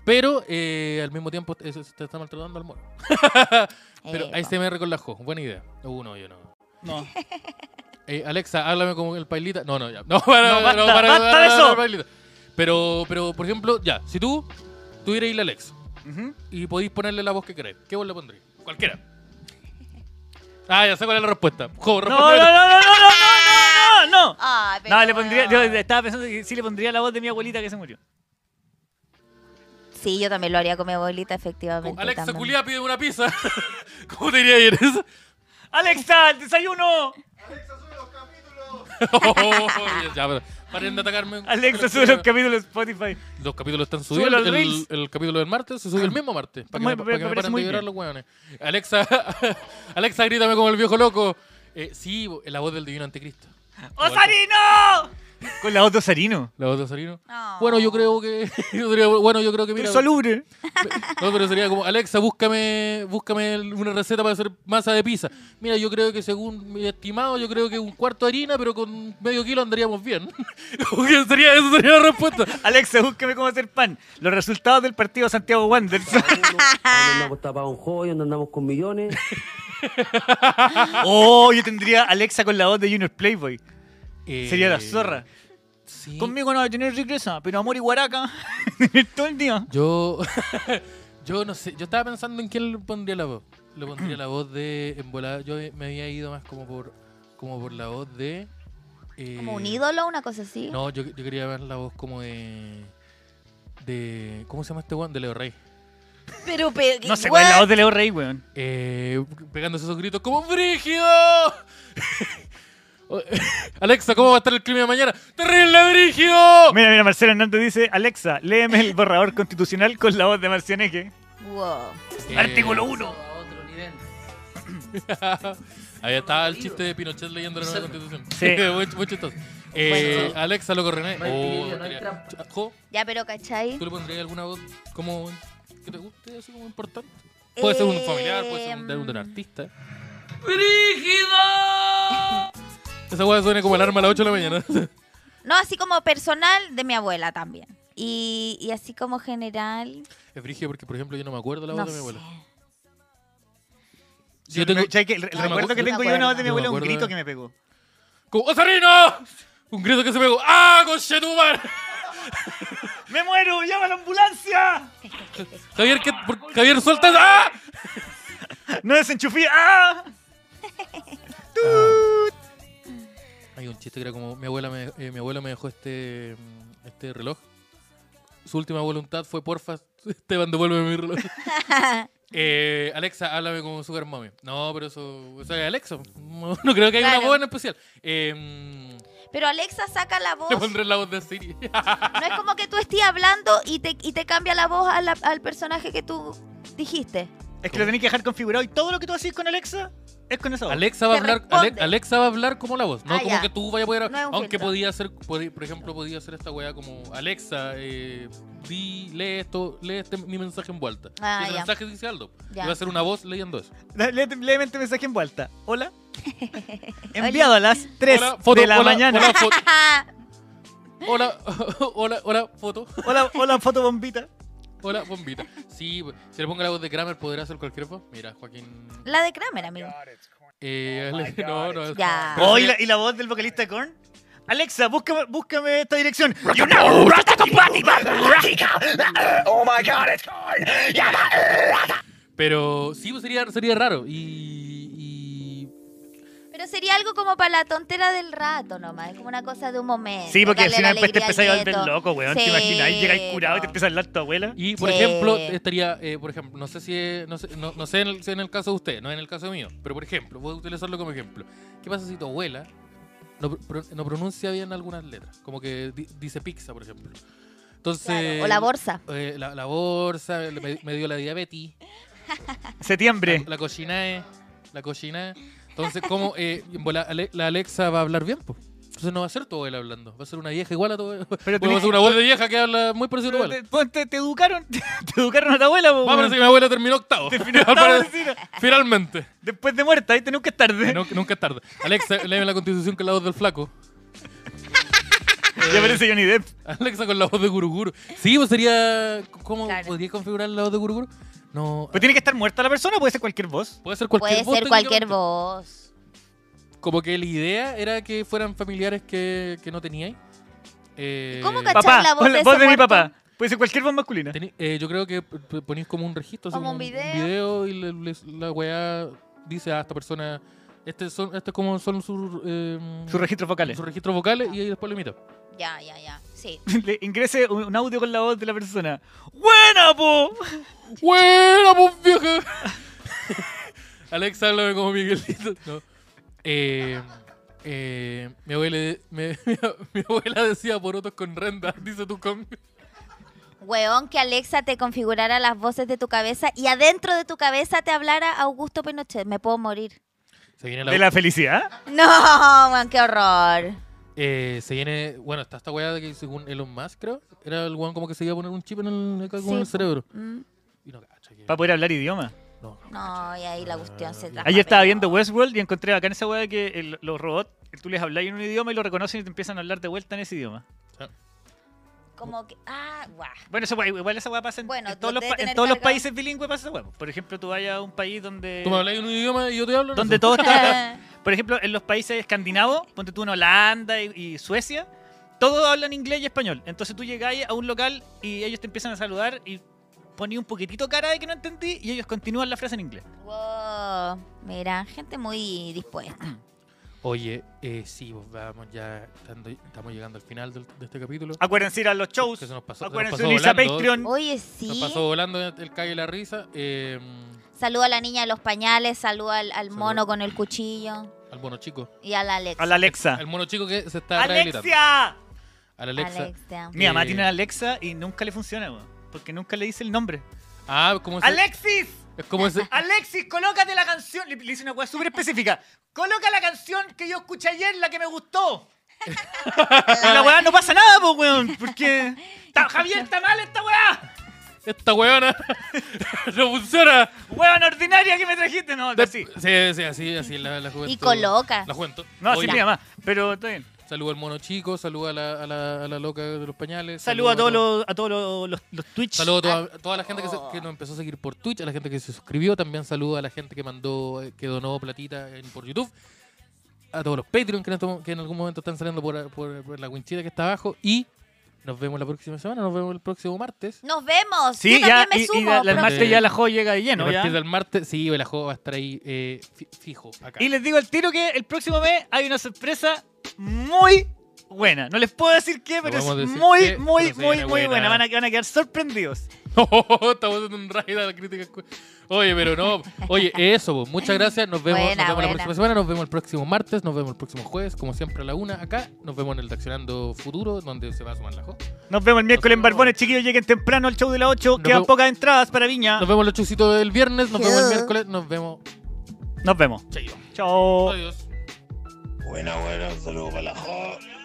Speaker 3: Pero eh, al mismo tiempo eh, se se está maltratando al mono. Pero
Speaker 1: Eh, po.
Speaker 3: ASMR con la Jo, buena idea. Uno, yo no.
Speaker 2: No.
Speaker 3: Eh, Alexa, háblame con el pailita. No, no, ya. No, para,
Speaker 2: No, basta,
Speaker 3: no, para,
Speaker 2: basta
Speaker 3: para,
Speaker 2: de
Speaker 3: para,
Speaker 2: eso.
Speaker 3: para, pailita. Pero, pero, por ejemplo, ya, si tú tuvieras la Alexa
Speaker 2: Ujú.
Speaker 3: y podéis ponerle la voz que queráis, ¿qué voz le pondríais? Cualquiera. Ah, ya sé cuál es la respuesta. Jo,
Speaker 2: No, no, no,
Speaker 3: respóndeme.
Speaker 2: no, no, no, no, no, no.
Speaker 1: Ay, pero
Speaker 2: No, le pondría, yo
Speaker 1: bueno.
Speaker 2: estaba pensando que sí le pondría la voz de mi abuelita que se murió.
Speaker 1: Sí, yo también lo haría con mi abuelita, efectivamente.
Speaker 3: Alexa
Speaker 1: también.
Speaker 3: Culiá pide una pizza. ¿Cómo te diría ayer eso?
Speaker 2: ¡Alexa, el desayuno!
Speaker 3: Oye, Oh, ya, pero paren de atacarme.
Speaker 2: Alexa, sube los capítulos de Spotify.
Speaker 3: Los capítulos están subidos.
Speaker 2: Sube los
Speaker 3: el,
Speaker 2: reels.
Speaker 3: el capítulo del martes se sube el mismo martes. Para que
Speaker 2: Muy-
Speaker 3: me, para que
Speaker 2: me
Speaker 3: me
Speaker 2: parece
Speaker 3: paren de
Speaker 2: muy
Speaker 3: llorar
Speaker 2: bien.
Speaker 3: los hueones. Alexa, Alexa, grítame como el viejo loco. Eh, sí, bo- la voz del divino anticristo.
Speaker 2: ¡Osarino! Con la voz de Osarino.
Speaker 3: La voz de Osarino.
Speaker 1: No.
Speaker 3: Bueno, yo creo que. yo diría, bueno, yo creo que mira.
Speaker 2: Salubre.
Speaker 3: No, pero sería como, Alexa, búscame, búscame el- una receta para hacer masa de pizza. Mira, yo creo que según mi estimado, yo creo que un cuarto de harina, pero con medio kilo andaríamos bien. Como que sería, esa sería la respuesta.
Speaker 2: Alexa, búsqueme cómo hacer pan. Los resultados del partido Santiago Wanderers.
Speaker 9: andamos tapados un joy, andamos con millones.
Speaker 2: oh, yo tendría a Alexa con la voz de Junior Playboy. Sería la
Speaker 3: Eh,
Speaker 2: zorra.
Speaker 3: sí.
Speaker 2: Conmigo no va a tener regresa, pero amor y guaraca. Todo el día.
Speaker 3: Yo, yo no sé, yo estaba pensando en quién le pondría la voz. Le pondría la voz de, en volada, yo me había ido más como por, como por la voz de... eh,
Speaker 1: Como un ídolo, una cosa así.
Speaker 3: No, yo, yo quería ver la voz como de... de ¿Cómo se llama este weón? De Leo Rey.
Speaker 1: Pero, pero.
Speaker 2: No sé cuál es la voz de Leo Rey, weón.
Speaker 3: Eh, pegándose esos gritos como brígido. Alexa, ¿cómo va a estar el clima de mañana? ¡Terrible brígido!
Speaker 2: Mira, mira, Marcelo Hernández dice, Alexa, léeme el borrador constitucional con la voz de Marcianeque.
Speaker 1: Wow.
Speaker 3: Eh,
Speaker 2: Artículo 1.
Speaker 3: Ahí estaba el chiste de Pinochet leyendo la nueva constitución.
Speaker 2: Sí.
Speaker 3: muy, muy chistoso. Eh, Alexa, loco René. Oh, pondría- Jo,
Speaker 1: Ya, pero, ¿cachai?
Speaker 3: ¿Tú le pondrías alguna voz como que te guste, así como importante? Puede ser
Speaker 1: Eh,
Speaker 3: un familiar, puede ser un, de un, de un artista. Esa hueá suena como el arma a las 8 de la mañana.
Speaker 1: No, así como personal de mi abuela también. Y, y así como general.
Speaker 3: es brígido porque, por ejemplo, yo no me acuerdo la
Speaker 1: No
Speaker 3: voz de mi
Speaker 1: sé.
Speaker 3: abuela.
Speaker 2: Yo
Speaker 3: tengo-
Speaker 2: tengo- ¿sabes qué? el, el
Speaker 3: yo me
Speaker 2: recuerdo
Speaker 3: acuerdo-
Speaker 1: yo
Speaker 2: que
Speaker 1: me
Speaker 2: tengo yo de una voz
Speaker 1: acuerdo.
Speaker 2: de mi
Speaker 3: Yo me
Speaker 2: abuela, un
Speaker 3: acuerdo.
Speaker 2: grito que me pegó.
Speaker 3: Como, ¡Osarino! Un grito que se pegó. ¡Ah, conchetumar!
Speaker 2: ¡Me muero! ¡Llama a la ambulancia!
Speaker 3: Javier, ¿qué? por- Javier, suelta. ¡Ah!
Speaker 2: ¡No desenchufí! ¡Ah!
Speaker 3: Hay un chiste que era como mi abuela me, eh, mi abuelo me dejó este mm, este reloj. Su última voluntad fue porfa, Esteban, devuélveme mi reloj. Eh, Alexa, háblame como Sugar Mommy. No, pero eso, eso es Alexa. No, no creo que haya
Speaker 1: Claro.
Speaker 3: una voz en especial. Eh, mm,
Speaker 1: Pero Alexa saca la voz.
Speaker 3: le pondré la voz de Siri.
Speaker 1: No es como que tú estés hablando y te, y te cambia la voz a la- al personaje que tú dijiste.
Speaker 2: Es que lo tenés que dejar configurado y todo lo que tú haces con Alexa es con esa voz.
Speaker 3: Alexa va a
Speaker 1: Te
Speaker 3: hablar,
Speaker 1: responde.
Speaker 3: Ale- Alexa va a hablar como la voz, no
Speaker 1: Ah,
Speaker 3: como
Speaker 1: ya.
Speaker 3: que tú vayas a poder,
Speaker 1: No es un
Speaker 3: aunque
Speaker 1: filtro.
Speaker 3: podía hacer, podí- por ejemplo, podía hacer esta weá como Alexa, eh, di, lee esto, lee este, mi mensaje en vuelta.
Speaker 1: Ah,
Speaker 3: y ese
Speaker 1: ya.
Speaker 3: mensaje dice Aldo.
Speaker 1: Ya.
Speaker 3: Y va a ser una voz leyendo eso.
Speaker 2: Levemente este mensaje en vuelta. Hola. Enviado a las 3
Speaker 3: Hola, foto,
Speaker 2: de la
Speaker 3: hola,
Speaker 2: mañana.
Speaker 3: Hola, foto. Hola, hola, hola, foto.
Speaker 2: Hola, hola, foto bombita.
Speaker 3: Hola, bombita. Sí, si le pongo la voz de Kramer, ¿podrá hacer cualquier voz? Mira, Joaquín.
Speaker 1: La de Kramer, amigo.
Speaker 3: Eh, no, no, es-
Speaker 1: Ya.
Speaker 3: Pero
Speaker 2: Oh, ¿y,
Speaker 3: sería-
Speaker 2: la, y la voz del vocalista de Korn. Alexa, búscame, búscame esta dirección.
Speaker 5: You know, Oh my god, it's gone!
Speaker 3: Pero sí, pues, sería, sería raro. Y, y-
Speaker 1: Pero sería algo como para la tontera del rato nomás. Es como una cosa de un momento.
Speaker 2: Sí, porque al
Speaker 1: darle
Speaker 2: final
Speaker 1: la
Speaker 2: después te
Speaker 1: alegría
Speaker 2: empezáis a
Speaker 1: al
Speaker 2: volver
Speaker 1: nieto.
Speaker 2: loco, weón.
Speaker 1: Sí,
Speaker 2: Te imaginas, y llegáis curado y te
Speaker 1: po.
Speaker 2: empieza a hablar tu abuela.
Speaker 3: y, por
Speaker 1: Sí.
Speaker 3: ejemplo, estaría, eh, por ejemplo, no sé si es- no sé, no, no sé en, el, en el caso de usted, no en el caso mío, pero por ejemplo, voy a utilizarlo como ejemplo. ¿Qué pasa si tu abuela no, pro- no pronuncia bien algunas letras? Como que di- dice pizza, por ejemplo. Entonces,
Speaker 1: Claro, O la bolsa.
Speaker 3: eh, la, la bolsa, le- me, me dio la diabetes,
Speaker 2: Septiembre.
Speaker 3: la cochinae, la cochinae. Entonces, ¿cómo eh, en bola, Ale- la Alexa va a hablar bien? po? Entonces no va a ser tu abuela hablando, va a ser una vieja igual a tu abuela.
Speaker 2: Pero
Speaker 3: Va a
Speaker 2: tenés-
Speaker 3: ser una abuela vieja que habla muy parecido a tu
Speaker 2: Pero
Speaker 3: abuela.
Speaker 2: Te, pues, te- te educaron, te, educaron a tu abuela, po,
Speaker 3: Va a
Speaker 2: weón.
Speaker 3: parecer que mi abuela terminó octavo. Al
Speaker 2: octavo,
Speaker 3: parecer- Finalmente.
Speaker 2: Después de muerta, ahí tenemos que estar
Speaker 3: Que
Speaker 2: tarde.
Speaker 3: nu- nunca es tarde. Alexa, léeme la constitución con la voz del flaco.
Speaker 2: Ya aparece Johnny Depp.
Speaker 3: Alexa con la voz de Guruguru. Sí, pues sería. ¿Cómo
Speaker 1: Claro.
Speaker 3: podría configurar la voz de Guruguru? No.
Speaker 2: Pues tiene que estar muerta la persona, puede ser cualquier voz.
Speaker 3: Puede ser cualquier
Speaker 1: Puede
Speaker 3: voz,
Speaker 1: ser cualquier
Speaker 3: técnicamente.
Speaker 1: voz.
Speaker 3: Como que la idea era que fueran familiares que, que no teníais. Eh,
Speaker 1: ¿Cómo cachai?
Speaker 2: Papá,
Speaker 1: la voz
Speaker 2: hola,
Speaker 1: de
Speaker 2: voz
Speaker 1: ese
Speaker 2: de mi
Speaker 1: muerto.
Speaker 2: papá. Puede ser cualquier voz masculina.
Speaker 3: teni- eh, yo creo que p- p- ponéis como un registro, así
Speaker 1: Como un video.
Speaker 3: y le- les- la weá dice a esta persona. Este, son, este es como son sus. eh,
Speaker 2: Sus registros vocales.
Speaker 3: sus registros vocales y ahí después lo imita.
Speaker 1: Ya, ya, ya. Sí.
Speaker 2: Le ingrese un, un audio con la voz de la persona. ¡Buena, po!
Speaker 3: ¡Buena, pues vieja! Alexa, háblame como Miguelito. No. Eh, eh, mi, abuela, me- mi, abuela decía porotos con renda, dice tú con.
Speaker 1: Weón, que Alexa te configurara las voces de tu cabeza y adentro de tu cabeza te hablara Augusto Pinochet. Me puedo morir.
Speaker 3: Se viene
Speaker 2: ¿De la felicidad?
Speaker 1: No, weón, qué horror.
Speaker 3: Eh, se viene. Bueno, está esta weá de que según Elon Musk, creo, era el weón como que se iba a poner un chip en el, acá
Speaker 1: Sí,
Speaker 3: como en el
Speaker 1: po.
Speaker 3: cerebro.
Speaker 1: Mm,
Speaker 3: Y no, cacha, que-
Speaker 2: Para poder hablar idioma.
Speaker 3: no, no,
Speaker 1: No, y ahí la cuestión se trata.
Speaker 2: Ayer estaba viendo Westworld y encontré acá en esa weá que el- los robots, tú les hablas en un idioma y lo reconocen y te empiezan a hablar de vuelta en ese idioma.
Speaker 1: Como que. Ah, guau.
Speaker 2: Bueno, esa weá- igual esa weá pasa en,
Speaker 1: Bueno,
Speaker 2: en todos, los,
Speaker 1: debe
Speaker 2: pa- en
Speaker 1: tener
Speaker 2: todos los
Speaker 1: cargado.
Speaker 2: países bilingües pasa esa weá. Por ejemplo, tú vayas a un país donde...
Speaker 3: Tú me hablas en un idioma y yo te hablo. en
Speaker 2: donde
Speaker 3: eso.
Speaker 2: todo está... Por ejemplo, en los países escandinavos, ponte tú en Holanda y, y Suecia, todos hablan inglés y español. Entonces tú llegáis a un local y ellos te empiezan a saludar y poní un poquitito cara de que no entendí y ellos continúan la frase en inglés.
Speaker 1: Wow. Mira, gente muy dispuesta.
Speaker 3: Oye, eh, sí, pues vamos ya. estando- estamos llegando al final del- de este capítulo.
Speaker 1: Ah,
Speaker 2: Acuérdense ir a los shows.
Speaker 3: Que se nos pasó- se nos
Speaker 2: acuérdense
Speaker 3: pasó
Speaker 2: unirse a
Speaker 3: volando.
Speaker 2: Patreon.
Speaker 1: Oye,
Speaker 3: Nos
Speaker 1: sí.
Speaker 3: pasó volando el cague y la risa. eh,
Speaker 1: Saludo a la niña de los pañales, saludo al, al mono con el cuchillo
Speaker 3: al mono chico.
Speaker 1: y a la Alexa.
Speaker 2: A la Alexa.
Speaker 3: Al mono chico que se está rehabilitando.
Speaker 2: ¡Alexia!
Speaker 3: A la Alexa.
Speaker 1: Alexa.
Speaker 2: Mi mamá
Speaker 3: Eh.
Speaker 2: tiene una Alexa y nunca le funciona, weón, Porque nunca le dice el nombre.
Speaker 3: Ah, ¿cómo se,
Speaker 2: ¡Alexis!
Speaker 3: es como ese.
Speaker 2: ¡Alexis, colócate la canción! Le, le hice una weá súper específica. Coloca la canción que yo escuché ayer, la que me gustó. y la weá no pasa nada, pues, weón. Porque. Ta- Javier, está mal esta weá.
Speaker 3: Esta weona no funciona.
Speaker 2: Weón ordinaria que me trajiste. No, así.
Speaker 3: Sí, sí, así, así la, la juventud.
Speaker 1: Y coloca.
Speaker 3: La juventud.
Speaker 2: No, así
Speaker 3: Oye,
Speaker 2: mi mamá. Pero está bien.
Speaker 3: Saluda al mono chico, saluda a la, a la, a la loca de los pañales.
Speaker 2: Saludo a todos
Speaker 3: todo-
Speaker 2: los, Ah. a todos los, los- los Twitch.
Speaker 3: Saludo a toda, a toda la gente que, se- que nos empezó a seguir por Twitch, a la gente que se suscribió, también saludo a la gente que mandó, eh, que donó platita en- por YouTube, a todos los Patreon que en, esto- que en algún momento están saliendo por, por- por la winchita que está abajo y nos vemos la próxima semana, nos vemos el próximo martes.
Speaker 1: Nos vemos.
Speaker 2: Sí,
Speaker 1: Yo
Speaker 2: ya.
Speaker 1: también me
Speaker 2: y-
Speaker 1: sumo.
Speaker 2: Y, la- la- el
Speaker 1: profe.
Speaker 2: martes ya la joya llega de
Speaker 3: a
Speaker 2: lleno, ya.
Speaker 3: partir del martes, sí, la va a estar ahí eh, fi- fijo acá.
Speaker 2: Y les digo al tiro que el próximo mes hay una sorpresa muy buena. No les puedo decir qué, pero es
Speaker 3: podemos decir
Speaker 2: muy,
Speaker 3: qué,
Speaker 2: muy,
Speaker 3: pero se
Speaker 2: muy,
Speaker 3: viene
Speaker 2: muy buena.
Speaker 3: buena.
Speaker 2: Van a, van a quedar sorprendidos.
Speaker 3: Estamos haciendo un raid a la crítica. cu- Oye, pero no. Oye, eso, pues, muchas gracias. Nos vemos,
Speaker 1: Buena,
Speaker 3: nos vemos la
Speaker 1: buena.
Speaker 3: próxima semana, nos vemos el próximo martes, nos vemos el próximo jueves, como siempre a la una acá. Nos vemos en el Daccionando Futuro, donde se va a sumar la jo.
Speaker 2: Nos vemos el miércoles en
Speaker 3: vemos.
Speaker 2: Barbones, chiquillos. Lleguen temprano al show de las 8.
Speaker 3: Nos
Speaker 2: Quedan
Speaker 3: vemos.
Speaker 2: pocas entradas para Viña.
Speaker 3: Nos vemos los chusitos del viernes, nos vemos el
Speaker 1: Chao.
Speaker 3: miércoles, nos vemos.
Speaker 2: Nos vemos.
Speaker 3: Chayo.
Speaker 2: Chao.
Speaker 3: Adiós.
Speaker 5: Buena, buena, un saludo para la jo.